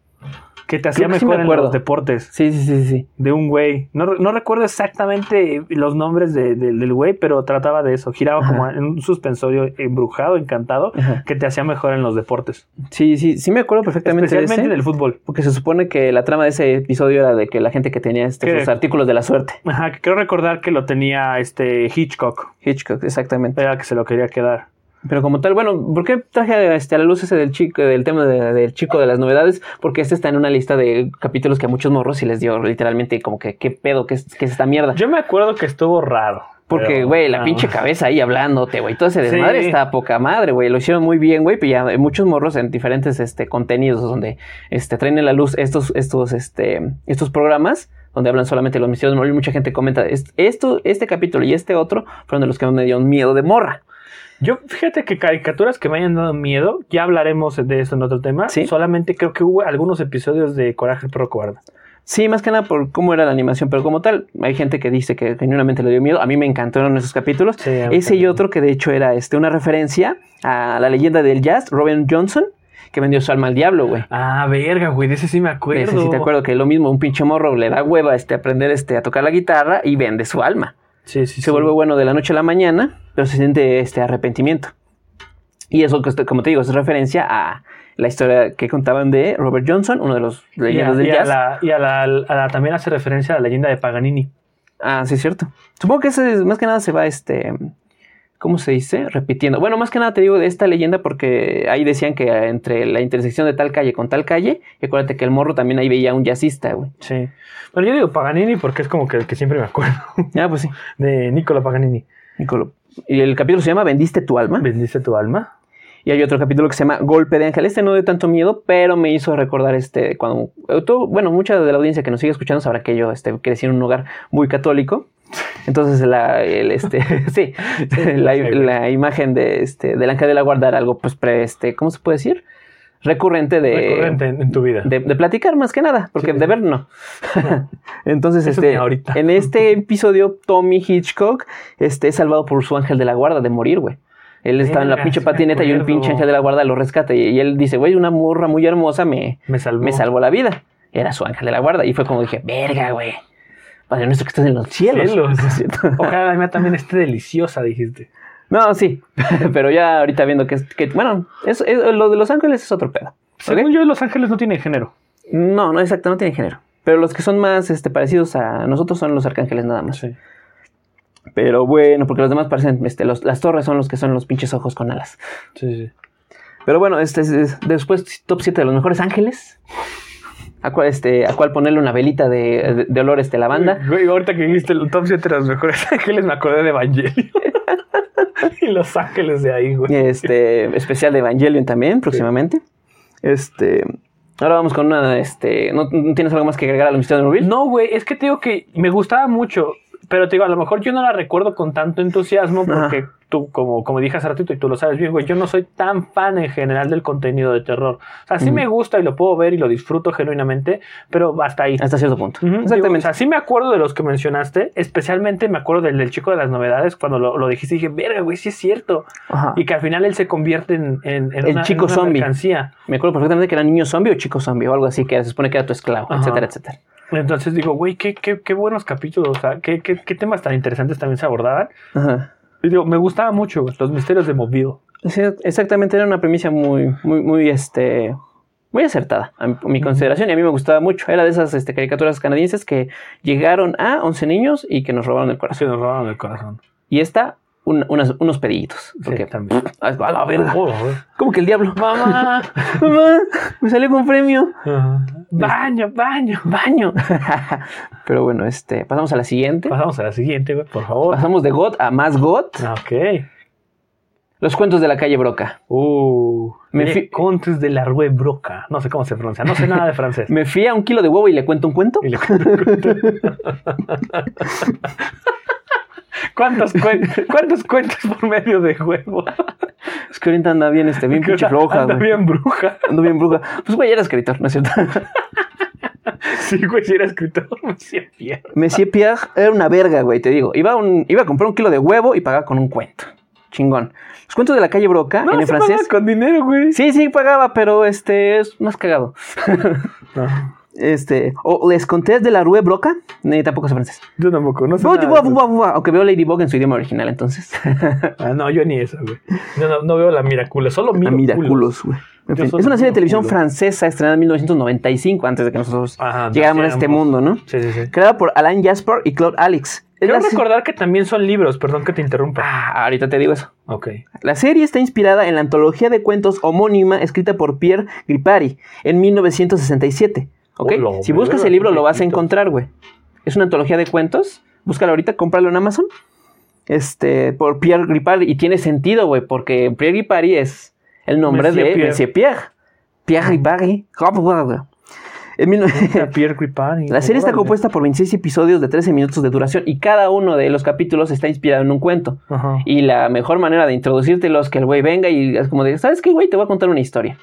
A: que te hacía
B: que sí
A: mejor
B: me
A: en
B: acuerdo.
A: los deportes.
B: Sí, sí, sí, sí.
A: De un güey. No, re- no recuerdo exactamente los nombres de- de- del güey, pero trataba de eso. Giraba como
B: Ajá.
A: en un suspensorio embrujado, encantado,
B: Ajá.
A: que te hacía mejor en los deportes.
B: Sí, sí, sí me acuerdo perfectamente de
A: Especialmente
B: ese,
A: en el fútbol.
B: porque se supone que la trama de ese episodio era de que la gente que tenía
A: Que-
B: estos los artículos de la suerte,
A: Ajá, que creo recordar que lo tenía este Hitchcock.
B: Hitchcock, exactamente.
A: Era el que se lo quería quedar.
B: Pero como tal, bueno, ¿por qué traje este, a la luz ese del chico, del tema de- del chico de las novedades? Porque este está en una lista de capítulos que a muchos morros sí les dio literalmente como que qué pedo, qué es, qué es esta mierda.
A: Yo me acuerdo que estuvo raro.
B: Porque,
A: pero-
B: güey, la
A: Ah.
B: pinche cabeza ahí hablándote, güey. Todo ese desmadre
A: Sí.
B: está a poca madre, güey. Lo hicieron muy bien, güey. Pero ya hay muchos morros en diferentes este, contenidos donde este, traen a la luz estos, estos, este, estos programas donde hablan solamente de los misterios. Y mucha gente comenta, "Es- esto, este capítulo y este otro fueron de los que me dieron miedo de morra.
A: Yo, fíjate que caricaturas que me hayan dado miedo, ya hablaremos de eso en otro tema.
B: Sí.
A: Solamente creo que hubo algunos episodios de Coraje el Perro Cobarde.
B: Sí, más que nada por cómo era la animación, pero como tal, hay gente que dice que genuinamente le dio miedo. A mí me encantaron esos capítulos.
A: Sí, a mí
B: Ese y
A: también.
B: otro que de hecho era este, una referencia a la leyenda del jazz, Robin Johnson, que vendió su alma al diablo, güey.
A: Ah, verga, güey, de ese sí me acuerdo.
B: Ese sí te acuerdo que lo mismo, un pinche morro le da hueva este, aprender este, a tocar la guitarra y vende su alma.
A: Sí, sí,
B: Se
A: sí.
B: vuelve bueno de la noche a la mañana, pero se siente este arrepentimiento. Y eso, que- como te digo, es referencia a la historia que contaban de Robert Johnson, uno de los
A: Y a,
B: leyendas del
A: y a
B: jazz.
A: la, y a la- a la- también hace referencia a la leyenda de Paganini.
B: Ah, sí, es cierto. Supongo que ese es- más que nada se va, este, ¿cómo se dice? Repitiendo. Bueno, más que nada te digo de esta leyenda porque ahí decían que entre la intersección de tal calle con tal calle, y acuérdate que el morro también ahí veía un jazzista, güey.
A: Sí. Bueno, yo digo Paganini porque es como que el que siempre me acuerdo.
B: Ah, pues sí.
A: De Nicola Paganini.
B: Nicolo. Y el capítulo se llama Vendiste tu alma.
A: Bendice tu alma.
B: Y hay otro capítulo que se llama Golpe de Ángel. Este no dio tanto miedo, pero me hizo recordar este cuando tú- bueno, mucha de la audiencia que nos sigue escuchando sabrá que yo este, crecí en un hogar muy católico. Entonces la, el, este, sí, la, la imagen de, este, del ángel de la guarda era algo, pues, pre, este, ¿cómo se puede decir? Recurrente de...
A: Recurrente en, en tu vida.
B: De, de platicar más que nada, porque
A: Sí.
B: de ver no. Entonces,
A: Eso
B: este,
A: ni ahorita.
B: en este episodio, Tommy Hitchcock este, es salvado por su ángel de la guarda de morir, güey. Él estaba en la
A: Verga,
B: pinche
A: sí me
B: patineta y un
A: acuerdo.
B: pinche ángel de la guarda lo rescata. Y, y él dice, güey, una morra muy hermosa me,
A: Me salvó.
B: me salvó la vida. Era su ángel de la guarda. Y fue como dije, verga, güey. Padre nuestro que estás en los cielos.
A: Cielos.
B: ¿No es cierto?
A: Ojalá la mía también esté deliciosa, dijiste.
B: No, sí. Pero ya ahorita viendo que... es- que bueno, es- es- lo de los ángeles es otro pedo. ¿ok?
A: Según yo, Los Ángeles no tiene género.
B: No, no, exacto, no tienen género. Pero los que son más este, parecidos a nosotros son los arcángeles nada más.
A: Sí.
B: Pero bueno, porque los demás parecen, este, los- las torres son los que son los pinches ojos con alas.
A: Sí, sí.
B: Pero bueno, este, es- es- después top 7 de los mejores ángeles. ¿A cuál, este, a cuál ponerle una velita de, de, de olor este, lavanda?
A: Güey, ahorita que viste el top 7 de los mejores ángeles, me acordé de Evangelio. y Los Ángeles de ahí, güey.
B: Este, especial de Evangelion también, próximamente. Este, ahora vamos con una, este, ¿no no tienes algo más que agregar a los misterios de Rubí?
A: No, güey, es que te digo que me gustaba mucho, pero te digo, a lo mejor yo no la recuerdo con tanto entusiasmo
B: Ajá.
A: porque tú, como, como dije hace ratito y tú lo sabes bien, güey, yo no soy tan fan en general del contenido de terror. O sea, sí
B: Ujú.
A: me gusta y lo puedo ver y lo disfruto genuinamente, pero hasta ahí.
B: Hasta cierto punto.
A: Ujú, digo, o
B: Exactamente.
A: sea, sí me acuerdo de los que mencionaste, especialmente me acuerdo del, del chico de las novedades, cuando lo, lo dijiste dije, verga, güey, sí es cierto.
B: Ajá.
A: Y que al final él se convierte en, en, en
B: El
A: una, en
B: chico
A: una
B: zombie.
A: mercancía.
B: Me acuerdo perfectamente que era niño zombie o chico zombie o algo así, que se supone que era tu esclavo,
A: Ajá.
B: etcétera, etcétera.
A: Entonces digo, güey, qué, qué, qué buenos capítulos, o sea, qué, qué, qué temas tan interesantes también se abordaban.
B: Ajá.
A: Y digo, me gustaba mucho güey, los misterios de Mobile.
B: Sí, exactamente, era una premisa muy, muy, muy, este, muy acertada a mi, a mi
A: Ujú.
B: consideración y a mí me gustaba mucho. Era de esas este, caricaturas canadienses que llegaron a 11 niños y que nos robaron el corazón.
A: Se nos robaron el corazón.
B: Y esta, un- unas- unos pedillitos. Porque,
A: Sí, también.
B: a la verga,
A: Oh, güey.
B: como que el diablo.
A: Mamá,
B: Mamá, me salió con premio.
A: Ajá. baño, baño.
B: Baño. Pero bueno, este, pasamos a la siguiente.
A: Pasamos a la siguiente, güey, por favor.
B: Pasamos de God a más God.
A: Ok.
B: Los cuentos de la calle Broca.
A: Uh,
B: Me
A: Le
B: fui-
A: Contes de la Rue Broca. No sé cómo se pronuncia, no sé nada de francés.
B: Me fui a un kilo de huevo y le cuento un cuento.
A: Y le cuento un cuento. ¿Cuántos, cuen- ¿Cuántos cuentos por medio de huevo?
B: Es que ahorita anda bien, este, bien pinche floja,
A: Anda
B: güey.
A: bien bruja.
B: Ando bien bruja. Pues, güey, era escritor, ¿no es cierto?
A: Sí, güey, si era escritor, me hacía fiel.
B: Messier Pierre era una verga, güey, te digo. Iba a, un- iba a comprar un kilo de huevo y pagaba con un cuento. Chingón. Los cuentos de la calle Broca, en el
A: se
B: francés.
A: paga con dinero, güey.
B: Sí, sí, pagaba, pero este es más cagado.
A: No,
B: Este, o les conté de la Rue Broca, ni tampoco sé francés.
A: yo tampoco, no sé.
B: Bua,
A: nada de
B: bua,
A: eso.
B: bua, bua, Aunque veo Ladybug en su idioma original, entonces.
A: Ah, no, yo ni eso, güey. No, no, no veo la Miracula, solo miro
B: A
A: culos.
B: Ah, Miraculos, güey. En
A: Yo
B: fin,
A: solo
B: es una serie de
A: miro
B: televisión
A: culos.
B: francesa estrenada en 1995, antes de que nosotros
A: Ajá,
B: llegáramos a este
A: naciéramos.
B: mundo, ¿no?
A: Sí, sí, sí.
B: creada por Alan Jasper y Claude Alex. Es
A: Quiero
B: la se-
A: recordar que también son libros, perdón que te interrumpa.
B: Ah, ahorita te digo eso.
A: Ok.
B: La serie está inspirada en la antología de cuentos homónima escrita por Pierre Gripari en 1967. ¿Ok?
A: Hola,
B: si
A: hombre,
B: buscas
A: era
B: el libro lo
A: chiquito.
B: vas a encontrar, güey. Es una antología de cuentos. Búscalo ahorita, cómpralo en Amazon. Este, por Pierre Gripari. Y tiene sentido, güey, porque Pierre Gripari es el nombre
A: Monsieur
B: de
A: Pierre.
B: Monsieur Pierre. Pierre Gripari. En mil-
A: Pierre Gripani.
B: La serie está
A: Órale.
B: compuesta por 26 episodios de 13 minutos de duración y cada uno de los capítulos está inspirado en un cuento.
A: Ajá.
B: Y la mejor manera de introducírtelo es que el güey venga y es como de, ¿sabes qué, güey? Te voy a contar una historia.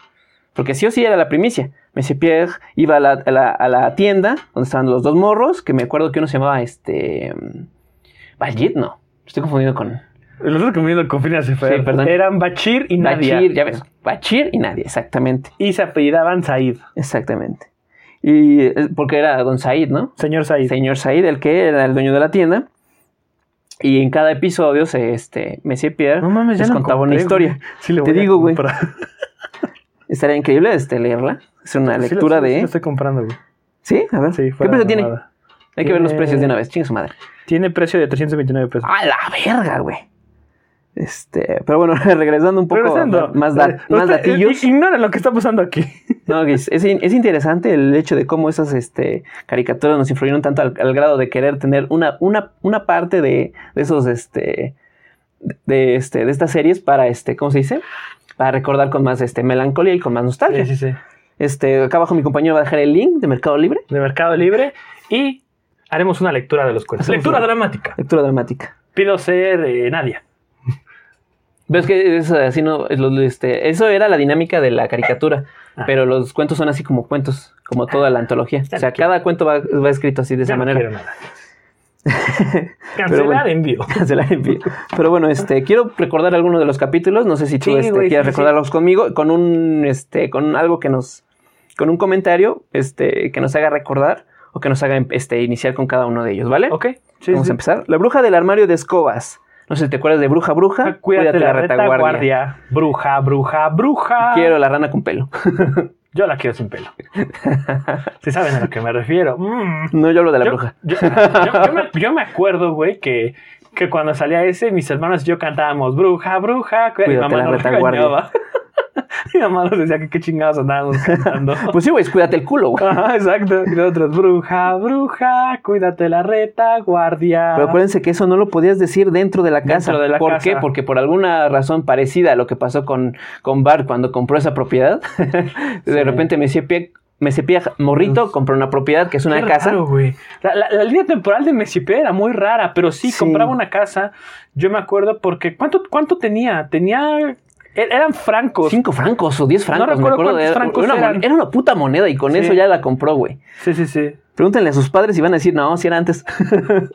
B: Porque sí o sí era la primicia. Monsieur Pierre iba a la, a la- a la tienda donde estaban los dos morros, que me acuerdo que uno se llamaba este. mm, Valjit, no. Estoy confundido con.
A: Los otros comiendo con Fina Sefer
B: Sí, perdón.
A: eran Bachir y Nadia.
B: Bachir, ya ves. Bachir y nadie, exactamente.
A: Y se apellidaban Said.
B: Exactamente. Y eh, porque era Don Said, ¿no?
A: Señor Said.
B: señor Said, el que era el dueño de la tienda. Y en cada episodio, se, este, Messier Pierre
A: No mames, ya
B: les
A: lo
B: contaba una
A: compré,
B: historia.
A: güey. Sí, le
B: Te
A: voy a
B: digo, güey.
A: comprar.
B: Estaría increíble este, leerla. Es una
A: Sí, lo-
B: lectura
A: sí, sí,
B: de.
A: lo estoy comprando, güey.
B: ¿Sí? A ver.
A: Sí,
B: ¿Qué
A: fuera
B: precio
A: de
B: tiene?
A: mamada. Eh,
B: Hay que ver los
A: Tiene-
B: precios de una vez. Chinga su madre.
A: Tiene precio de 329 pesos.
B: ¡A la verga, güey! Este, pero bueno, regresando un poco
A: Regresando.
B: más, da-
A: Eh,
B: más
A: usted-
B: datillos.
A: i- Ignoren lo que está pasando aquí.
B: No, es, es in- es interesante el hecho de cómo esas este, caricaturas nos influyeron tanto al, al grado de querer tener una, una, una parte de, de esos, este, de, este, de estas series para, este, ¿cómo se dice? Para recordar con más este, melancolía y con más nostalgia.
A: sí.
B: Este, acá abajo mi compañero va a dejar el link de Mercado Libre.
A: De Mercado Libre. Y haremos una lectura de los cuentos.
B: Hacemos
A: Lectura
B: una-
A: dramática.
B: Lectura dramática.
A: Pido ser eh, Nadia.
B: Ves que eso, así no, es lo- este, eso era la dinámica de la caricatura,
A: Ah.
B: pero los cuentos son así como cuentos, como toda la antología.
A: Ya
B: o sea,
A: no quiero.
B: cada cuento va, va escrito así de esa
A: Ya no
B: manera.
A: quiero nada. Cancelar
B: bueno.
A: envío.
B: Se la envío. Pero bueno, este, quiero recordar algunos de los capítulos. No sé si tú
A: Sí,
B: este,
A: güey,
B: quieres
A: sí, sí.
B: recordarlos conmigo, con un, este, con algo que nos, con un comentario, este, que nos haga recordar o que nos haga, este, iniciar con cada uno de ellos, ¿vale?
A: Ok. Sí,
B: ¿Eh? Vamos
A: sí.
B: a empezar. La bruja del armario de escobas. No sé si te acuerdas de bruja, bruja.
A: Ah, Cuídate, la, retaguardia. Bruja, bruja, bruja.
B: Quiero la rana con pelo.
A: Yo la quiero sin pelo. si saben a lo que me refiero. Mm.
B: No, yo hablo de la
A: yo,
B: bruja.
A: yo- yo- yo me, yo me acuerdo, güey, que, que cuando salía ese, mis hermanos y yo cantábamos bruja, bruja. cuida-".
B: Cuídate,
A: mi mamá
B: la
A: nos
B: retaguardia.
A: regañaba. mi mamá nos decía que qué chingados andábamos cantando.
B: Pues sí, güey, cuídate el culo, güey.
A: Ajá, exacto. Y nosotros, bruja, bruja, cuídate la retaguardia.
B: Pero acuérdense que eso no lo podías decir dentro de la casa.
A: de la
B: ¿Por
A: casa.
B: qué? Porque por alguna razón parecida a lo que pasó con, con Bart cuando compró esa propiedad, de
A: Sí.
B: repente me sepia, me morrito, compró una propiedad que es una
A: Qué
B: casa.
A: raro, güey. La, la- la línea temporal de Messipe era muy rara, pero sí,
B: Sí.
A: compraba una casa. Yo me acuerdo porque ¿cuánto, cuánto tenía? Tenía. er- Eran francos.
B: Cinco francos o diez francos. me
A: recuerdo
B: acuerdo de-
A: cuántos francos
B: era, una, mon-
A: eran.
B: era una puta moneda y con
A: Sí.
B: eso ya la compró, güey.
A: Sí, sí, sí.
B: Pregúntenle a sus padres y van a decir, no, si era antes.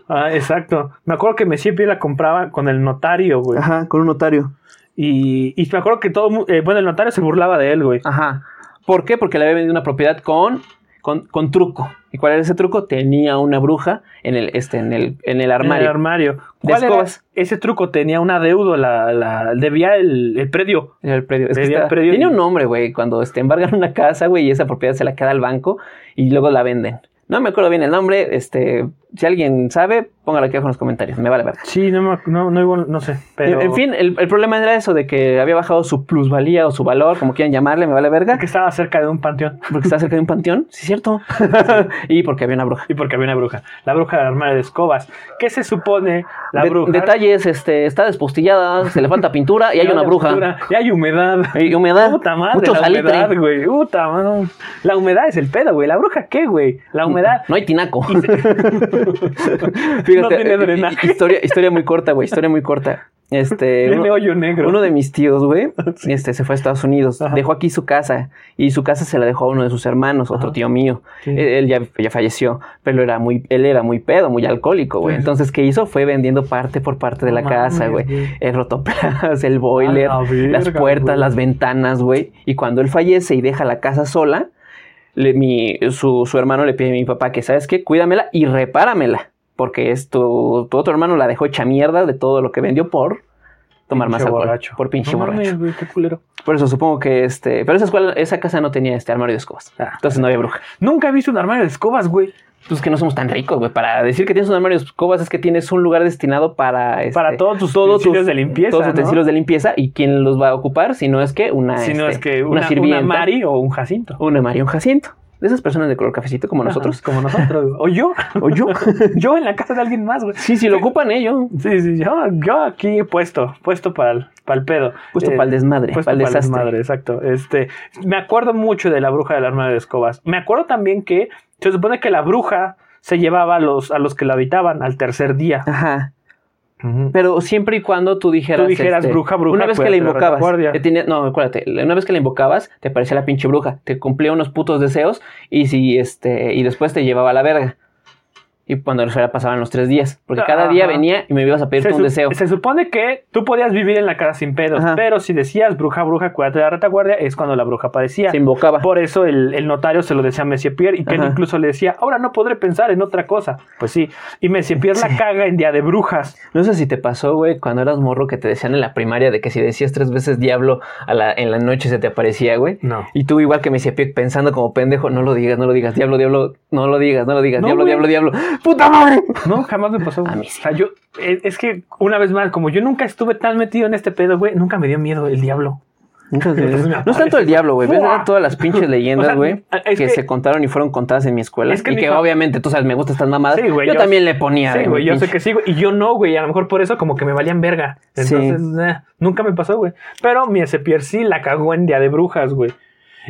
A: Ah, exacto. Me acuerdo que Messipe la compraba con el notario, güey.
B: Ajá, con un notario.
A: Y, y me acuerdo que todo. mu- eh, bueno, el notario se burlaba de él, güey.
B: Ajá. ¿Por qué? Porque le había vendido una propiedad con, con, con truco. ¿Y cuál era ese truco? Tenía una bruja en el, este, en el, en el
A: En
B: armario.
A: el armario. ¿Cuál era?
B: escobas.
A: Ese truco tenía un adeudo, la, la- debía el, el predio.
B: Era el predio. Es que
A: Tenía
B: está-
A: predio
B: tiene
A: y-
B: un nombre, güey. Cuando este, embargan una casa, güey, y esa propiedad se la queda al banco y luego la venden. No me acuerdo bien el nombre. Este, si alguien sabe, póngalo aquí abajo en los comentarios. Me vale ver.
A: Sí, no, me ac- no, no, igual- no sé. Pero
B: En fin, el, el problema era eso de que había bajado su plusvalía o su valor, como quieran llamarle, me vale verga,
A: Que estaba cerca de un panteón.
B: porque está cerca de un panteón, sí, cierto. y porque había una bruja.
A: Y porque había una bruja. La bruja del armario de escobas. ¿Qué se supone la
B: De-
A: bruja?
B: Detalles, este, está despostillada, se le falta pintura y hay
A: Ya
B: una
A: la
B: bruja.
A: pintura, Y hay humedad.
B: Y humedad.
A: Puta madre,
B: mucho
A: la
B: salitre.
A: humedad, güey. Puta madre. La humedad es el pedo, güey. ¿La bruja qué, güey? La humedad.
B: No hay tinaco.
A: No tiene
B: eh,
A: drenaje.
B: hi- Historia, historia muy corta, güey. Historia muy corta. Este.
A: Tiene
B: uno-
A: hoyo negro.
B: uno de mis tíos, güey, este, se fue a Estados Unidos,
A: Ajá.
B: dejó aquí su casa y su casa se la dejó a uno de sus hermanos, otro
A: Ajá.
B: tío mío.
A: Sí.
B: Eh, Él ya, ya falleció, pero era muy, él era muy pedo, muy alcohólico, güey.
A: Sí.
B: Entonces, ¿qué hizo? Fue vendiendo parte por parte de la
A: No
B: casa,
A: mames,
B: güey.
A: güey.
B: El rotoplas, el boiler,
A: A la
B: las
A: verga,
B: puertas,
A: güey.
B: las ventanas, güey. Y cuando él fallece y deja la casa sola, le- mi, su, su hermano le pide a mi papá que, ¿sabes qué? Cuídamela y repáramela. Porque es tu, tu otro hermano la dejó hecha mierda de todo lo que vendió por tomar más
A: Pinche
B: alcohol.
A: borracho.
B: Por pinche
A: No mames,
B: borracho.
A: güey, qué culero.
B: Por eso supongo que este. Pero esa escuela, esa casa no tenía este armario de escobas.
A: Ah.
B: Entonces no había bruja.
A: Nunca he visto un armario de escobas, güey.
B: Pues que no somos tan ricos, güey. Para decir que tienes un armario de escobas es que tienes un lugar destinado para. este,
A: Para todos tus
B: todos tus-
A: utensilios de limpieza.
B: todos los
A: ¿no?
B: utensilios de limpieza y quién los va a ocupar si no es que una
A: Si no
B: este,
A: es que una, una
B: sirvienta
A: Mari o un Jacinto.
B: una Mari un Jacinto de esas personas de color cafecito como nosotros
A: Ajá, como nosotros. güey. O yo.
B: o yo
A: yo en la casa de alguien más, güey.
B: sí sí lo ocupan ellos
A: Sí, sí, yo, yo aquí he puesto, puesto para el, para el pedo.
B: puesto
A: Eh,
B: para el desmadre
A: puesto
B: para el
A: pa'l
B: desastre
A: desmadre, exacto. Este, me acuerdo mucho de la bruja del armario de escobas. Me acuerdo también que se supone que la bruja se llevaba a los, a los que la habitaban al tercer día.
B: ajá
A: Ujú.
B: pero siempre y cuando tú dijeras este,
A: Tú dijeras, "Bruja, bruja,
B: una vez que la
A: cuídate de la
B: invocabas
A: retaguardia".
B: te tenía- no acuérdate una vez que la invocabas te parecía la pinche bruja te cumplía unos putos deseos y si este y después te llevaba a la verga y cuando eso ya pasaban los tres días porque cada día
A: Ajá.
B: venía y me ibas a pedirte
A: se,
B: un
A: su-
B: deseo
A: se supone que tú podías vivir en la casa sin pedos,
B: Ajá.
A: pero si decías bruja, bruja, cuídate de la retaguardia, es cuando la bruja aparecía.
B: se invocaba
A: Por eso el, el notario se lo decía a Messier Pierre y que él
B: Ajá.
A: incluso le decía, ahora no podré pensar en otra cosa. Pues sí, y Messier Pierre la caga en Día de Brujas.
B: No sé si te pasó, güey, cuando eras morro que te decían en la primaria de que si decías tres veces diablo a la, en la noche se te aparecía, güey.
A: No.
B: Y tú igual que me decía Pieck, pensando como pendejo, no lo digas, no lo digas, diablo, diablo, no lo digas, no lo digas,
A: No,
B: diablo,
A: güey.
B: diablo, diablo, puta madre.
A: No, jamás me pasó.
B: A mí sí.
A: O sea, yo, es, es que una vez más, como yo nunca estuve tan metido en este pedo, güey, nunca me dio miedo el diablo. Entonces me
B: no es tanto el diablo, güey, ves
A: ¡Fua!
B: eran todas las pinches
A: O sea,
B: leyendas, güey,
A: es
B: que,
A: que-
B: se contaron y fueron contadas en mi escuela.
A: Es que
B: y
A: mi
B: que
A: fa-
B: obviamente, tú sabes, me gustan estas mamadas.
A: Sí, güey,
B: yo,
A: yo-
B: también le ponía,
A: Sí,
B: mi
A: güey, yo sé
B: pinche-
A: que sí, güey, y yo no, güey, a lo mejor por eso como que me valían verga. Entonces, eh, nunca me pasó, güey. Pero mi Pierre sí la cagó en Día de Brujas, güey.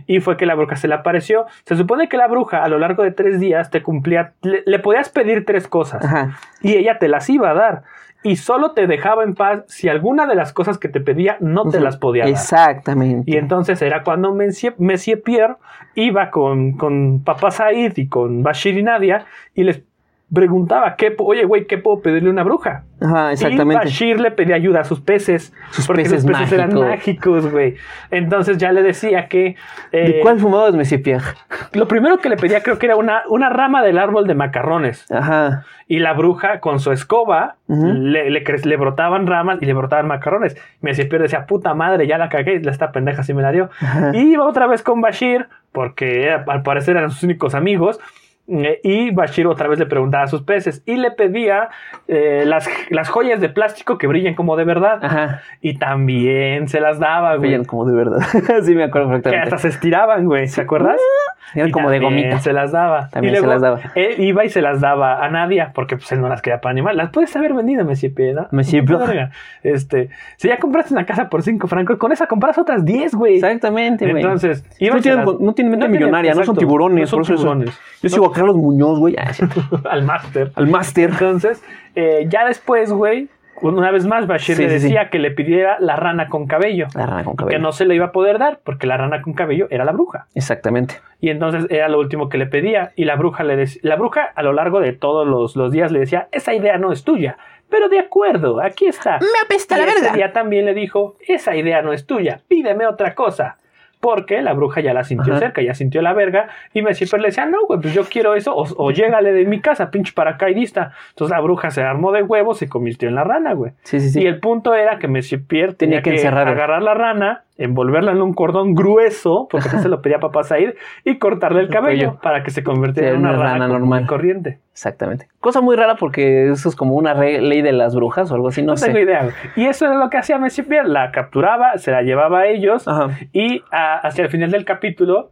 A: y fue que la bruja se le apareció. Se supone que la bruja a lo largo de tres días te cumplía, le, le podías pedir tres cosas
B: Ajá.
A: y ella te las iba a dar y solo te dejaba en paz si alguna de las cosas que te pedía no te
B: Ujú.
A: las podía dar.
B: Exactamente.
A: Y entonces era cuando Monsieur, Monsieur Pierre iba con, con Papá Said y con Bashir y Nadia y les preguntaba, ¿qué, po- oye, güey, ¿qué puedo pedirle a una bruja?
B: Ajá,
A: Y
B: exactamente.
A: Bashir le pedía ayuda a sus peces.
B: Sus
A: porque
B: peces
A: sus peces eran
B: mágicos.
A: mágicos, güey. Entonces ya le decía que... eh,
B: ¿De cuál fumabas, Messi Pierre?
A: Lo primero que le pedía creo que era una, una rama del árbol de macarrones.
B: Ajá.
A: Y la bruja con su escoba
B: Ujú.
A: le, le cre- le brotaban ramas y le brotaban macarrones. Messi Pierre decía, puta madre, ya la cagué, esta pendeja sí me la dio.
B: Ajá.
A: Y iba otra vez con Bashir, porque era- al parecer eran sus únicos amigos. eh, Y Bashir otra vez le preguntaba a sus peces y le pedía eh, las, las joyas de plástico que brillan como de verdad.
B: Ajá.
A: Y también se las daba, güey.
B: Ah. Brillan como de verdad. sí, me acuerdo
A: Que hasta
B: perfectamente.
A: se estiraban, güey. ¿Te acuerdas?
B: Mm, Eran
A: Y
B: como de
A: también
B: gomita.
A: Se las daba.
B: También
A: y
B: se
A: luego
B: las daba.
A: Él iba y se las daba a Nadia, porque pues él no las quería para animar. Las puedes haber vendido, Monsieur Pierre, ¿no?
B: Monsieur Pierre.
A: Verga. Este, si ya compraste una casa por cinco francos, con esa compras otras 10, güey.
B: Exactamente, güey.
A: Entonces, iba
B: no
A: y se
B: tienen,
A: las-
B: no tienen mente
A: no tiene-
B: millonaria, no son
A: exacto,
B: tiburones.
A: no son
B: por eso eso-
A: tiburones.
B: Yo sigo a Carlos Muñoz, güey. Ah, sí.
A: al máster.
B: Al máster.
A: Entonces, eh, ya después, güey, una vez más Bashir
B: Sí,
A: le
B: sí, sí.
A: decía que le pidiera la rana con cabello,
B: La rana con
A: que
B: cabello.
A: no se le iba a poder dar porque la rana con cabello era la bruja.
B: Exactamente.
A: Y entonces era lo último que le pedía y la bruja le dec- la bruja a lo largo de todos los, los días le decía, esa idea no es tuya, pero de acuerdo, aquí está.
B: Me apesta
A: y este, ese día también le dijo, esa idea no es tuya, pídeme otra cosa. Porque la bruja ya la sintió
B: Ajá.
A: cerca, ya sintió la verga. Y me siempre le decía, no, güey, pues yo quiero eso. O, o llégale de mi casa, pinche paracaidista. Entonces la bruja se armó de huevos y se convirtió en la rana, güey.
B: Sí, sí,
A: Y
B: sí.
A: el punto era que Monsieur Pierre tenía,
B: Tenía que
A: que,
B: encerrarla.
A: agarrar la rana, envolverla en un cordón grueso, porque así se lo pedía a papá Said, y cortarle el
B: El
A: cabello
B: cuello.
A: para que se convirtiera
B: Pues Sí,
A: en una, rana, normal. corriente.
B: Exactamente. Cosa muy rara porque eso es como una re- ley de las brujas o algo así, no,
A: No, tengo
B: sé.
A: idea. güey. Y eso era lo que hacía Monsieur Pierre. La capturaba, se la llevaba a ellos,
B: Ajá.
A: y a- hacia el final del capítulo,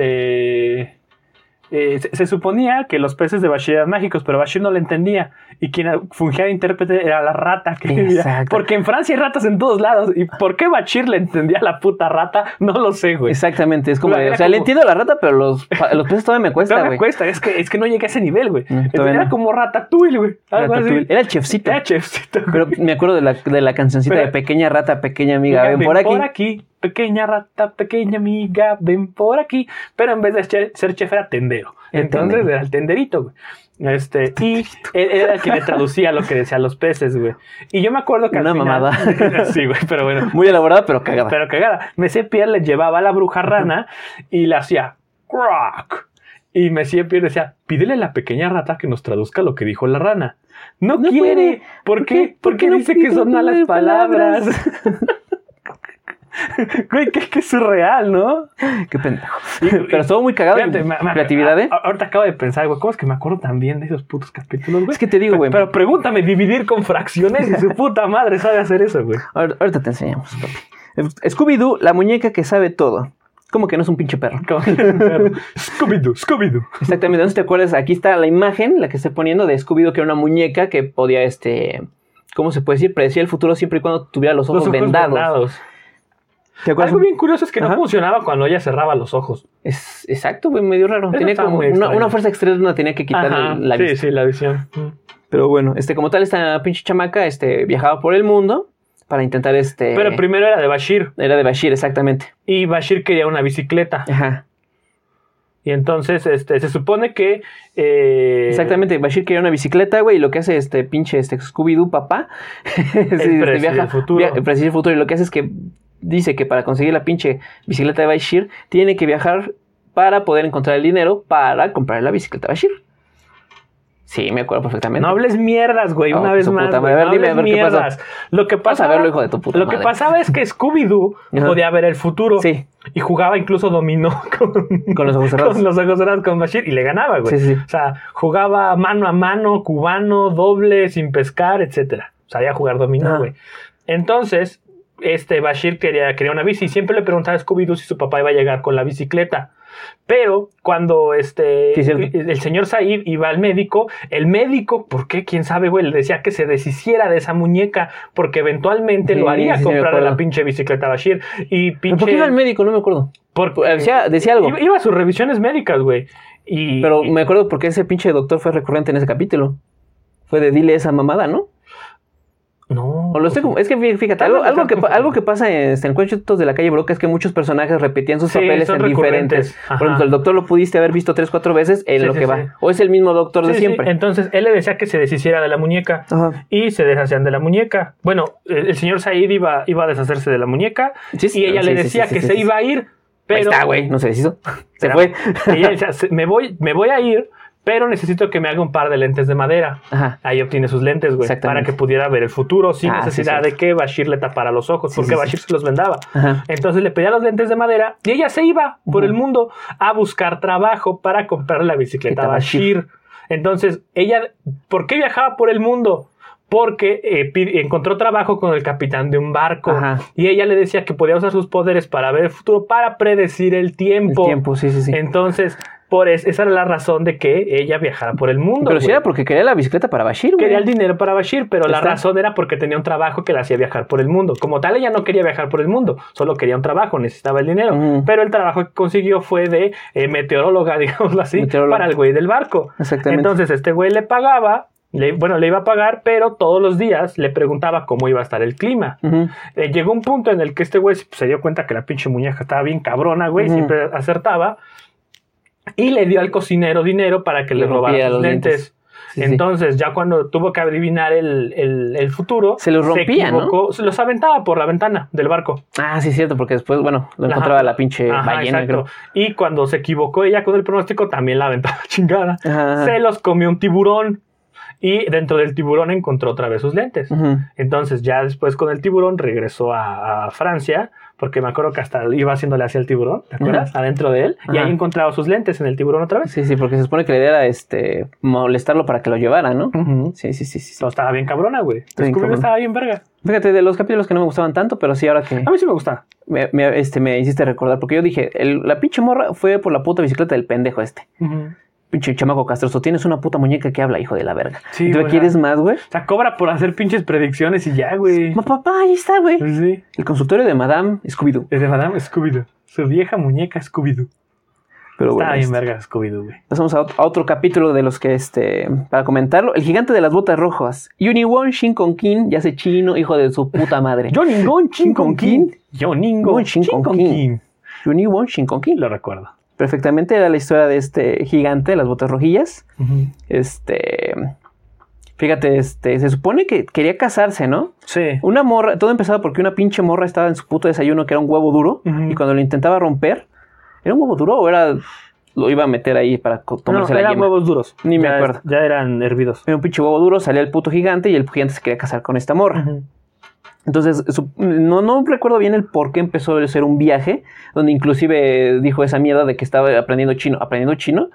A: este. eh, se, se suponía que los peces de Bashir eran mágicos, pero Bashir no lo entendía. Y quien fungía de intérprete era la rata que vivía.
B: Exacto.
A: Porque en Francia hay ratas en todos lados. ¿Y por qué Bashir le entendía a la puta rata? No lo sé, güey.
B: Exactamente. Es como,
A: Era
B: de- o sea, le
A: como-
B: entiendo a la rata, pero los, pa- los peces todavía me
A: No
B: cuesta,
A: me
B: güey. Mm,
A: cuesta, es que, es que no llegué a ese nivel, güey.
B: todavía
A: Entonces, Era
B: no.
A: como ratatouille, güey. Algo
B: Era
A: así.
B: Ratatouille. Era el chefcito.
A: Era chefcito, güey.
B: Pero me acuerdo de la, de la cancioncita
A: Pero-
B: de Pequeña Rata, Pequeña Amiga. Ven por aquí.
A: pequeña rata, pequeña amiga, ven por aquí. Pero en vez de che- ser chef era tendero.
B: El
A: Entonces
B: tendero.
A: era el tenderito, güey. Este, y él era el que le traducía lo que decían los peces, güey. Y yo me acuerdo que al
B: Una
A: final-
B: mamada.
A: sí, güey, pero bueno.
B: Muy elaborada, pero cagada.
A: Pero cagada. Messier Pierre le llevaba a la bruja rana y le hacía crack. Y Messier Pierre decía, pídele a la pequeña rata que nos traduzca lo que dijo la rana. No,
B: No
A: quiere.
B: puede.
A: ¿Por, qué? Porque
B: no
A: dice
B: puede
A: que son malas
B: tener
A: palabras. Güey, que, que es surreal, ¿no?
B: Qué pendejo. Pero estuvo muy cagado.
A: Fíjate, ah, me- me-
B: creatividad, ¿eh?
A: a- ahorita acabo de pensar, güey, ¿cómo es que me acuerdo tan bien de esos putos capítulos, güey?
B: Es que te digo, güey.
A: Pero pregúntame, dividir con fracciones y su puta madre sabe hacer eso, güey.
B: Ahor- Ahorita te enseñamos, papi. Scooby-Doo, la muñeca que sabe todo. Como que no es un pinche perro.
A: Como que es un perro. Scooby-Doo, Scooby-Doo.
B: Exactamente, no sé si te acuerdas, aquí está la imagen, la que estoy poniendo, de Scooby-Doo, que era una muñeca que podía, este, ¿cómo se puede decir? Predecía el futuro siempre y cuando tuviera los ojos,
A: Los ojos
B: vendados.
A: vendados.
B: ¿Te acuerdas?
A: Algo bien curioso es que no
B: Ajá.
A: funcionaba cuando ella cerraba los ojos.
B: Es, exacto, güey, medio raro.
A: Eso
B: Tenía
A: está
B: como
A: muy
B: una,
A: extraño.
B: una fuerza externa, tenía que quitar
A: Ajá,
B: el- la
A: sí,
B: vista.
A: sí, la visión.
B: Pero bueno, este, como tal, esta pinche chamaca, este, viajaba por el mundo para intentar, este...
A: Pero primero era de Bashir.
B: Era de Bashir, exactamente.
A: Y Bashir quería una bicicleta.
B: Ajá.
A: Y entonces este, se supone que. eh,
B: Exactamente, Bashir quería una bicicleta, güey, y lo que hace este pinche este Scooby-Doo papá sí, este,
A: predecir el futuro.
B: via- predecir el futuro, y lo que hace es que dice que para conseguir la pinche bicicleta de Bashir tiene que viajar para poder encontrar el dinero para comprar la bicicleta de Bashir. Sí, me acuerdo perfectamente.
A: No hables mierdas, güey,
B: Oh,
A: una
B: que
A: vez
B: su
A: más.
B: puta
A: güey,
B: madre. A ver,
A: no
B: dime, a
A: hables
B: ver, ¿qué pasó?
A: mierdas. Lo que
B: Vamos
A: pasa.
B: a verlo, hijo de tu puta
A: Lo que
B: madre.
A: pasaba es que Scooby-Doo
B: Ajá.
A: podía ver el futuro
B: Sí,
A: y jugaba incluso dominó con,
B: con los ojos cerrados.
A: con los ojos cerrados con Bashir y le ganaba, güey.
B: Sí, sí, sí.
A: O sea, jugaba mano a mano, cubano, doble, sin pescar, etcétera. Sabía jugar dominó,
B: Ajá.
A: güey. Entonces, este Bashir quería, quería una bici. y Siempre le preguntaba a Scooby-Doo si su papá iba a llegar con la bicicleta. Pero cuando este
B: Sí, cierto.
A: el, el señor Said iba al médico, el médico, ¿por qué? ¿Quién sabe, güey? Le decía que se deshiciera de esa muñeca porque eventualmente lo
B: Sí,
A: haría
B: sí, sí, me
A: comprar a la
B: acuerdo.
A: pinche bicicleta a Bashir. Y pinche...
B: ¿Pero ¿Por qué iba al médico? No me acuerdo. Pues,
A: Porque
B: Decía, decía algo.
A: iba, iba a sus revisiones médicas, güey. Y,
B: Pero
A: y-
B: me acuerdo porque ese pinche doctor fue recurrente en ese capítulo. Fue de dile esa mamada, ¿no?
A: no. pues,
B: O lo estoy como- es que fí- fíjate, algo, algo que, pa- algo que pasa en, este, en Cuentos de la calle Broca es que muchos personajes repetían sus
A: Sí,
B: papeles
A: son
B: en diferentes.
A: recurrentes. Ajá.
B: Por ejemplo, el doctor lo pudiste haber visto tres, cuatro veces en
A: Sí,
B: lo
A: sí,
B: que
A: sí.
B: va. O es el mismo doctor
A: Sí,
B: de
A: sí,
B: siempre.
A: Entonces, él le decía que se deshiciera de la muñeca.
B: Ajá.
A: Y se deshacían de la muñeca. Bueno, el, el señor Said iba, iba a deshacerse de la muñeca.
B: Sí, sí,
A: y ella
B: sí,
A: le
B: sí,
A: decía
B: sí,
A: que
B: sí,
A: se
B: sí.
A: iba a ir.
B: Ahí
A: Pero
B: está, güey, no se deshizo. Se
A: Era-
B: fue.
A: ella decía, "Se- me voy, me voy a ir, pero necesito que me haga un par de lentes de madera.
B: Ajá.
A: Ahí obtiene sus lentes, güey, para
B: Exactamente.
A: que pudiera ver el futuro sin
B: Ah, sí,
A: necesidad
B: sí.
A: de que Bashir le tapara los ojos,
B: Sí,
A: porque
B: sí, sí.
A: Bashir se los vendaba.
B: Ajá.
A: Entonces le pedía los lentes de madera y ella se iba por
B: Ujú.
A: el mundo a buscar trabajo para comprar la bicicleta a
B: Bicicleta Bashir.
A: Bashir. Entonces, ella, ¿por qué viajaba por el mundo? Porque eh, pi- encontró trabajo con el capitán de un barco
B: Ajá.
A: y ella le decía que podía usar sus poderes para ver el futuro, para predecir el
B: El
A: tiempo.
B: tiempo, sí, sí, sí.
A: Entonces, por es- esa era la razón de que ella viajara por el mundo.
B: Pero sí
A: güey.
B: era porque quería la bicicleta para Bashir, güey.
A: Quería el dinero para Bashir, pero la
B: Está.
A: razón era porque tenía un trabajo que la hacía viajar por el mundo. Como tal, ella no quería viajar por el mundo, solo quería un trabajo, necesitaba el dinero.
B: Ujú.
A: Pero el trabajo que consiguió fue de eh, meteoróloga, digámoslo así,
B: Meteoróloga.
A: para el güey del barco.
B: Exactamente.
A: Entonces, este güey le pagaba, le- bueno, le iba a pagar, pero todos los días le preguntaba cómo iba a estar el clima.
B: Ujú.
A: Eh, llegó un punto en el que este güey se- se dio cuenta que la pinche muñeca estaba bien cabrona, güey,
B: Ujú.
A: siempre acertaba. Y le dio al cocinero dinero para que
B: Le
A: le, robara
B: rompía
A: los
B: los
A: lentes.
B: dientes. Sí, sí.
A: Entonces, ya cuando tuvo que adivinar el, el- el futuro,
B: Se los rompía, ¿no?
A: equivocó, se los aventaba por la ventana del barco.
B: Ah, sí, es cierto, porque después, bueno, lo
A: Ajá.
B: encontraba la pinche
A: Ajá,
B: ballena,
A: exacto. Y cuando se equivocó ella con el pronóstico, también la aventaba chingada.
B: creo. Ajá.
A: Se los comió un tiburón y dentro del tiburón encontró otra vez sus lentes.
B: Ujú.
A: Entonces, ya después con el tiburón regresó a, a Francia, porque me acuerdo que hasta iba haciéndole hacia el tiburón, ¿te acuerdas? Adentro de él, y
B: Ajá.
A: ahí encontraba sus lentes en el tiburón otra vez.
B: Sí, sí, porque se supone que la idea era este, molestarlo para que lo llevara, ¿no? Sí, sí, sí, sí. sí.
A: So, estaba bien cabrona, güey.
B: bien
A: Descubrió que
B: cabrona.
A: estaba bien verga.
B: Fíjate, de los capítulos que no me gustaban tanto, pero sí, ahora que
A: A mí sí me gusta.
B: me, me- este, me hiciste recordar, porque yo dije, el- la pinche morra fue por la puta bicicleta del pendejo este. Pinche chamaco castroso, tienes una puta muñeca que habla, hijo de la verga.
A: Sí,
B: ¿Y ¿Tú
A: güey.
B: quieres más, güey?
A: O sea, cobra por hacer pinches predicciones y ya, güey.
B: Ma- Papá, ahí está, güey.
A: Sí.
B: El consultorio de Madame Scooby-Doo.
A: Es de Madame Scooby-Doo. Su vieja muñeca Scooby-Doo.
B: Pero bueno,
A: Está bien
B: este,
A: verga Scooby-Doo, güey.
B: pasamos a, ot- a otro capítulo de los que, este, para comentarlo, el gigante de las botas rojas. Uniwon Shinkon King, ya sé chino, hijo de su puta madre.
A: Yo ningún chinconquín. Yo ningún
B: Ningún chinconquín.
A: chinconquín.
B: Uniwon Shinkon King.
A: Lo recuerdo.
B: perfectamente era la historia de este gigante de las botas rojillas. Este. Fíjate, este, se supone que quería casarse, ¿no?
A: Sí.
B: Una morra, todo empezaba porque una pinche morra estaba en su puto desayuno que era un huevo duro
A: Ujú.
B: y cuando lo intentaba romper, ¿era un huevo duro o era lo iba a meter ahí para co-
A: No,
B: tomarse la
A: eran
B: yema?
A: huevos duros.
B: Ni me
A: Ya-
B: acuerdo.
A: Ya eran hervidos.
B: Era un pinche huevo duro, salía el puto gigante y el gigante se quería casar con esta morra. Entonces, su- no, no recuerdo bien el por qué empezó a ser un viaje, donde inclusive dijo esa mierda de que estaba aprendiendo chino. ¿Aprendiendo chino?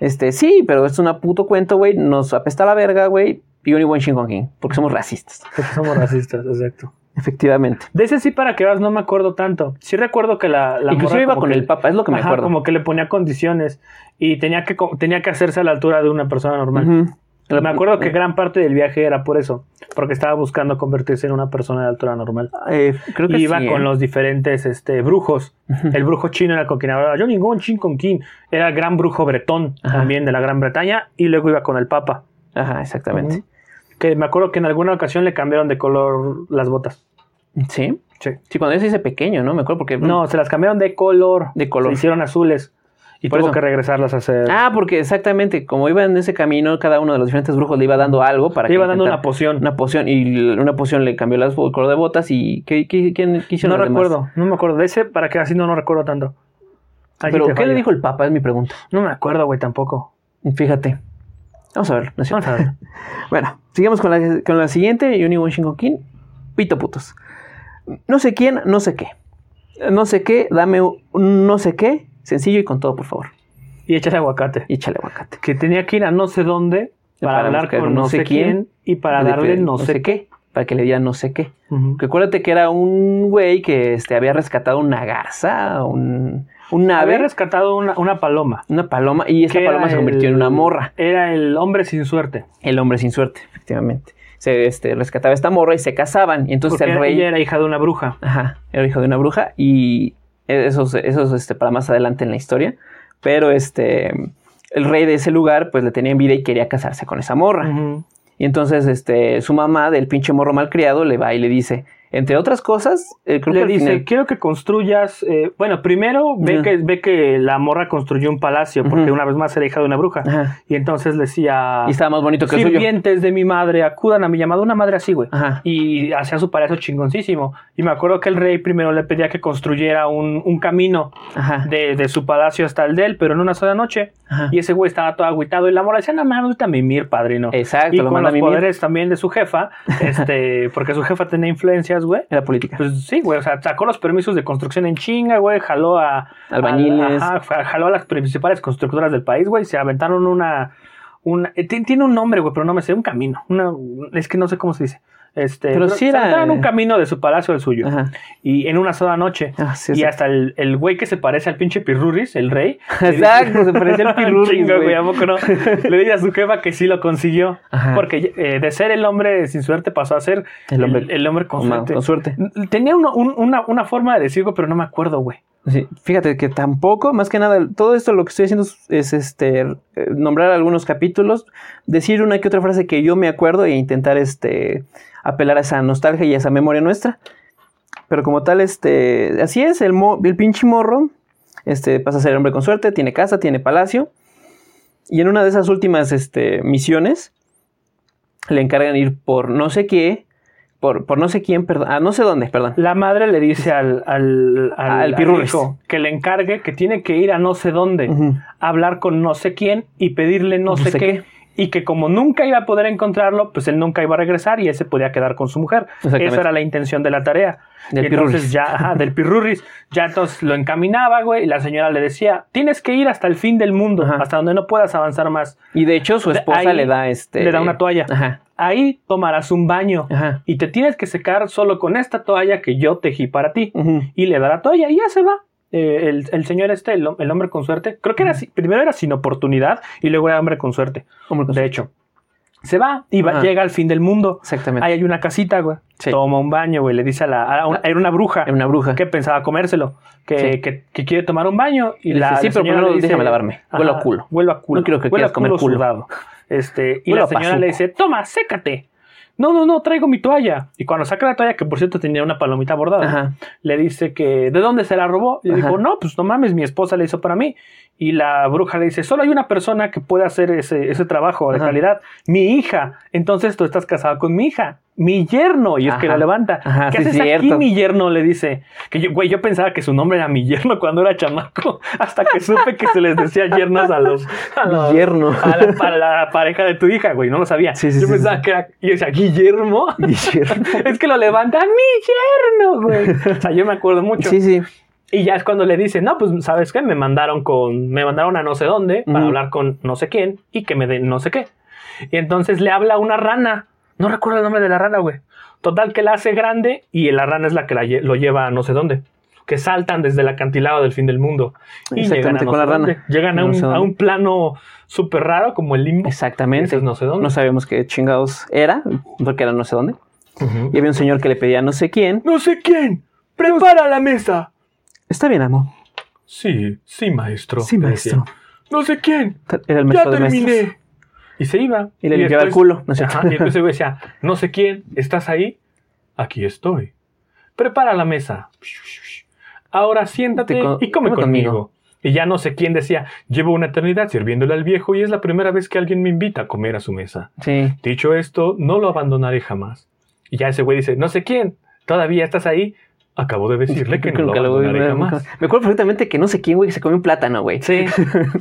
B: Este, sí, pero es una puto cuento, güey. Nos apesta la verga, güey. Y un buen Shin Kong King, porque somos racistas.
A: Porque somos racistas, exacto.
B: Efectivamente.
A: De ese sí, para que veas, no me acuerdo tanto. Sí recuerdo que la. la
B: inclusive
A: morra
B: iba
A: como
B: con
A: que-
B: el papa, es lo que me
A: Ajá,
B: acuerdo.
A: Como que le ponía condiciones y tenía que, co- tenía que hacerse a la altura de una persona normal.
B: Ujú.
A: Me acuerdo que gran parte del viaje era por eso, porque estaba buscando convertirse en una persona de altura normal.
B: Eh, creo que
A: Y iba
B: sí,
A: con
B: ¿eh?
A: los diferentes este, brujos.
B: Ujú.
A: El brujo chino era con quien hablaba. Yo ningún chin con quien. Era el gran brujo bretón
B: Ajá.
A: también de la Gran Bretaña. Y luego iba con el Papa.
B: Ajá, exactamente.
A: Que me acuerdo que en alguna ocasión le cambiaron de color las botas.
B: Sí.
A: Sí.
B: Sí, cuando yo se hice pequeño, ¿no? Me acuerdo porque.
A: No, se las cambiaron de color.
B: De color.
A: Se hicieron azules. Y
B: Por
A: tuvo
B: eso.
A: que regresarlas a hacer.
B: Ah, porque exactamente, como iba en ese camino, cada uno de los diferentes brujos le iba dando algo para
A: Le
B: que
A: iba dando
B: intentara-
A: una poción.
B: una poción y l- una poción le cambió las- el color de botas y ¿qué, qué- quién, qué
A: No
B: hicieron los demás?
A: recuerdo, no me acuerdo. De ese, para que así no, no recuerdo tanto. Ahí
B: Pero
A: sí
B: ¿qué
A: te
B: le
A: fallo.
B: dijo el Papa? Es mi pregunta.
A: No me acuerdo, güey, tampoco.
B: Fíjate. Vamos a ver. no es cierto.
A: Vamos a ver. Ah.
B: Bueno, sigamos con la, con la siguiente. Yuni Shingon King. Pito putos. No sé quién, no sé qué. No sé qué, dame un no sé qué. Sencillo y con todo, por favor.
A: y echar aguacate.
B: Y échale aguacate.
A: Que tenía que ir a no sé dónde para,
B: Para
A: hablar
B: buscar
A: con no sé quién, y para
B: Le-
A: darle no, sé qué.
B: Para que le diera no sé qué.
A: Ujú.
B: Recuérdate que era un güey que este, había rescatado una garza, un, un
A: Había
B: ave.
A: rescatado una, una paloma.
B: Una paloma, y esta
A: que
B: paloma
A: era
B: se convirtió en
A: el-
B: una morra.
A: Era el hombre sin suerte.
B: El hombre sin suerte, efectivamente. Se este, rescataba esta morra y se casaban. Y entonces
A: Porque
B: el rey.
A: ella era hija de una bruja.
B: Ajá, era hijo de una bruja. Y Eso es, eso es, este, para más adelante en la historia. Pero este, el rey de ese lugar pues le tenía envidia y quería casarse con esa morra.
A: Ujú.
B: Y entonces este, su mamá del pinche morro malcriado le va y le dice, entre otras cosas, eh, creo que
A: Le
B: al
A: dice,
B: final-
A: quiero que construyas. eh, bueno, primero ve,
B: Ujú.
A: que, ve que la morra construyó un palacio, porque
B: Ujú.
A: una vez más era hija de una bruja.
B: Ajá.
A: Y entonces le decía.
B: Y estaba más bonito que el suyo.
A: Sirvientes de mi madre, acudan a mi llamado. Una madre así, güey.
B: Ajá.
A: Y hacía su palacio chingoncísimo. Y me acuerdo que el rey primero le pedía que construyera un, un camino
B: Ajá.
A: de, de su palacio hasta el de él, pero en una sola noche.
B: ajá.
A: Y ese güey estaba todo agüitado. Y la morra decía, no mames, vete a mimir, padrino.
B: Exacto,
A: y
B: lo
A: con
B: manda a
A: los
B: mimir.
A: poderes también de su jefa, este, porque su jefa tenía influencias, güey.
B: Era política.
A: Pues sí, güey, o sea, sacó los permisos de construcción en chinga, güey, jaló a...
B: Albañiles.
A: a- ajá, jaló a las principales constructoras del país, güey, se aventaron una... una eh, ti- tiene un nombre, güey, pero no me sé, un camino, una, es que no sé cómo se dice. Este,
B: Pero sí
A: se
B: era-
A: aventaron un camino de su palacio al suyo,
B: Ajá.
A: y en una sola noche.
B: Ah, sí,
A: y
B: sí.
A: hasta el el güey que se parece al pinche Pirruris, el rey. le dice- "Ah,
B: Exacto, se parecía al pirurris,
A: Chinga,
B: güey.
A: ¿a poco no? Le dice a su jefa que sí lo consiguió.
B: Ajá.
A: Porque eh, de ser el hombre sin suerte pasó a ser
B: El hombre-
A: el, el hombre con
B: Con ma-
A: suerte.
B: con suerte.
A: Tenía una, un- una, una forma de decirlo, pero no me acuerdo, güey.
B: Sí, fíjate que tampoco, más que nada, todo esto lo que estoy haciendo es- es este eh, nombrar algunos capítulos, decir una que otra frase que yo me acuerdo e intentar este apelar a esa nostalgia y a esa memoria nuestra. Pero como tal, este, así es, el, mo- el pinche morro este, pasa a ser hombre con suerte, tiene casa, tiene palacio. Y en una de esas últimas este, misiones le encargan ir por no sé qué, por, por no sé quién, perdón, a no sé dónde, perdón.
A: La madre le dice al, al, al,
B: Al Pirruris.
A: hijo que le encargue que tiene que ir a no sé dónde,
B: Ujú.
A: a hablar con no sé quién y pedirle no,
B: No
A: sé,
B: sé
A: qué. Y que como nunca iba a poder encontrarlo, pues él nunca iba a regresar y él se podía quedar con su mujer.
B: Exactamente.
A: Esa era la intención de la tarea.
B: Del
A: Y entonces
B: Pirruris.
A: ya, ajá, del pirurris, ya entonces lo encaminaba, güey, y la señora le decía, tienes que ir hasta el fin del mundo,
B: Ajá.
A: hasta donde no puedas avanzar más.
B: Y de hecho su
A: De
B: esposa
A: ahí
B: le da este.
A: le da una toalla.
B: Ajá.
A: Ahí tomarás un baño
B: Ajá.
A: y te tienes que secar solo con esta toalla que yo tejí para ti.
B: Ujú.
A: Y le da la toalla y ya se va. Eh, el, el señor este, el, hom- el hombre con suerte, creo que era así- primero era sin oportunidad y luego era hombre con suerte.
B: Hombre con
A: De
B: suerte.
A: hecho, se va y va-
B: Pues Ajá.
A: llega al fin del mundo.
B: Exactamente.
A: Ahí hay una casita, güey.
B: Sí.
A: Toma un baño, güey. Le dice a la. a una- era una bruja
B: Era una bruja.
A: que pensaba comérselo, que,
B: Sí.
A: que- que quiere tomar un baño y
B: Y le
A: la,
B: dice, sí,
A: la
B: pero
A: señora
B: primero
A: le dice,
B: déjame lavarme. Huelo a culo.
A: Huelo a culo.
B: No quiero que
A: Huelo
B: quieras
A: a
B: comer
A: culo
B: culo.
A: sudado. Este, y
B: Huelo
A: la
B: a
A: señora le dice, toma, sécate. No, no, no, traigo mi toalla. Y cuando saca la toalla, que por cierto tenía una palomita bordada,
B: Ajá.
A: le dice que, ¿de dónde se la robó? Le
B: Ajá.
A: dijo, no, pues no mames, mi esposa la hizo para mí. Y la bruja le dice, solo hay una persona que puede hacer ese, ese trabajo de
B: Ajá.
A: calidad, mi hija. Entonces tú estás casado con mi hija, mi yerno. Y es que la
B: Ajá.
A: levanta.
B: Ajá,
A: ¿Qué
B: sí,
A: haces
B: cierto.
A: aquí, mi yerno? Le dice. Que yo, güey, yo pensaba que su nombre era mi yerno cuando era chamaco, hasta que supe que se les decía yernos a los... A los-
B: Yerno.
A: a la, para la pareja de tu hija, güey, no lo sabía.
B: Sí, sí,
A: yo
B: sí,
A: pensaba
B: sí.
A: que era, yo decía, Guillermo.
B: Yerno.
A: Es que lo levanta mi yerno, güey. O sea, yo me acuerdo mucho.
B: Sí, sí.
A: Y ya es cuando le dicen, no, pues, ¿sabes qué? Me mandaron con, me mandaron a no sé dónde para
B: Ujú.
A: hablar con no sé quién y que me den no sé qué. Y entonces le habla a una rana. No recuerdo el nombre de la rana, güey. Total que la hace grande y la rana es la que la lle- lo lleva a no sé dónde. Que saltan desde el acantilado del fin del mundo. Y llegan a
B: Exactamente,
A: no
B: con
A: sé
B: la rana.
A: dónde. Llegan a
B: No
A: un,
B: sé
A: a
B: dónde.
A: un plano súper raro como el limbo. Eso
B: Exactamente.
A: es no sé dónde.
B: No sabíamos qué chingados era, porque era no sé dónde.
A: Ujú.
B: Y había un señor que le pedía no sé quién.
A: No sé quién. Prepara la mesa.
B: Está bien, amo.
A: Sí, sí, maestro.
B: Sí,
A: le decía.
B: maestro.
A: No sé quién.
B: Era
A: Ya
B: el maestro de maestros.
A: terminé. Y se iba.
B: Y le limpiaba el
A: después-
B: culo. No es cierto.
A: Ajá, y entonces el güey decía, no sé quién, ¿estás ahí? Aquí estoy. Prepara la mesa. Ahora siéntate
B: Te co-
A: y come
B: come
A: conmigo.
B: conmigo.
A: Y ya no sé quién decía, llevo una eternidad sirviéndole al viejo y es la primera vez que alguien me invita a comer a su mesa.
B: Sí.
A: Dicho esto, no lo abandonaré jamás. Y ya ese güey dice, no sé quién, todavía estás ahí. Acabo de decirle que no lo
B: Nunca lo voy a
A: abandonaré
B: ver, nunca.
A: jamás.
B: Me acuerdo perfectamente que no sé quién, güey, se comió un plátano, güey.
A: Sí,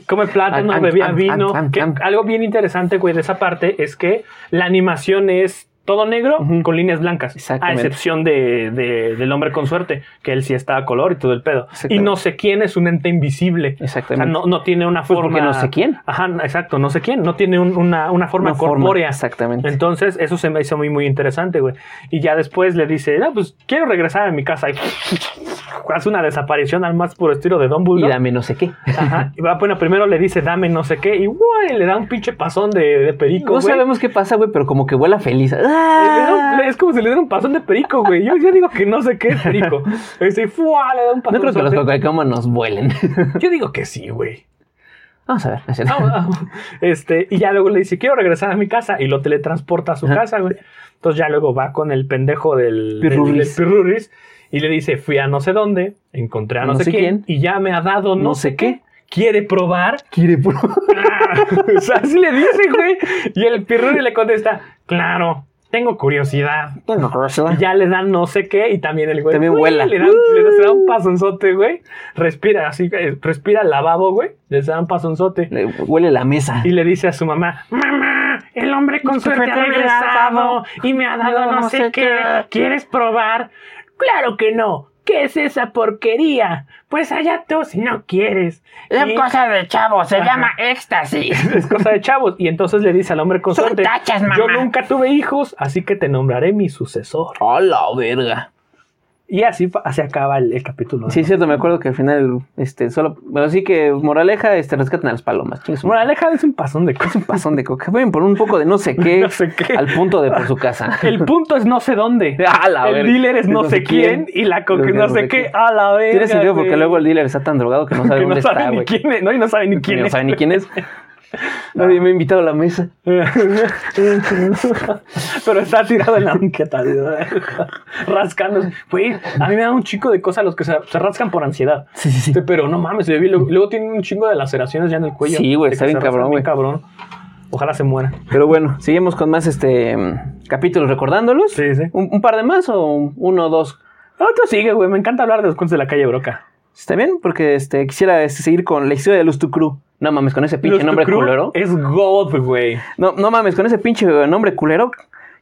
A: come plátano,
B: Am, am,
A: bebía
B: am,
A: vino.
B: am, am,
A: que
B: am.
A: Algo bien interesante, güey, de esa parte es que la animación es todo negro
B: Ujú.
A: con líneas blancas. A
B: Exactamente.
A: excepción de, de- del hombre con suerte, que él sí está a color y todo el pedo. Y
B: Exactamente.
A: no sé quién es un ente invisible. O sea,
B: Exactamente.
A: no, no tiene una
B: Pues
A: forma.
B: porque no sé quién.
A: Ajá, exacto, no sé quién. No tiene un- una, una forma
B: Una forma,
A: corpórea.
B: Exactamente.
A: Entonces, eso se me hizo muy, muy interesante, güey. Y ya después le dice, no, pues quiero regresar a mi casa. Y hace una desaparición al más puro estilo de Don
B: Y dame no sé qué.
A: Ajá. Y va, bueno, primero le dice dame no sé qué y güey, le da un pinche pasón de, de perico.
B: No
A: güey. Eh,
B: sabemos qué pasa, güey, pero como que vuela feliz. ¡Ah!
A: Le da un- Es como si le diera un pasón de perico, güey. Yo ya digo que no sé qué es perico. Este, ¡fua! Le da un
B: No
A: pasón
B: creo que los
A: de
B: nos vuelen.
A: Yo digo que sí, güey.
B: Vamos a ver. no es cierto.
A: Ah, ah, Este, y ya luego le dice, quiero regresar a mi casa. Y lo teletransporta a su
B: Ajá.
A: casa, güey. Entonces ya luego va con el pendejo del del-
B: Pirruris.
A: del Pirruris y le dice, fui a no sé dónde, encontré a no, sé, quién, y ya me ha dado no,
B: No
A: sé
B: sé
A: qué. Quiere probar.
B: Quiere probar.
A: o sea, así le dice, güey. Y el Pirruris le contesta, claro, tengo curiosidad.
B: Bueno,
A: Y ya le dan no sé qué y también el güey.
B: También
A: ¡uy!
B: vuela.
A: Le dan, le dan- se da un pasonzote, güey. Respira así, eh, respira al lavabo, güey. Le da un pasonzote.
B: Le huele la mesa.
A: Y le dice a su mamá, mamá, el hombre con suerte ha regresado y me ha dado no, sé qué. ¿Quieres probar? Claro que no. ¿Qué es esa porquería? Pues allá tú si no quieres.
C: Es
A: Y-
C: cosa de chavo, se
A: Ajá.
C: llama éxtasis.
A: es cosa de chavos. Y entonces le dice al hombre con
C: Son
A: suerte,
C: tachas, mamá.
A: yo nunca tuve hijos, así que te nombraré mi sucesor.
B: ¡A la verga!
A: Y así pa- se acaba el, el capítulo. ¿no?
B: Sí, es cierto, me acuerdo que al final, este, solo. Pero sí que, moraleja, este, rescatan a las palomas. Chingue su madre.
A: Moraleja es un pasón de
B: Es un pasón de coca. Ven por un poco de no sé qué.
A: No sé qué.
B: Al punto de por su casa.
A: El punto es no sé dónde.
B: A la
A: el
B: verga.
A: dealer es no, sé quién, y la coca es no sé qué. A la verga.
B: Tiene sentido porque
A: güey.
B: luego el dealer está tan drogado que no sabe
A: que
B: dónde
A: no
B: está,
A: sabe ni
B: güey.
A: quién es. No, y no sabe ni quién
B: No
A: es.
B: sabe ni quién es. Nadie me ha invitado a la mesa.
A: Pero está tirado en la banqueta. güey. Rascándose. Güey, a mí me da un chico de cosas los que se, se rascan por ansiedad.
B: Sí, sí, sí.
A: Este, Pero no mames, yo vi, luego, luego tienen un chingo de laceraciones ya en el cuello.
B: Sí, güey,
A: De
B: está
A: que
B: bien
A: se rascan
B: cabrón,
A: bien
B: güey.
A: cabrón. Ojalá se muera.
B: Pero bueno, seguimos con más este mm, capítulos recordándolos.
A: Sí, sí.
B: ¿Un, un par de más o un- uno o dos?
A: Otro sigue, güey. Me encanta hablar de los cuentos de la calle Broca.
B: Está bien, porque este, quisiera este, seguir con la historia de Luz Tucru. No mames, con ese pinche
A: Los
B: nombre
A: Tucru
B: culero.
A: Es God, güey.
B: No, no mames, con ese pinche nombre culero.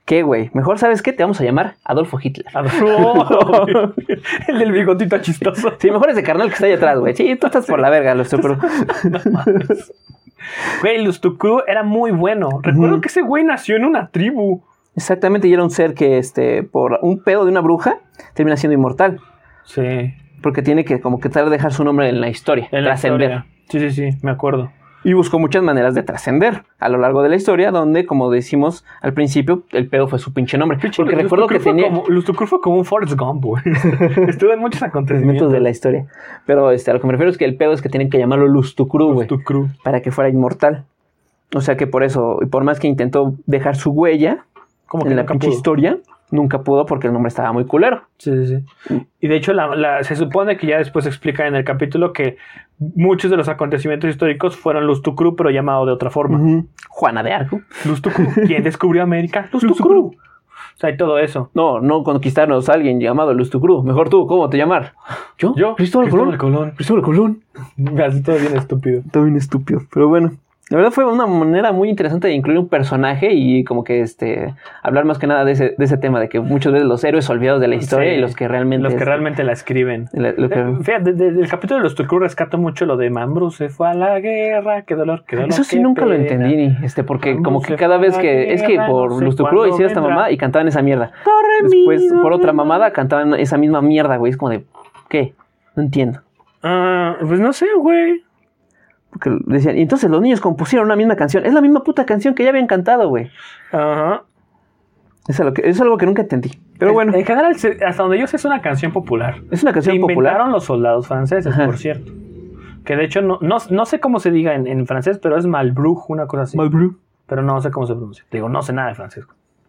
B: ¿Qué, güey? Mejor, ¿sabes qué? Te vamos a llamar Adolfo Hitler.
A: Adolfo. el del bigotito chistoso.
B: Sí, mejor ese carnal que está allá atrás, güey. Sí, tú estás por la verga, Luz Tucru.
A: Güey, Lustucru era muy bueno. Recuerdo
B: Ujú.
A: que ese güey nació en una tribu.
B: Exactamente, y era un ser que, este, por un pedo de una bruja, termina siendo inmortal.
A: Sí. En
B: Porque tiene que, como que tal, dejar su nombre en la historia, trascender.
A: historia. Sí, sí, sí, me acuerdo.
B: Y buscó muchas maneras de trascender a lo largo de la historia, donde, como decimos al principio, el pedo fue su pinche nombre. porque
A: Lustucru
B: recuerdo que
A: fue
B: tenía
A: Como, Lustucru fue como un Forrest Gump, güey. Estuvo en muchos acontecimientos
B: momentos de la historia. Pero este, a lo que me refiero es que el pedo es que tienen que llamarlo Lustucru, güey,
A: Lustucru.
B: para que fuera inmortal. O sea que por eso, y por más que intentó dejar su huella
A: Como
B: en la
A: nunca
B: pinche
A: pudo.
B: historia, nunca pudo porque el nombre estaba muy culero.
A: Sí, sí, sí. Y de hecho, la- la- se supone que ya después explica en el capítulo que muchos de los acontecimientos históricos fueron Lustucru, pero llamado de otra forma.
B: Ujú. Juana de Arco.
A: Lustucru. ¿Quién descubrió América? Lustucru.
B: Lustucru.
A: O sea, y todo eso.
B: No, no conquistarnos a alguien llamado Lustucru. Mejor tú, ¿cómo te llamar? ¿Yo?
A: Yo,
B: Cristóbal Colón. Cristóbal Colón.
A: Así todo bien estúpido.
B: Está bien estúpido, pero bueno. La verdad fue una manera muy interesante de incluir un personaje y como que este hablar más que nada de ese, de ese tema de que muchas veces los héroes olvidados de la historia
A: Sí,
B: y los que realmente
A: Los que
B: este,
A: realmente la escriben.
B: la- lo que-
A: Eh, Fíjate, desde el capítulo de los Turcú rescato mucho lo de Mambrú se fue a la guerra, qué dolor, qué dolor.
B: eso sí
A: qué
B: nunca lo
A: pena.
B: entendí ni, este porque
A: Ambos
B: como que
A: se
B: cada vez
A: fueron a la
B: que es que
A: guerra,
B: por
A: Ah, no sé
B: Luz Tucru
A: cuándo
B: hicieron esta
A: vendrá.
B: mamá y cantaban esa mierda. Después por otra mamada cantaban esa misma mierda, güey, es como de ¿qué? No entiendo.
A: Ah, pues no sé, güey.
B: Porque decían, y entonces los niños compusieron una misma canción, es la misma puta canción que ya habían cantado, güey.
A: Ajá.
B: Es algo que es algo que nunca entendí. Pero
A: Es-
B: bueno,
A: En general, se- hasta donde yo sé, es una canción popular.
B: es una
A: Se
B: canción popular.
A: inventaron los soldados franceses,
B: Ajá.
A: por cierto. Que de hecho, no, no, no sé cómo se diga en, en francés, pero es Malbruj, una cosa así. Pero no sé cómo se pronuncia. Te Digo, no sé nada de francés.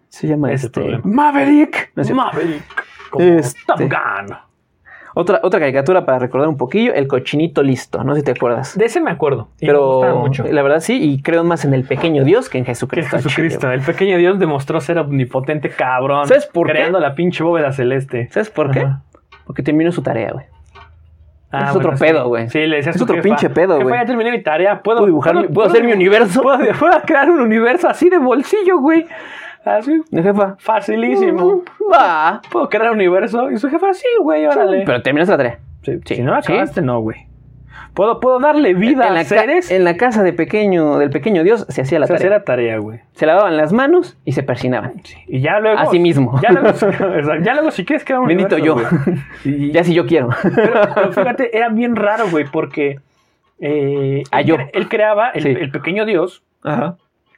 B: Se llama
A: Ese
B: este,
A: problema.
B: Maverick. No es cierto.
A: Maverick. Como
B: Este.
A: Top Gun.
B: otra, otra caricatura para recordar un poquillo, el cochinito listo, no sé si te acuerdas.
A: De ese me acuerdo. Y me gustaba
B: Pero
A: mucho.
B: la verdad sí, y creo más en el pequeño Dios que en
A: Que
B: Jesucristo. Ah,
A: Jesucristo,
B: Chido.
A: el pequeño Dios demostró ser omnipotente, cabrón.
B: ¿Sabes por qué?
A: Creando la pinche bóveda celeste.
B: ¿Sabes por qué?
A: Ajá.
B: Porque terminó su tarea, güey. es otro
A: Ah, sí.
B: pedo, güey.
A: Sí, le decías
B: Es
A: a tu
B: otro
A: jefa,
B: pinche pedo,
A: "Jefa,
B: güey.
A: ya terminé mi tarea. Puedo,
B: Puedo dibujar, mi- puedo, hacer mi universo.
A: Puedo, puedo crear un universo así de bolsillo, güey. Así,
B: Mi jefa.
A: facilísimo.
B: Va.
A: Puedo crear un universo. Y su jefa, sí, güey, órale.
B: Pero terminas la tarea.
A: Sí, si no la
B: sí.
A: acabaste, no, güey. Puedo, puedo darle vida
B: en,
A: a
B: la ca-
A: seres.
B: en la casa de pequeño, del pequeño Dios se hacía la
A: Se
B: tarea.
A: hacía la tarea, güey.
B: Se lavaban las manos y se persinaban.
A: Y ya luego.
B: Así mismo.
A: Ya luego, exacto, ya luego si quieres crear un
B: Bendito
A: universo,
B: yo.
A: güey. Y- y-
B: Ya si yo quiero.
A: Pero, pero fíjate, era bien raro, güey, porque eh,
B: Ah,
A: él,
B: yo.
A: cre- él creaba el,
B: Sí.
A: el pequeño dios,
B: Ajá.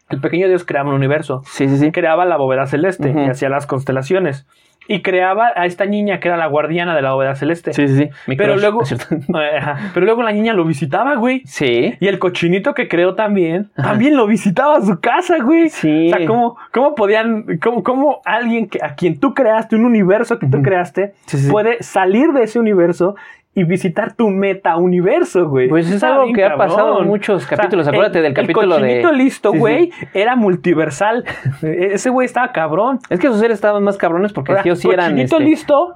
A: El pequeño dios creaba un universo.
B: Sí, sí, sí.
A: Creaba la bóveda celeste
B: Ujú.
A: y hacía las constelaciones. Y creaba a esta niña que era la guardiana de la bóveda celeste.
B: Sí, sí, sí. Mi
A: Pero
B: crush,
A: luego-
B: es cierto.
A: Ajá. Pero luego la niña lo visitaba, güey.
B: Sí.
A: Y el cochinito que creó también, también lo visitaba a su casa, güey.
B: Sí.
A: O sea, ¿cómo, cómo podían, cómo, cómo alguien que, a quien tú creaste, un universo que tú
B: Ujú.
A: creaste,
B: Sí, sí, sí.
A: puede salir de ese universo y visitar tu meta universo, güey?
B: Pues es
A: Está
B: algo
A: bien
B: que ha
A: cabrón.
B: pasado en muchos
A: O sea,
B: capítulos. Acuérdate
A: el-
B: del capítulo
A: el
B: de.
A: cochinito listo,
B: Sí, sí.
A: güey, era multiversal. E- Ese güey estaba cabrón.
B: Es que sus seres estaban más cabrones porque
A: Ahora,
B: sí o sí eran.
A: cochinito
B: este,
A: listo,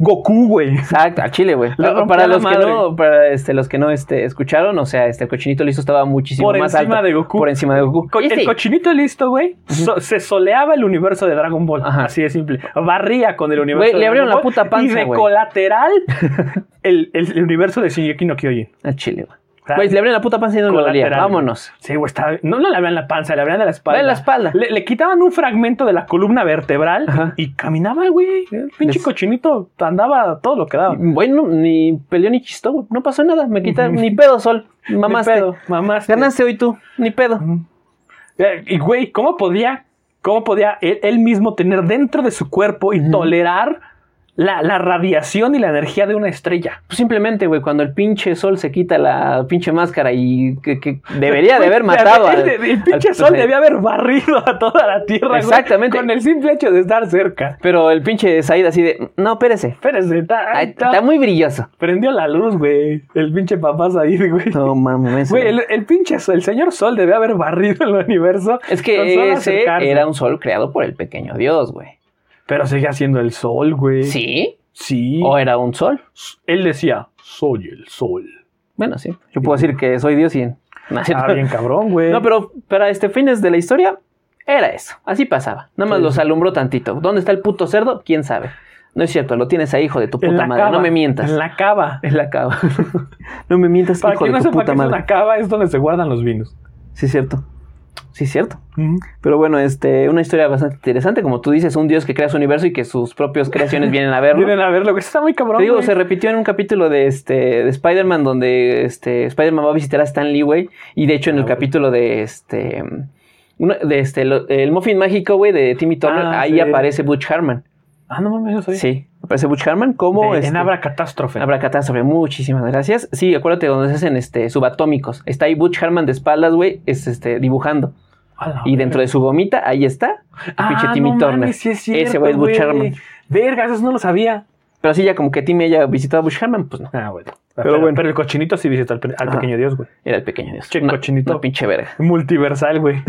A: Goku, güey.
B: Exacto, al chile, güey.
A: Le
B: Para,
A: rompía la
B: los que
A: madre.
B: no, para este, los que no este, escucharon, o sea, este el cochinito listo estaba muchísimo
A: Por
B: más
A: encima
B: alto.
A: de Goku.
B: Por encima de Goku.
A: Co-
B: Este.
A: El cochinito listo, güey, so- se soleaba el universo de Dragon Ball.
B: Ajá.
A: Así de simple. Barría con el universo
B: Güey,
A: de
B: le abrieron
A: Dragon
B: la
A: Ball
B: puta panza,
A: Y de
B: güey.
A: colateral, el, el- el universo de Shingeki no Kyojin.
B: Al chile, güey.
A: O sea,
B: Güey, le abrieron la puta panza y no lo valía.
A: colateral,
B: Vámonos.
A: Sí, güey, estaba- no, no le abrían la panza, le abrían de la espalda.
B: Dale la espalda.
A: Le, le quitaban un fragmento de la columna vertebral
B: Ajá.
A: y caminaba, güey. El pinche
B: Des-
A: cochinito andaba todo lo que daba.
B: Bueno, ni peleó ni chistó, güey. No pasó nada. Me quitaron. Ni pedo, Sol. Mamaste.
A: Ni pedo, Mm. mamaste.
B: Ganaste hoy tú. Ni pedo.
A: Eh, Y güey, ¿cómo podía, cómo podía él, él mismo tener dentro de su cuerpo y tolerar la, la radiación y la energía de una estrella?
B: Pues simplemente, güey, cuando el pinche sol se quita la pinche máscara y que, que debería de haber
A: Güey,
B: matado
A: El, el-
B: al,
A: el
B: al pues, eh,
A: pinche sol
B: personaje.
A: debía haber barrido a toda la Tierra. güey,
B: Exactamente.
A: con el simple hecho de estar cerca.
B: Pero el pinche Said así de, no, espérese.
A: Espérense, está,
B: Ay, Está muy brilloso.
A: prendió la luz, güey. El pinche papá ahí, güey.
B: No mames.
A: Güey,
B: güey.
A: el, el pinche sol, el señor sol debía haber barrido el universo.
B: Es
A: con solo
B: que ese
A: acercarse.
B: era un sol creado por el pequeño dios, güey.
A: Pero seguía siendo el sol, güey.
B: ¿Sí?
A: Sí.
B: ¿O era un sol?
A: Él decía, soy el sol.
B: Bueno, sí. Yo puedo decir que soy dios y... No, sí,
A: Ah,
B: no.
A: bien cabrón, güey.
B: No, pero para este fines de la historia era eso. Así pasaba. Nada más
A: Sí.
B: los alumbró tantito. ¿Dónde está el puto cerdo? ¿Quién sabe? No es cierto, lo tienes ahí, hijo de tu
A: En
B: puta
A: la
B: madre.
A: cava,
B: no me mientas.
A: En la cava.
B: Es la cava. no me mientas,
A: Para
B: hijo
A: quien
B: de
A: no
B: tu
A: sepa qué
B: puta
A: es
B: madre.
A: una cava, es donde se guardan los vinos.
B: Sí, es cierto. Sí, es cierto. Pero bueno, este, una historia bastante interesante. Como tú dices, un dios que crea su universo y que sus propias creaciones vienen a verlo.
A: Vienen a verlo, güey. Está muy cabrón.
B: Te digo,
A: güey.
B: se repitió en un capítulo de este de Spider-Man donde este Spider-Man va a visitar a Stan Lee, güey, y de hecho en
A: Ah,
B: el
A: güey.
B: capítulo de este mm, uno- de este lo- el Muffin Mágico, güey, de Timmy Turner,
A: Ah,
B: ahí
A: sí.
B: aparece Butch Harman.
A: Ah, no mames, yo soy.
B: Sí, aparece Butch Harman como
A: De-
B: este,
A: En Abra Catástrofe.
B: Habrá catástrofe, muchísimas gracias. Sí, acuérdate donde se hacen este subatómicos. Está ahí Butch Harman de espaldas, güey, es, este dibujando.
A: A la
B: Y dentro de su gomita, ahí está el pinche
A: Ah,
B: Timmy
A: no
B: Turner.
A: mames, sí es cierto,
B: Ese güey es Butch Harman.
A: Vergas, eso no lo sabía.
B: Pero sí, ya como que Timmy haya visitado a Butch Harman, pues no,
A: Ah, bueno. Pero,
B: bueno.
A: pero el cochinito sí visitó al, pe- al
B: Ajá.
A: pequeño dios, güey.
B: era el pequeño dios.
A: Che,
B: Una-
A: cochinito.
B: una pinche verga.
A: Multiversal, güey.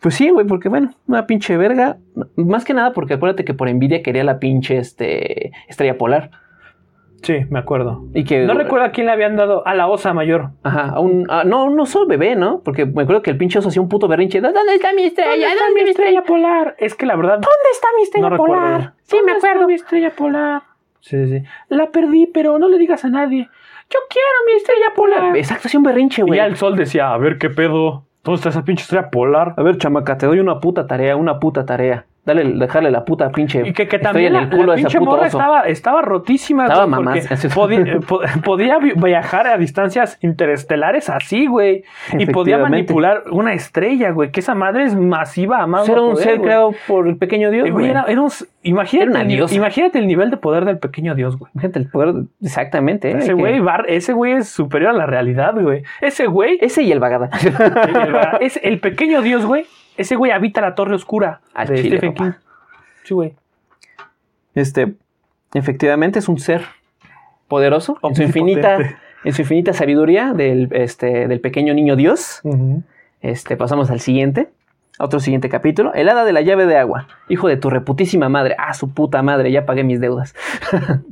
B: Pues sí, güey, porque bueno, una pinche verga. Más que nada porque acuérdate que por envidia quería la pinche este, estrella polar.
A: Sí, me acuerdo.
B: Y que.
A: No recuerdo a quién le habían dado. A la osa mayor.
B: Ajá, a un. a- no, un oso bebé, ¿no? Porque me acuerdo que el pinche oso hacía un puto berrinche. ¿Dó- ¿Dónde está mi estrella?
C: ¿Dónde está mi estrella polar?
A: Es que la verdad.
C: ¿Dónde está mi estrella
A: No recuerdo,
C: polar?
A: güey.
C: Sí, me acuerdo.
A: mi estrella polar? Sí, sí. La perdí, pero no le digas a nadie. Yo quiero mi estrella polar.
B: Exacto, hacía un berrinche,
A: Y
B: güey.
A: ya el sol decía, a ver qué pedo. ¿Dónde está esa pinche estrella polar?
B: A ver, chamaca, te doy una puta tarea, una puta tarea. Dale, dejarle la puta pinche.
A: Y que, que
B: estrella
A: también
B: en el
A: la,
B: culo
A: la
B: a ese
A: pinche
B: puto
A: morra
B: oso.
A: estaba, estaba rotísima.
B: Estaba
A: güey, porque
B: mamás.
A: podi- eh, po- podía vi- viajar a distancias interestelares así, güey. Y podía
B: Efectivamente.
A: manipular una estrella, güey. Que esa madre es masiva,
B: Pues
A: amado.
B: Era un ser creado por el pequeño dios. güey.
A: Era, era un- imagínate,
B: Era una
A: el ni-
B: diosa.
A: imagínate el nivel de poder del pequeño dios, güey.
B: Gente, el poder. Exactamente. ¿eh?
A: Ese
B: Que-
A: güey, bar- ese güey es superior a la realidad, güey. Ese güey
B: Ese y el vagada.
A: es el pequeño dios, güey. Ese güey habita la torre oscura
B: Al
A: de
B: chile,
A: Stephen
B: papá.
A: King. Sí, güey.
B: Este, efectivamente es un ser poderoso en su
A: Omnipotente.
B: infinita, en su infinita sabiduría del, este, del pequeño niño Dios. Este, pasamos al siguiente, a otro siguiente capítulo. El hada de la llave de agua, hijo de tu reputísima madre. Ah, su puta madre, ya pagué mis deudas.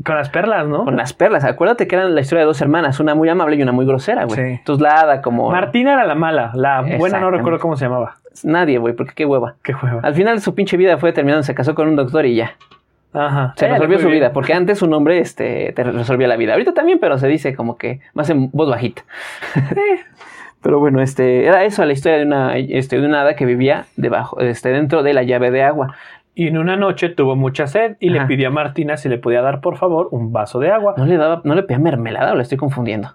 A: Con las perlas, ¿no?
B: Con las perlas, acuérdate que eran la historia de dos hermanas, una muy amable y una muy grosera, güey.
A: Sí.
B: Entonces la hada como
A: Martina era la mala, la buena no
B: Exactamente.
A: recuerdo cómo se llamaba.
B: nadie, güey, porque qué hueva.
A: Qué juego.
B: Al final su pinche vida fue terminando, se casó con un doctor y ya.
A: Ajá.
B: Se
A: Ella
B: resolvió
A: Eh, le fue
B: su
A: bien.
B: vida, porque antes su nombre este, te resolvía la vida. Ahorita también, pero se dice como que más en voz bajita.
A: Eh.
B: pero bueno, este, era eso la historia de una, este, de una hada que vivía debajo, este, dentro de la llave de agua.
A: Y en una noche tuvo mucha sed y le
B: Ajá.
A: pidió a Martina si le podía dar, por favor, un vaso de agua.
B: ¿No le daba, no le pedía mermelada o la estoy confundiendo?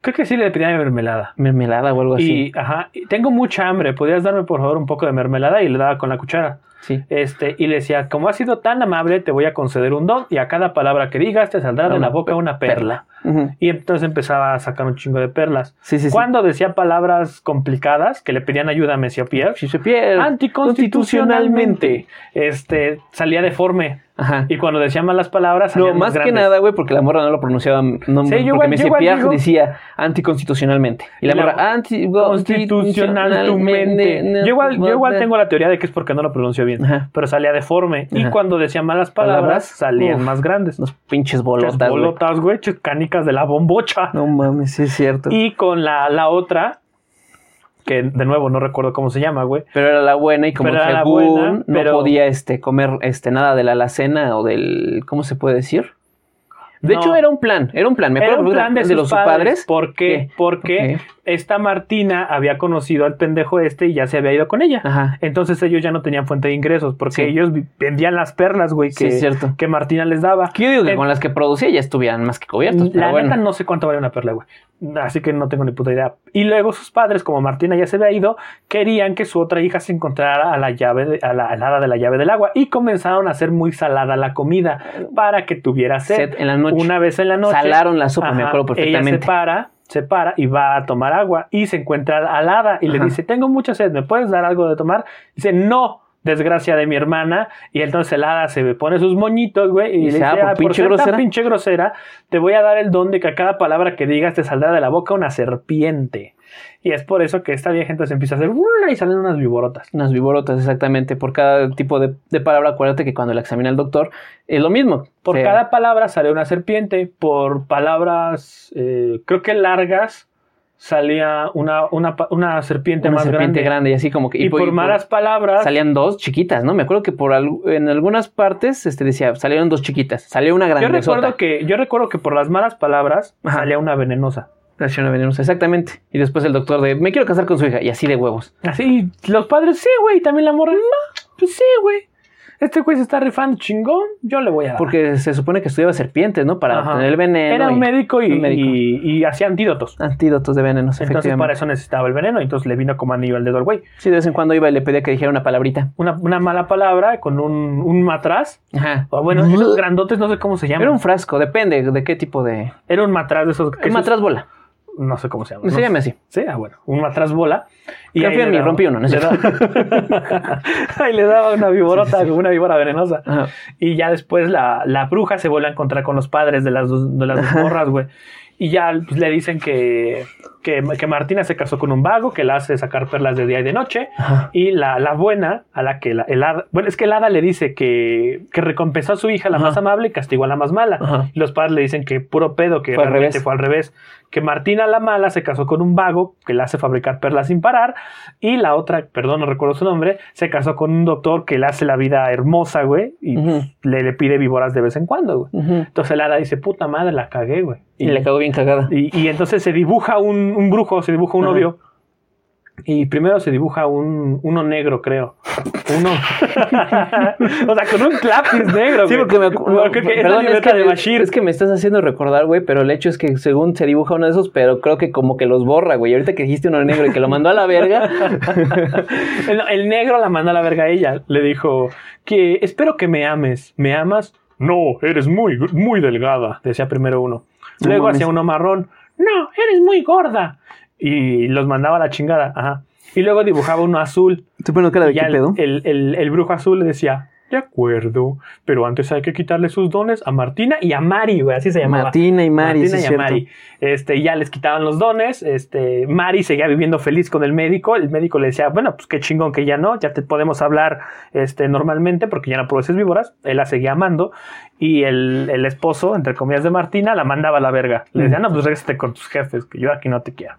A: Creo que sí le pedía mermelada.
B: Mermelada o algo así.
A: Y, ajá, y tengo mucha hambre, ¿podrías darme por favor un poco de mermelada? Y le daba con la cuchara.
B: Sí.
A: Este, y le decía, como has sido tan amable, te voy a conceder un don y a cada palabra que digas te saldrá de
B: Una
A: la boca una perla.
B: Ujú.
A: Y entonces empezaba a sacar un chingo de perlas.
B: Sí, sí, sí.
A: Cuando decía palabras complicadas que le pedían ayuda a Monsieur Pierre,
B: Si se pierde.
A: Ah, anticonstitucionalmente, este, salía deforme.
B: Ajá.
A: Y cuando decía malas palabras,
B: No,
A: salían
B: más que
A: grandes.
B: nada, güey, porque la morra no lo pronunciaba. No,
A: Sí,
B: porque
A: yo igual-
B: me
A: yo igual digo-
B: decía anticonstitucionalmente. Y la
A: Y la-
B: morra anticonstitucionalmente.
A: Constitucional tu mente. Yo igual, yo igual tengo la teoría de que es porque no lo pronunció bien.
B: Ajá.
A: Pero salía deforme. Y
B: Ajá.
A: cuando decía malas palabras,
B: Palabras,
A: salían
B: uf,
A: más grandes.
B: Los pinches
A: Chas
B: bolotas, güey.
A: Bolotas, güey, chas canicas de la bombocha.
B: No mames, sí es cierto.
A: Y con la, la otra, que de nuevo no recuerdo cómo se llama, güey.
B: Pero era la buena y como
A: Pero era la
B: según
A: buena,
B: no
A: pero-
B: podía este, comer este, nada de la alacena o del... ¿Cómo se puede decir? De
A: No.
B: hecho, era un plan. Era un plan. Me
A: Era
B: acuerdo
A: un plan de,
B: perfectamente
A: sus
B: los sus
A: padres.
B: padres.
A: ¿Por qué?
B: Sí.
A: Porque
B: Ok.
A: esta Martina había conocido al pendejo este y ya se había ido con ella.
B: Ajá.
A: Entonces ellos ya no tenían fuente de ingresos porque
B: Sí.
A: ellos vi- vendían las perlas, güey,
B: Sí,
A: que,
B: es cierto.
A: que Martina les daba.
B: Que yo digo que
A: Eh,
B: con las que producía ya estuvieran más que cubiertos.
A: La
B: pero bueno.
A: neta no sé cuánto vale una perla, güey. Así que no tengo ni puta idea. Y luego sus padres, como Martina ya se había ido, querían que su otra hija se encontrara a la llave, de- a la al hada de la llave del agua y comenzaron a hacer muy salada la comida para que tuviera sed.
B: Set en la noche.
A: Una vez en la noche.
B: Salaron la sopa, pues me
A: ajá,
B: acuerdo
A: Ella se
B: perfectamente.
A: para, se para y va a tomar agua y se encuentra al hada y le
B: Ajá.
A: dice, tengo mucha sed, ¿me puedes dar algo de tomar? Dice, no. Desgracia de mi hermana, y entonces el hada se pone sus moñitos, güey, y,
B: Y
A: le
B: dice,
A: dice:
B: "Ah,
A: "Ah,
B: por
A: por
B: pinche
A: ser tan
B: grosera".
A: pinche grosera, te voy a dar el don de que a cada palabra que digas te saldrá de la boca una serpiente. Y es por eso que esta vieja entonces empieza a hacer "Uah", y salen unas viborotas.
B: Unas víborotas, exactamente. Por cada tipo de, de palabra, acuérdate que cuando la examina el doctor, es lo mismo.
A: Por
B: Se-
A: cada palabra sale una serpiente, por palabras eh, creo que largas salía una, una, pa- una serpiente
B: una
A: más
B: serpiente grande.
A: grande.
B: y así como que.
A: Y, por, malas palabras
B: Salían dos chiquitas, ¿no? Me acuerdo que por al- en algunas partes este, decía, salieron dos chiquitas. Salió una
A: yo
B: grande.
A: recuerdo que yo recuerdo que por las malas palabras
B: Ajá.
A: salía una venenosa.
B: Exactamente. Y después el doctor de, me quiero casar con su hija. Y así de huevos.
A: Así los padres sí, güey, y también la morra, "No, pues sí, güey. Este güey se está rifando chingón, yo le voy a dar".
B: Porque se supone que estudiaba serpientes, ¿no? Para
A: Ajá.
B: obtener el veneno.
A: era un
B: y
A: médico y,
B: un médico.
A: y- y hacía antídotos.
B: Antídotos de venenos,
A: Entonces para
B: efectivamente.
A: eso necesitaba el veneno, entonces le vino como anillo al dedo al güey.
B: Sí, de vez en cuando iba y le pedía que dijera una palabrita.
A: Una, una mala palabra con un, un matraz
B: Ajá.
A: O bueno, esos grandotes, no sé cómo se llaman.
B: Era un frasco, depende de qué tipo de.
A: Era un matraz de esos. que
B: Es
A: esos-
B: matraz bola.
A: No sé cómo se llama.
B: Se llama así.
A: Sí, ah, bueno. Un matraz bola. ahí
B: Confía en
A: le
B: mí,
A: daba-
B: rompí uno, ¿no es
A: le daba- ahí le daba una víborota, una víbora venenosa.
B: Ajá.
A: Y ya después la, la bruja se vuelve a encontrar con los padres de las dos, de las dos morras, güey. Y ya pues, le dicen que, que, que Martina se casó con un vago que la hace sacar perlas de día y de noche.
B: Ajá.
A: Y la, la buena, a la que la, el hada, bueno, es que el hada le dice que, que recompensó a su hija, la
B: Ajá.
A: más amable, y castigó a la más mala.
B: Ajá.
A: Y los padres le dicen que puro pedo, que
B: Fue al
A: realmente
B: revés.
A: fue al revés. Que Martina la mala se casó con un vago que la hace fabricar perlas sin parar. Y la otra, perdón, no recuerdo su nombre, se casó con un doctor que le hace la vida hermosa, güey. Y
B: Ujú.
A: le, le pide víboras de vez en cuando, güey.
B: Ujú.
A: Entonces la hada dice, puta madre, la cagué, güey.
B: Y le cagó bien cagada.
A: Y, y entonces se dibuja un, un brujo, se dibuja un
B: Ajá.
A: novio. Y primero se dibuja un, uno negro, creo. Uno. o sea, con un lápiz negro.
B: Sí,
A: güey.
B: porque me acu-
A: Creo
B: no,
A: que es la
B: perdón, es
A: libreta
B: que,
A: de Bashir.
B: es que me estás haciendo recordar, güey, pero el hecho es que según se dibuja uno de esos, pero creo que como que los borra, güey. Ahorita que dijiste uno negro y que lo mandó a la verga,
A: el, el negro la mandó a la verga a ella. Le dijo que espero que me ames. ¿Me amas? No, eres muy, gr- muy delgada, decía primero uno.
B: No
A: Luego
B: mames.
A: hacía uno marrón. No, eres muy gorda. Y los mandaba a la chingada. Ajá. Y luego dibujaba uno azul.
B: tú poniendo cara
A: Y ya el,
B: eh,
A: el- el- el brujo azul le decía, de acuerdo, pero antes hay que quitarle sus dones a Martina y a Mari, güey, así se llamaba.
B: Martina y Mari,
A: Martina
B: sí,
A: y
B: es
A: a
B: cierto.
A: Mari. Este, ya les quitaban los dones. Este, Mari seguía viviendo feliz con el médico. El médico le decía, bueno, pues qué chingón que ya no, ya te podemos hablar este, normalmente porque ya no produces víboras. Él la seguía amando. Y el, el esposo, entre comillas, de Martina, la mandaba a la verga. Le decía,
B: Mm.
A: no, pues regrésate con tus jefes, que yo aquí no te quiero.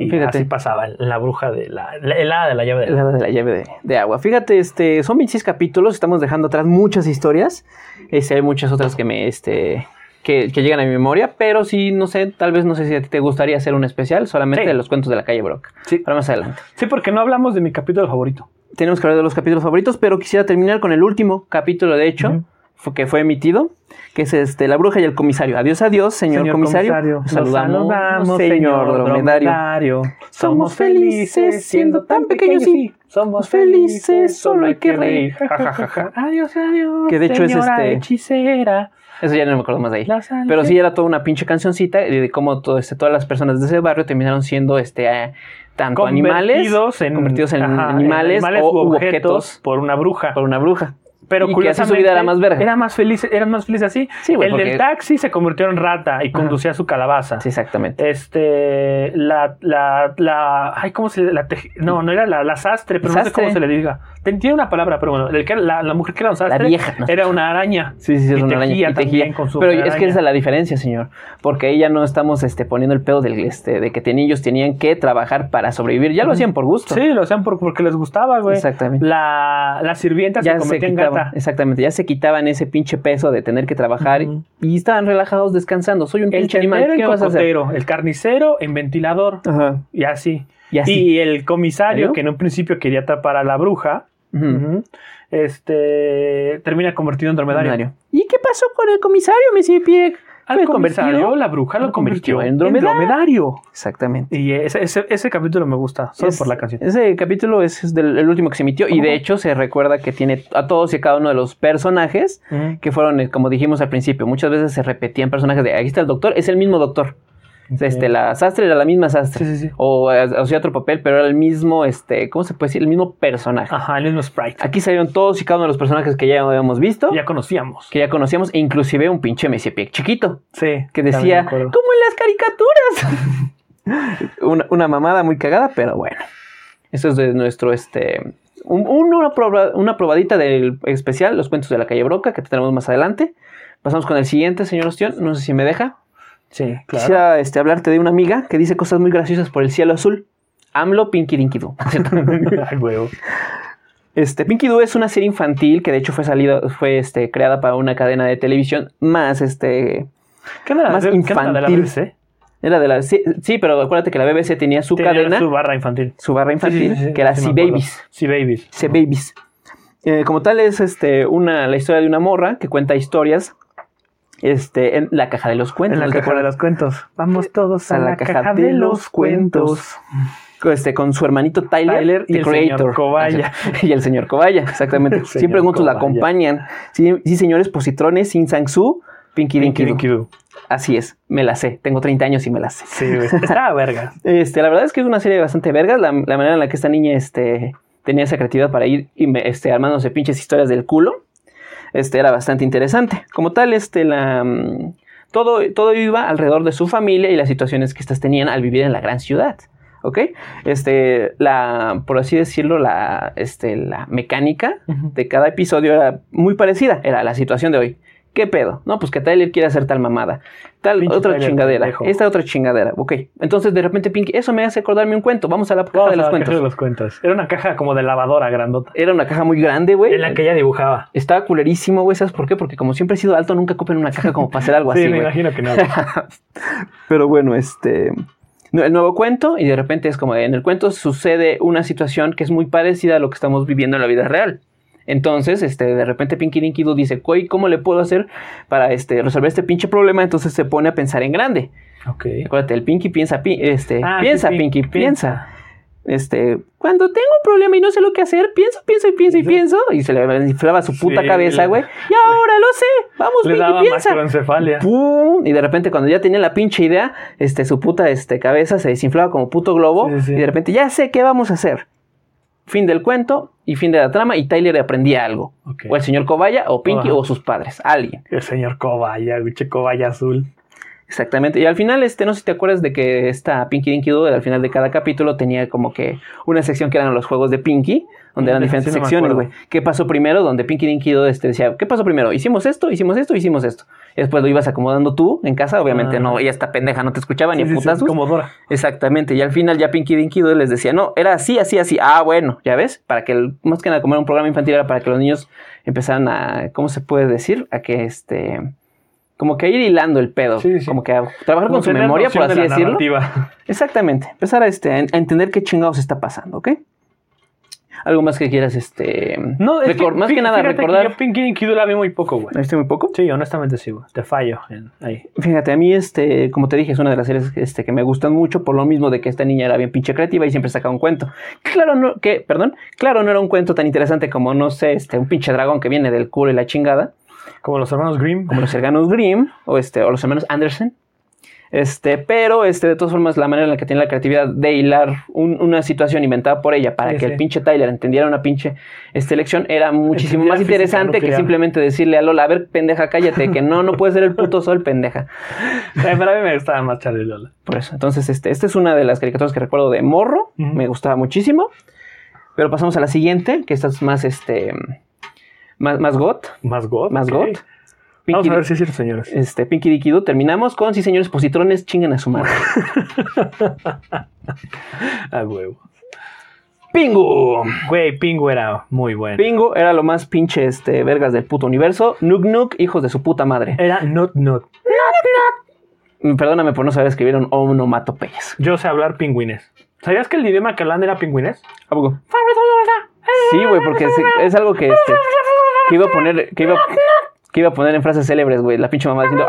A: Y
B: Fíjate.
A: así pasaba la bruja de la, la, el hada de la llave de la.
B: La, la llave de, de agua. Fíjate, este, son 26 capítulos, estamos dejando atrás muchas historias. Este, hay muchas otras que me, este, que, que llegan a mi memoria, pero sí, no sé, tal vez no sé si a ti te gustaría hacer un especial solamente
A: Sí.
B: de los cuentos de la calle Broca.
A: Sí.
B: Para más adelante.
A: Sí, porque no hablamos de mi capítulo favorito.
B: Tenemos que hablar de los capítulos favoritos, pero quisiera terminar con el último capítulo, de hecho,
A: Ujú.
B: fue- que fue emitido, que es este La Bruja y el Comisario. Adiós, adiós, señor, comisario.
A: Nos
B: Saludamos,
A: saludamos,
B: señor dromedario.
A: Somos felices siendo tan pequeños y somos felices, solo hay que reír. Ja, ja, ja, ja. Adiós, adiós.
B: Que de hecho es
A: señora
B: este-
A: hechicera.
B: Eso ya no me acuerdo más de ahí.
A: Las
B: Pero
A: ale-
B: sí era toda una pinche cancioncita y de cómo todo, este, todas las personas de ese barrio terminaron siendo este eh, tanto animales
A: Convertidos en,
B: convertidos en
A: ajá,
B: animales o
A: u
B: u
A: objetos,
B: objetos.
A: por una bruja.
B: por una bruja.
A: Pero
B: y que así su
A: curiosamente
B: vida era más verga.
A: Era más feliz, eran más felices así.
B: Sí, güey,
A: El
B: porque-
A: del taxi se convirtió en rata y conducía su calabaza.
B: Sí, exactamente.
A: Este, la, la, la, ay, ¿cómo se le, la tej- no, no era la, la sastre, pero no sé
B: Sastre.
A: cómo se le diga. Ten- Tiene una palabra, pero bueno, el que era- la, la mujer que era un sastre
B: vieja, ¿no?
A: era una araña.
B: Sí, sí, sí,
A: Y
B: es una araña.
A: tejía
B: y tejía.
A: también con su
B: Pero es que
A: araña.
B: esa es la diferencia, señor. Porque ahí ya no estamos este, poniendo el pedo del, este, de que ten- ellos tenían que trabajar para sobrevivir. Ya lo hacían por gusto.
A: Sí, lo hacían por- porque les gustaba, güey.
B: Exactamente.
A: La, la sirvienta se
B: ya se
A: convertía en
B: quitaban,
A: gata.
B: exactamente, ya se quitaban ese pinche peso de tener que trabajar
A: Ujú.
B: y estaban relajados descansando. Soy un
A: El
B: pinche animal,
A: tendero
B: ¿qué
A: en
B: vas a hacer?
A: cocotero, el carnicero en ventilador,
B: Ajá.
A: y así.
B: Y así.
A: Y el comisario,
B: ¿Salió? Mm.
A: que en un principio quería atrapar a la bruja,
B: Ujú.
A: ujú, este, termina convertido en dromedario.
B: Dromedario. ¿Y qué pasó con el comisario, Monsieur Pieck?
A: Al
B: Fue
A: comisario,
B: convertido-
A: la bruja lo convirtió en dromedario.
B: dromedario. Exactamente.
A: Y ese, ese, ese capítulo me gusta, solo
B: Es-
A: por la canción.
B: Ese capítulo es, es del el último que se emitió y de hecho se recuerda que tiene a todos y a cada uno de los personajes
A: Ujú.
B: que fueron, eh, como dijimos al principio, muchas veces se repetían personajes de, aquí está el doctor, es el mismo doctor. Este, la sastre era la misma sastre.
A: Sí, sí, sí.
B: O eh, hacía otro papel, pero era el mismo, este, ¿cómo se puede decir? El mismo personaje.
A: Ajá, el mismo sprite.
B: Aquí salieron todos y cada uno de los personajes que ya habíamos visto,
A: Ya conocíamos.
B: que ya conocíamos, e inclusive un pinche Messi Pie chiquito,
A: Sí.
B: que
A: también
B: decía,
A: me
B: como en
A: acuerdo.
B: las caricaturas. una, una mamada muy cagada, pero bueno. Eso es de nuestro, este, un- un- una, proba- una probadita del especial, Los Cuentos de la Calle Broca, que tenemos más adelante. Pasamos con el siguiente, señor Ostión, no sé si me deja.
A: Sí, claro.
B: Quisiera este, hablarte de una amiga que dice cosas muy graciosas por el cielo azul. AMLO Pinky Dinky Doo.
A: Ay, huevo.
B: Este, Pinky Doo es una serie infantil que de hecho fue salida, fue este, creada para una cadena de televisión más este.
A: ¿Qué era la,
B: Más
A: ¿qué era la de la
B: infantil.
A: BBC?
B: Era de la. Sí, sí, pero acuérdate que la BBC tenía su
A: Tenía
B: cadena,
A: su
B: su,
A: barra infantil.
B: barra infantil, que era Sea Babies.
A: Sí, me acuerdo. Sea Babies.
B: Sea Babies. Eh, como tal, es este, una, la historia de una morra que cuenta historias este, en la caja de los cuentos.
A: En la
B: ¿no te
A: caja de
B: acuerdas?
A: los cuentos. Vamos todos a, la, caja, de los cuentos.
B: este, con su hermanito Tyler,
A: Tyler y
B: The
A: el
B: Creator.
A: señor Cobaya.
B: Y el señor Cobaya, exactamente.
A: El señor
B: Siempre juntos la
A: Cobaya.
B: acompañan. Sí, sí, señores, Positrones, Sin Sangsu, Pinky Dinky.
A: Dinky
B: Doo.
A: Dinky Doo.
B: Así es, me la sé. Tengo 30 años y me la sé.
A: Sí, güey. Estaba verga.
B: Este, la verdad es que es una serie bastante verga. La, la manera en la que esta niña este, tenía esa creatividad para ir y me- este, armándose pinches historias del culo. Este, era bastante interesante. Como tal, este, la, mm, todo, todo iba alrededor de su familia y las situaciones que estas tenían al vivir en la gran ciudad. ¿Ok? Este, la, por así decirlo, la, este, la mecánica de cada episodio era muy parecida. Era la situación de hoy. ¿Qué pedo? No, pues que Tyler quiere hacer tal mamada. Tal
A: Pinche
B: otra
A: Tyler,
B: chingadera.
A: pendejo.
B: Esta otra chingadera. Ok. Entonces de repente Pinky, eso me hace acordarme un cuento. Vamos a la caja
A: Vamos
B: de
A: a
B: los
A: la
B: cuentos.
A: caja de los cuentos. Era una caja como de lavadora grandota.
B: Era una caja muy grande, güey.
D: En la que ella dibujaba.
B: Estaba culerísimo, güey. ¿Sabes por qué? Porque como siempre he sido alto, nunca ocupen una caja como para hacer algo
A: sí,
B: así,
A: me
B: güey.
A: imagino que no.
B: Pero bueno, este. no, El nuevo cuento, y de repente es como en el cuento sucede una situación que es muy parecida a lo que estamos viviendo en la vida real. Entonces, este, de repente Pinky Dinky Doo dice, "Güey, ¿cómo le puedo hacer para este, resolver este pinche problema? Entonces se pone a pensar en grande.
A: ok.
B: Acuérdate, el Pinky piensa, pi- este,
A: Ah, sí,
B: piensa,
A: sí,
B: Pinky, piensa. Este, cuando tengo un problema y no sé lo que hacer, pienso, pienso y pienso y
A: Sí.
B: pienso. Y se le inflaba su puta
A: Sí,
B: cabeza,
A: le-
B: güey. Y ahora lo sé. Vamos,
A: Le
B: Pinky,
A: daba
B: piensa.
A: macroencefalia.
B: ¡Pum! Y de repente, cuando ya tenía la pinche idea, este, su puta este, cabeza se desinflaba como puto globo.
A: Sí, sí, sí.
B: Y de repente, ya sé qué vamos a hacer. Fin del cuento y fin de la trama. Y Tyler aprendía algo.
A: Ok.
B: O el señor Cobaya, o Pinky,
A: Ajá.
B: o sus padres. Alguien.
A: Pues, El señor Cobaya, güey, che, Cobaya azul.
B: Exactamente. Y al final, este, no sé si te acuerdas de que esta Pinky Dinky Doo, al final de cada capítulo, tenía como que una sección que eran los juegos de Pinky, donde eran
A: Sí,
B: diferentes
A: sí, no me
B: secciones,
A: acuerdo.
B: güey. ¿Qué pasó primero? Donde Pinky Dinky Doo este, decía, ¿qué pasó primero? Hicimos esto, hicimos esto, hicimos esto. Y después lo ibas acomodando tú en casa, obviamente
A: Ah.
B: no, ella está pendeja, no te escuchaba
A: Sí,
B: ni a
A: sí, sí,
B: putazos.
A: como Dora.
B: Exactamente. Y al final ya Pinky Dinky Doo les decía, no, era así, así, así. Ah, bueno, ya ves, para que, el- más que nada, como era un programa infantil, era para que los niños empezaran a, ¿cómo se puede decir? A que este... Como que a ir hilando el pedo,
A: Sí, sí.
B: como que a trabajar con su
A: Tener
B: memoria, por
A: noción de
B: así
A: la
B: decirlo.
A: narrativa.
B: Exactamente, empezar a, este, a en- a entender qué chingados está pasando, ¿ok? ¿Algo más que quieras, este...
A: No, es
B: recor- más
A: fí-
B: que nada
A: fíjate
B: recordar...
A: yo Pinky and Kido la vi muy poco, güey.
B: ¿Viste muy poco?
A: Sí, honestamente sí, güey. Te fallo en- ahí.
B: Fíjate, a mí, este, como te dije, es una de las series este, que me gustan mucho por lo mismo de que esta niña era bien pinche creativa y siempre sacaba un cuento. Claro, no, que, perdón, claro, no era un cuento tan interesante como, no sé, este, un pinche dragón que viene del culo y la chingada,
A: Como los hermanos Grimm.
B: como los hermanos Grimm o, este, o los hermanos Anderson. Este, pero este, de todas formas, la manera en la que tiene la creatividad de hilar un- una situación inventada por ella para
A: Sí,
B: que
A: sí.
B: el pinche Tyler entendiera una pinche este, lección era muchísimo
A: Entendía
B: más
A: física
B: interesante que
A: nuclear.
B: simplemente decirle a Lola, a ver, pendeja, cállate, que no, no puede ser el puto sol, pendeja.
A: Eh, pero a mí me gustaba más Charlie Lola.
B: Por eso. Entonces, este, esta es una de las caricaturas que recuerdo de morro.
A: Ujú.
B: Me gustaba muchísimo. Pero pasamos a la siguiente, que esta es más, este, más, más got.
A: Más God.
B: Más
A: ok.
B: got.
A: Vamos
B: Pinky
A: a
B: Di-
A: ver si es cierto, señores.
B: Este, Pinky Dicky Doo. Terminamos con, sí, señores, positrones, chingan a su madre.
A: A Ah, huevo.
B: Pingu.
A: Güey, Pingu era muy bueno.
B: Pingu era lo más pinche, este, vergas del puto universo. Nuk Nuk, hijos de su puta madre. Mm,
A: Era Not Not.
B: Perdóname por no saber escribir un onomatopeyas.
A: Yo sé hablar pingüines. ¿Sabías que el idioma catalán era pingüines?
B: ¿A poco? Sí, güey, porque es, es algo que, este, que iba a poner, que iba, que iba a poner en frases célebres, güey. La pinche mamá diciendo...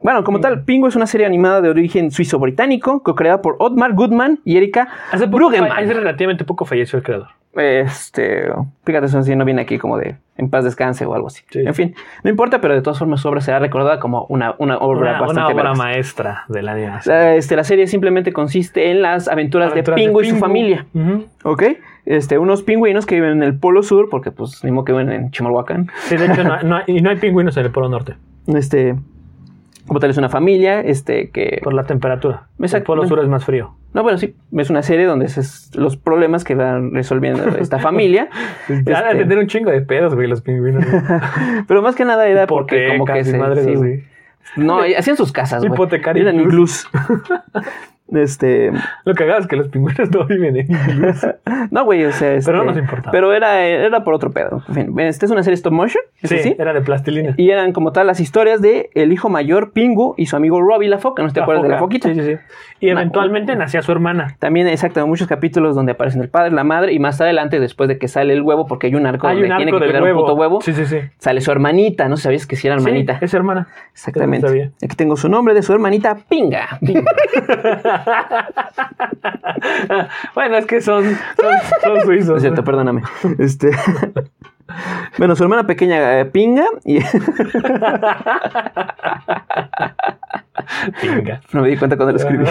B: Bueno, como
A: Mm.
B: tal, Pingo es una serie animada de origen suizo-británico, co-creada por Otmar Goodman y Erika
A: Hace, poco, hace
B: Brueggemann.
A: relativamente poco falleció el creador.
B: Este, fíjate, eso sí no viene aquí como de en paz descanse o algo así.
A: Sí.
B: En fin, no importa, pero de todas formas su obra será recordada como una, una obra
A: Una, una
B: bastante
A: obra
B: vergas.
A: maestra de la animación.
B: La, este, la serie simplemente consiste en las aventuras,
A: Aventuras
B: de Pingo y su
A: Pingu.
B: familia.
A: Ujú.
B: ¿Ok? Este, unos pingüinos que viven en el Polo Sur, porque pues ni modo que viven en Chimalhuacán.
A: Sí, de hecho, no, no hay, y no hay pingüinos en el Polo Norte
B: Este, como tal, es una familia, este, que...
A: por la temperatura. El
B: Exacto.
A: Polo Sur es más frío.
B: No, bueno, sí, es una serie donde se- los problemas que van resolviendo esta familia.
A: Te van a
B: Este-
A: tener un chingo de pedos, güey, los pingüinos.
B: Pero más que nada era porque como que
A: Hipotecas y
B: se...
A: madres
B: sí, güey.
A: así.
B: no, hacían sus casas, güey.
A: Hipotecar
B: Eran
A: iglús.
B: Este,
A: Lo que hagas es que los pingüinos no viven en iglús.
B: no, güey, o sea, este,
A: no nos importaba.
B: Pero era, era por otro pedo. En fin, esta es una serie stop motion, eso
A: Sí,
B: sí.
A: era de plastilina.
B: Y eran como tal las historias de el hijo mayor Pingu y su amigo Robbie la foca, ¿no te
A: La
B: acuerdas de la
A: foca.
B: foquita?
A: Sí, sí, sí. Y
B: Una-
A: eventualmente nacía su hermana.
B: También, exacto, muchos capítulos donde aparecen el padre, la madre y más adelante después de que sale el huevo porque hay un arco
A: Hay
B: donde
A: un
B: tiene
A: arco
B: que
A: del
B: cuidar
A: huevo.
B: un puto huevo.
A: Sí, sí, sí.
B: Sale su hermanita, no sabías que si era hermanita.
A: Sí, es hermana.
B: Exactamente.
A: Eso no sabía.
B: Aquí tengo su nombre de su hermanita Pinga.
A: bueno, es que son, son, son suizos.
B: No es cierto, perdóname. Este. Bueno, su hermana pequeña eh, Pinga y
A: Pinga.
B: no me di cuenta cuando lo escribí.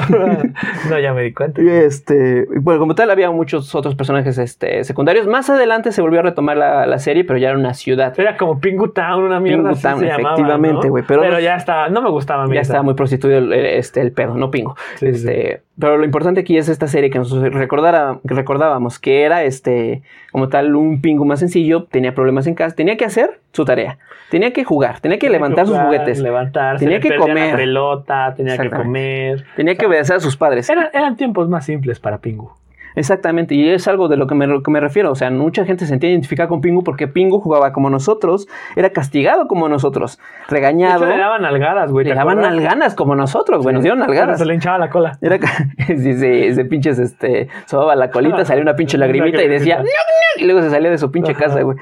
A: no, ya me di cuenta.
B: Y, Este, bueno, como tal había muchos otros personajes este, secundarios. Más adelante se volvió a retomar la, la serie, pero ya era una ciudad.
A: Era como Pingu Town, una mierda
B: Pingu
A: así
B: Town,
A: se llamaba,
B: efectivamente,
A: ¿no?
B: güey,
A: Pero,
B: pero no-
A: ya estaba, no me gustaba a mí
B: Ya
A: esa.
B: estaba muy prostituido el, el- este, el pedo, no pingo.
A: Sí, sí,
B: Este, Pero lo importante aquí es esta serie que nos recordara, que recordábamos que era este, como tal, un pingo más sencillo, tenía problemas en casa, tenía que hacer su tarea, tenía que jugar, tenía que
A: Tenía
B: levantar sus
A: jugar,
B: juguetes,
A: Levantarse,
B: Tenía
A: le
B: que
A: perdía La
B: comer.
A: pelota, tenía que
B: Exactamente.
A: comer.
B: tenía que obedecer a sus padres.
A: Eran, eran tiempos más simples para Pingu.
B: Exactamente, y es algo de lo que me, lo que me refiero. O sea, mucha gente se sentía identificada con Pingu porque Pingu jugaba como nosotros, era castigado como nosotros,
A: De hecho,
B: regañado,
A: le daban nalgadas, güey.
B: le
A: ¿te
B: daban
A: acuerdas?
B: nalganas como nosotros, güey, nos dieron
A: Cuando
B: nalgadas.
A: Se le hinchaba la cola.
B: Era ca- sí, sí, ese pinches, este, sobaba la colita, salía una pinche
A: Una
B: lagrimita y decía,
A: lagrimita.
B: "Ñoc, ñoc", y luego se salía de su pinche
A: Ajá.
B: casa, güey.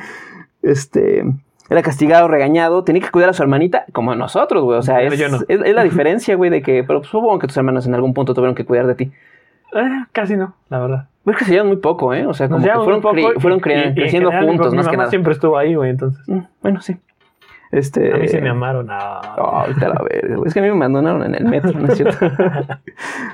B: Este, era castigado, regañado, tenía que cuidar a su hermanita como nosotros, güey. O sea,
A: Pero
B: es,
A: yo no.
B: es- es la diferencia, güey, de que, pero pues, supongo que tus hermanos en algún punto tuvieron que cuidar de ti.
A: Eh, casi no, la verdad.
B: Pero es que se llevan muy poco, ¿eh? O sea,
A: Nos
B: como que
A: llevamos
B: fueron,
A: un poco
B: cre- fueron
A: y- y-
B: cre-
A: y
B: creciendo
A: en general, pues, mi-
B: juntos,
A: mi
B: más que
A: mamá
B: nada.
A: siempre estuvo ahí, güey, entonces.
B: Mm, Bueno, sí. Este.
A: A mí sí me amaron. ah.
B: Oh, ahorita la verga, güey. Es que a mí me abandonaron en el metro, ¿no es cierto?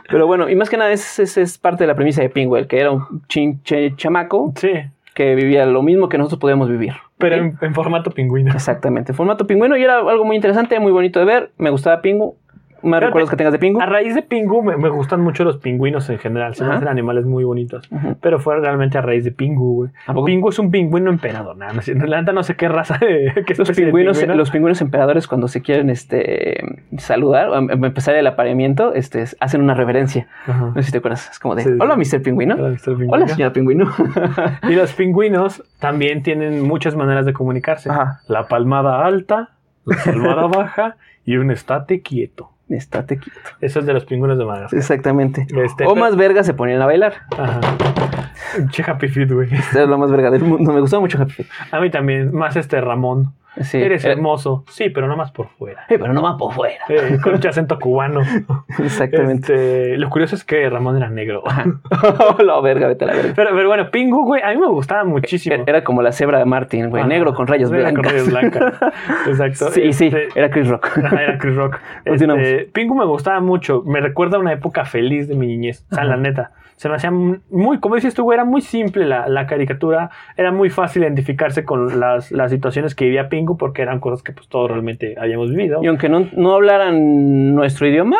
B: Pero bueno, y más que nada, esa es, es parte de la premisa de Pingüel, que era un chinche chamaco
A: Sí,
B: que vivía lo mismo que nosotros podíamos vivir.
A: pero
B: ¿Ok?
A: en, en formato pingüino.
B: Exactamente. Formato pingüino y era algo muy interesante, muy bonito de ver. Me gustaba Pingu. Más
A: Fíjate,
B: recuerdos que tengas de Pingu.
A: A raíz de Pingu me, me gustan mucho los pingüinos en general. Se me
B: Ajá.
A: hacen animales muy bonitos.
B: Ujú.
A: Pero fue realmente a raíz de Pingu, güey.
B: ¿A poco?
A: Pingu es un pingüino emperador. Nada, no, sé, la neta no sé qué raza de. Qué
B: Los
A: ¿Este especie de
B: pingüinos,
A: pingüino.
B: los pingüinos emperadores cuando se quieren este, saludar o em- empezar el apareamiento, este, hacen una reverencia.
A: Ajá.
B: No sé si te acuerdas. Es como de,
A: Sí, sí.
B: hola, Mr. Pingüino.
A: Hola, Mr. Pingüino.
B: Hola, señor Pingüino.
A: Y los pingüinos también tienen muchas maneras de comunicarse.
B: Ajá.
A: La palmada alta, la palmada baja y un estate quieto.
B: Estate quieto.
A: Eso es de los pingüinos de Madagascar.
B: Exactamente.
A: Este,
B: O más verga se ponían a bailar.
A: Ajá. Che Happy Feet, güey.
B: Era lo más verga del mundo. Me gustaba mucho Happy Feet.
A: A mí también. Más este Ramón.
B: Sí. eh,
A: Eres
B: Era-
A: hermoso. Sí, pero no más por fuera.
B: Sí, pero no va por fuera.
A: Eh, con mucho acento cubano.
B: Exactamente.
A: Este, lo curioso es que Ramón era negro.
B: la verga, vete a la verga.
A: Pero, pero bueno, Pingu, güey, a mí me gustaba muchísimo.
B: Era, era como la cebra de Martin, Eh, güey.
A: Ajá.
B: negro con rayas
A: Negro
B: blancas.
A: Ah, con rayas blancas. Exacto.
B: sí, sí.
A: Este,
B: Era Chris Rock.
A: Ajá, era Chris Rock.
B: Continuamos.
A: Este, Pingu me gustaba mucho. Me recuerda a una época feliz de mi niñez. O sea, la neta. Se me hacía m- muy, como dices tú, güey, era muy simple la, la caricatura. Era muy fácil identificarse con las, las situaciones que vivía Pingu porque eran cosas que pues todos realmente habíamos vivido.
B: Y aunque no, no hablaran nuestro idioma,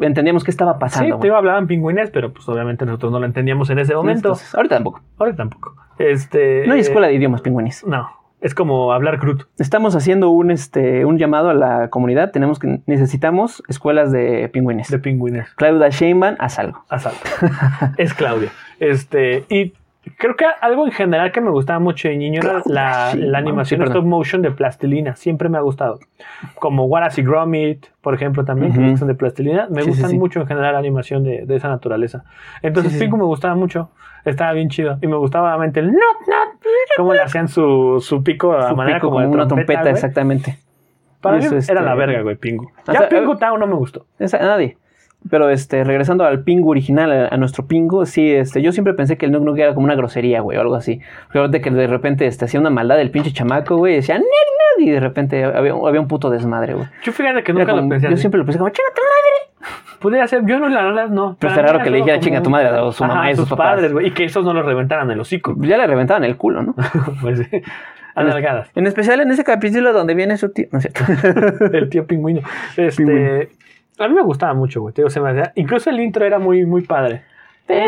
B: entendíamos qué estaba
A: Sí,
B: pasando.
A: te
B: güey.
A: iba, hablaban pingüines, pero pues obviamente nosotros no lo entendíamos en ese momento.
B: Entonces, ahorita tampoco.
A: Ahora tampoco. Este,
B: No hay escuela de idiomas, pingüines.
A: No, es como hablar Groot.
B: Estamos haciendo un, este, un llamado a la comunidad. Tenemos que, necesitamos escuelas de pingüines.
A: de pingüines.
B: Claudia Sheinbaum, haz algo.
A: Asalto. es Claudia. Este, y creo que algo en general que me gustaba mucho de niño era la,
B: Claudia, sí,
A: la animación
B: sí, perdón.
A: stop motion de plastilina. Siempre me ha gustado. Como Wallace y Gromit, por ejemplo, también, que
B: Ujú.
A: son de plastilina. Me
B: Sí, sí,
A: gustan
B: sí.
A: mucho en general la animación de, de esa naturaleza. Entonces,
B: Sí, sí,
A: Pico me gustaba mucho. Estaba bien chido. Y me gustaba obviamente el not, not, cómo le hacían su, su pico a
B: Su
A: manera
B: pico
A: como,
B: como
A: de
B: una trompeta,
A: güey.
B: exactamente.
A: Para mí
B: Eso,
A: era
B: este,
A: la verga, güey, Pingu.
B: o
A: Ya
B: sea, eh,
A: Pingu Town no me gustó.
B: Esa- nadie. Pero este, regresando al pingo original, a, a nuestro pingo, sí, este, yo siempre pensé que el Nuk Nuk era como una grosería, güey, o algo así. Pero de que de repente este, hacía una maldad el pinche chamaco, güey, y decía Nuk Nuk, y de repente había, había un puto desmadre, güey.
A: Yo fíjate que
B: Era
A: nunca lo
B: como-
A: pensé.
B: yo
A: así.
B: siempre lo pensé como, "Chinga tu madre".
A: Pudiera ser, yo no, la verdad no. Para
B: Pero está
A: mí
B: raro
A: era
B: Pues que
A: solo
B: le dijera
A: como
B: chinga
A: un-
B: tu madre a su
A: Ajá,
B: mamá y a sus papás.
A: padres, güey, y que esos no los reventaran el hocico.
B: Ya le reventaban el culo, ¿no?
A: pues sí, a nalgadas.
B: En especial en ese capítulo donde viene su tío. No es cierto.
A: El tío pingüino. Este,
B: Pingüino.
A: A mí me gustaba mucho, güey. te digo, se me hacía- Incluso el intro era muy, muy padre.
B: Eh.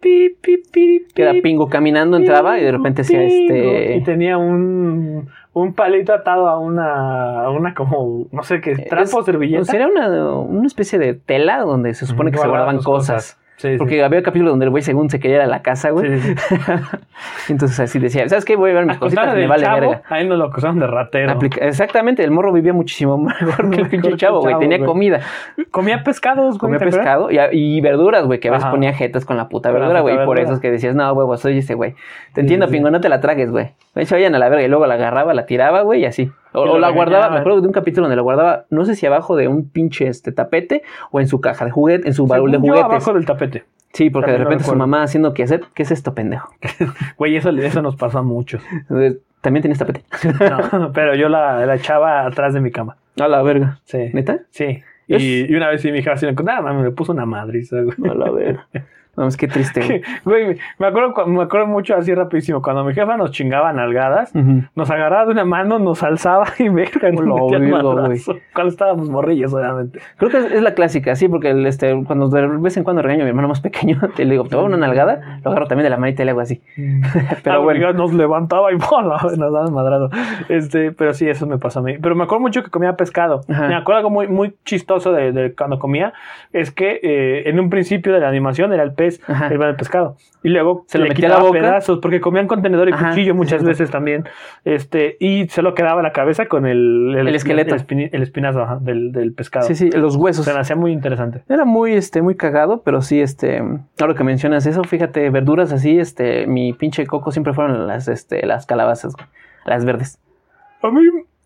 B: Que era pingo caminando, entraba y de repente hacía
A: Y
B: este.
A: tenía un, un palito atado a una, a una como, no sé qué, trapo,
B: Es-
A: servilleta.
B: Sería una, una especie de tela donde se supone que se
A: Guardaba
B: guardaban
A: sus
B: cosas.
A: Sí, sí.
B: Porque había capítulo donde el güey según se quería ir a la casa, güey.
A: Sí, sí, sí.
B: Entonces así decía, ¿sabes qué? Voy a ver mis
A: A
B: cositas,
A: contar
B: me
A: del
B: vale
A: chavo,
B: verga.
A: a él nos lo acusaron de ratero.
B: Aplica- Exactamente, el morro vivía muchísimo mejor que el
A: Mejor que
B: pinche
A: el
B: chavo, güey.
A: chavo,
B: Tenía
A: güey.
B: comida,
A: Comía pescados, güey.
B: comía
A: ¿te acuerdas?
B: pescado y, y verduras, güey, que a veces
A: Ajá.
B: ponía jetas con la puta
A: Con la puta
B: verdura, güey. Y por
A: verdura.
B: eso es que decías, no, huevo, soy ese güey. Te
A: Sí,
B: entiendo,
A: sí, sí.
B: pingo, no te la tragues, güey. De hecho, vayan a la verga y luego la agarraba, la tiraba, güey, y así. O,
A: Y lo
B: o la
A: regañaban.
B: guardaba, me acuerdo de un capítulo donde la guardaba, no sé si abajo de un pinche este tapete o en su caja de juguete, en su baúl de
A: Según yo,
B: juguetes.
A: abajo del tapete.
B: Sí, porque
A: También
B: de
A: lo
B: repente su
A: recuerdo.
B: mamá haciendo que hacer, ¿qué es esto, pendejo?
A: Güey, eso, eso nos pasó a muchos.
B: Entonces, También tienes tapete.
A: No, pero yo la, la echaba atrás de mi cama.
B: A la verga.
A: Sí.
B: ¿Neta?
A: Sí.
B: Es-
A: Y, y una vez sí mi hija así me contó, nada, mami, me puso una madriza, güey.
B: A la verga. Vamos, qué triste. güey.
A: Que, Güey, me- me acuerdo, cu- me acuerdo mucho así rapidísimo. Cuando mi jefa nos chingaba nalgadas,
B: Ujú.
A: nos agarraba de una mano, nos alzaba y verga, nos
B: Lo
A: metía el
B: verga,
A: madrazo. Cuando estábamos morrillos, obviamente.
B: Creo que es, es la clásica, sí, porque el, este, cuando de vez en cuando regaño a mi hermano más pequeño, te le digo, te voy a dar una nalgada, lo agarro también de la manita y le hago así. Pero
A: Ah,
B: bueno.
A: porque nos levantaba y bola, nos daba madrado. Este, pero sí, eso me pasó a mí. Pero me acuerdo mucho que comía pescado.
B: Ajá.
A: Me acuerdo algo muy, muy chistoso de, de cuando comía. Es que eh, en un principio de la animación era el pez,
B: Ajá.
A: era el pescado. Y luego
B: Se lo
A: le
B: metía a la
A: quitaba
B: boca.
A: pedazos, porque comían contenedor y
B: Ajá,
A: cuchillo
B: sí,
A: muchas
B: cierto.
A: veces también. Este, y se lo quedaba la cabeza con el,
B: El esqueleto.
A: El, espini- el espinazo ajá, del, del pescado.
B: Sí, sí, los huesos.
A: Se me hacía muy interesante.
B: Era muy, este, muy cagado, pero sí, este, ahora que mencionas eso, fíjate, verduras así, este, mi pinche coco siempre fueron las, este, las calabazas, güey, las verdes,
A: A mí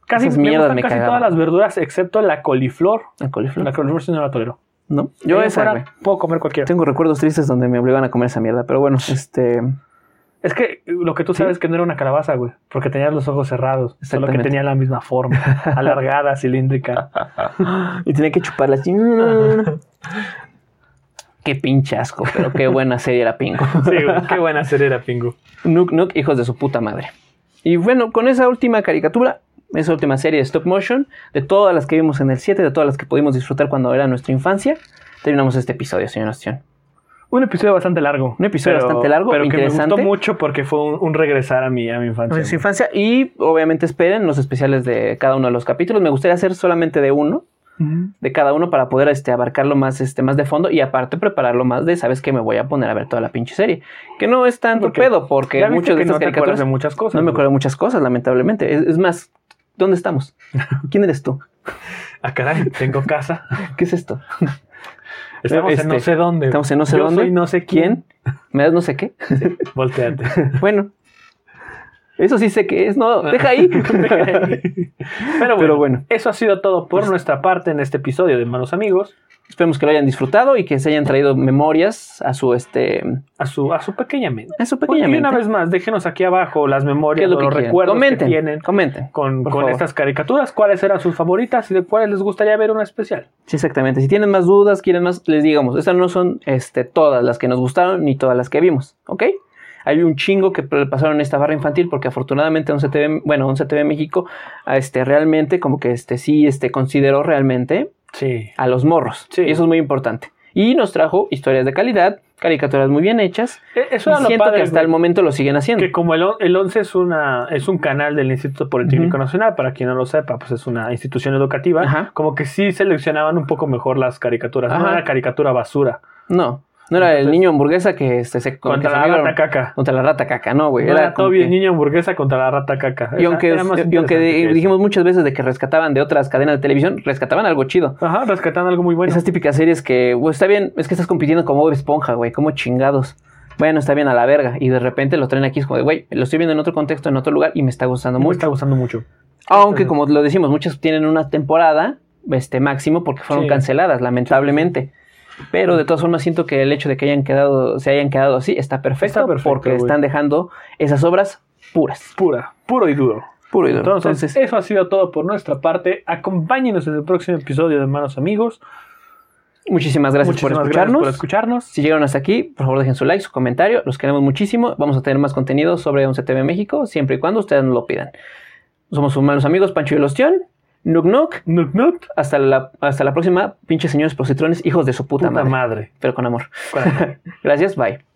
A: casi
B: Esas
A: me
B: mierdas
A: gustan
B: me
A: casi
B: cagaban.
A: todas las verduras, excepto la coliflor.
B: el
A: La
B: coliflor.
A: coliflor si no la tolero.
B: No, yo
A: Ahí
B: esa,
A: afuera
B: güey.
A: Puedo comer cualquiera.
B: Tengo recuerdos tristes donde me obligan a comer esa mierda, pero bueno, este,
A: Es que lo que tú sabes que no era una calabaza, güey, porque tenías los ojos cerrados, solo que
B: Exactamente.
A: tenía la misma forma, alargada, cilíndrica.
B: y tenía que chuparla así. Qué pinche asco, pero qué buena serie era Pingo.
A: Sí, güey, qué buena serie era Pingu.
B: Nuk Nuk, hijos de su puta madre. Y bueno, con esa última caricatura, esa última serie de stop motion, de todas las que vimos en el 7, de todas las que pudimos disfrutar cuando era nuestra infancia, terminamos este episodio, señor Ostión.
A: Un episodio bastante largo.
B: Un episodio bastante largo,
A: pero que me
B: interesante.
A: gustó mucho porque fue un, un regresar a mi, a mi infancia.
B: Nuestra
A: güey.
B: infancia y obviamente esperen los especiales de cada uno de los capítulos. Me gustaría hacer solamente de uno,
A: Ujú.
B: de cada uno para poder este, abarcarlo más, este, más de fondo y aparte prepararlo más de, ¿sabes que Me voy a poner a ver toda la pinche serie. Que no es tanto
A: Porque
B: pedo porque
A: Ya viste
B: muchas de
A: que
B: estas
A: no te acuerdas
B: caricaturas...
A: de muchas cosas.
B: No me
A: güey.
B: acuerdo de muchas cosas, lamentablemente. Es, es más, ¿dónde estamos? ¿Quién eres tú?
A: Ah, caray, tengo casa.
B: ¿Qué es esto?
A: Estamos en no
B: Este,
A: sé dónde.
B: Estamos en no sé
A: Yo
B: dónde.
A: soy no sé
B: quién.
A: quién.
B: ¿Me das no sé qué?
A: Volteate.
B: Bueno. Eso sí sé que es, no, deja ahí.
A: Pero bueno, Pues-
B: Pero bueno.
A: eso ha sido todo por nuestra parte en este episodio de Malos Amigos.
B: Esperemos que lo hayan disfrutado y que se hayan traído memorias a su este
A: A su, a su pequeña mente.
B: a su
A: Porque
B: pequeña
A: una
B: mente.
A: vez más, déjenos aquí abajo las
B: ¿Qué
A: memorias
B: es lo
A: o
B: que
A: los
B: quieran?
A: recuerdos
B: comenten,
A: que tienen
B: comenten.
A: con,
B: por
A: con
B: favor.
A: estas caricaturas, cuáles eran sus favoritas y de cuáles les gustaría ver una especial.
B: Sí, exactamente. Si tienen más dudas, quieren más, les digamos, estas no son este, todas las que nos gustaron ni todas las que vimos, ¿ok? Hay un chingo que pr- pasaron en esta barra infantil porque afortunadamente 11TV, bueno, 11TV México ah, este, realmente como que este, sí este, consideró realmente
A: Sí.
B: a los morros.
A: Sí.
B: Y eso es muy importante. Y nos trajo historias de calidad, caricaturas muy bien hechas.
A: E, Eso
B: Y
A: era lo
B: siento
A: padre,
B: que hasta el
A: güey,
B: momento lo siguen haciendo.
A: que como el, on- el 11 es, una, es un canal del Instituto Politécnico Nacional, para quien no lo sepa, pues es una institución educativa,
B: Ajá.
A: como que sí seleccionaban un poco mejor las caricaturas, no
B: Ajá.
A: era caricatura basura,
B: No, no era el
A: Entonces-
B: niño hamburguesa que este, se con
A: contra
B: que
A: la
B: se vieron-
A: rata caca.
B: Contra la rata caca, no, güey.
A: No era
B: como
A: todo bien
B: que-
A: niño hamburguesa contra la rata caca.
B: Y
A: Esa
B: aunque, eh,
A: era más
B: y aunque
A: interesante que
B: dijimos muchas veces de que rescataban de otras cadenas de televisión, rescataban algo chido.
A: eso. Ajá, rescatando algo muy bueno.
B: Esas típicas series que, güey, está bien, es que estás compitiendo como Bob Esponja, güey, como chingados. Bueno, está bien a la verga. Y de repente lo traen aquí, es como de, güey, lo estoy viendo en otro contexto, en otro lugar y me está gustando
A: me
B: mucho.
A: está gustando mucho.
B: Aunque, como lo decimos, muchas tienen una temporada este máximo porque fueron
A: Sí.
B: canceladas, lamentablemente. Pero de todas formas siento que el hecho de que hayan quedado, se hayan quedado así está perfecto,
A: Está perfecto,
B: porque
A: güey.
B: están dejando esas obras puras.
A: Pura, puro y duro.
B: Puro y duro.
A: Entonces,
B: Entonces,
A: eso ha sido todo por nuestra parte. Acompáñenos en el próximo episodio de Hermanos Amigos.
B: muchísimas gracias
A: Muchísimas
B: por
A: gracias
B: escucharnos.
A: por escucharnos.
B: Si llegaron hasta aquí, por favor dejen su like, su comentario, los queremos muchísimo. Vamos a tener más contenido sobre 11TV México, siempre y cuando ustedes nos lo pidan. Somos sus malos amigos, Pancho y el Ostión, Nuk Nuk,
A: Nut, nut.
B: hasta la, hasta la próxima, pinches señores prositrones, hijos de su puta,
A: Puta
B: madre.
A: madre.
B: pero con amor.
A: Cuál-
B: Gracias, bye.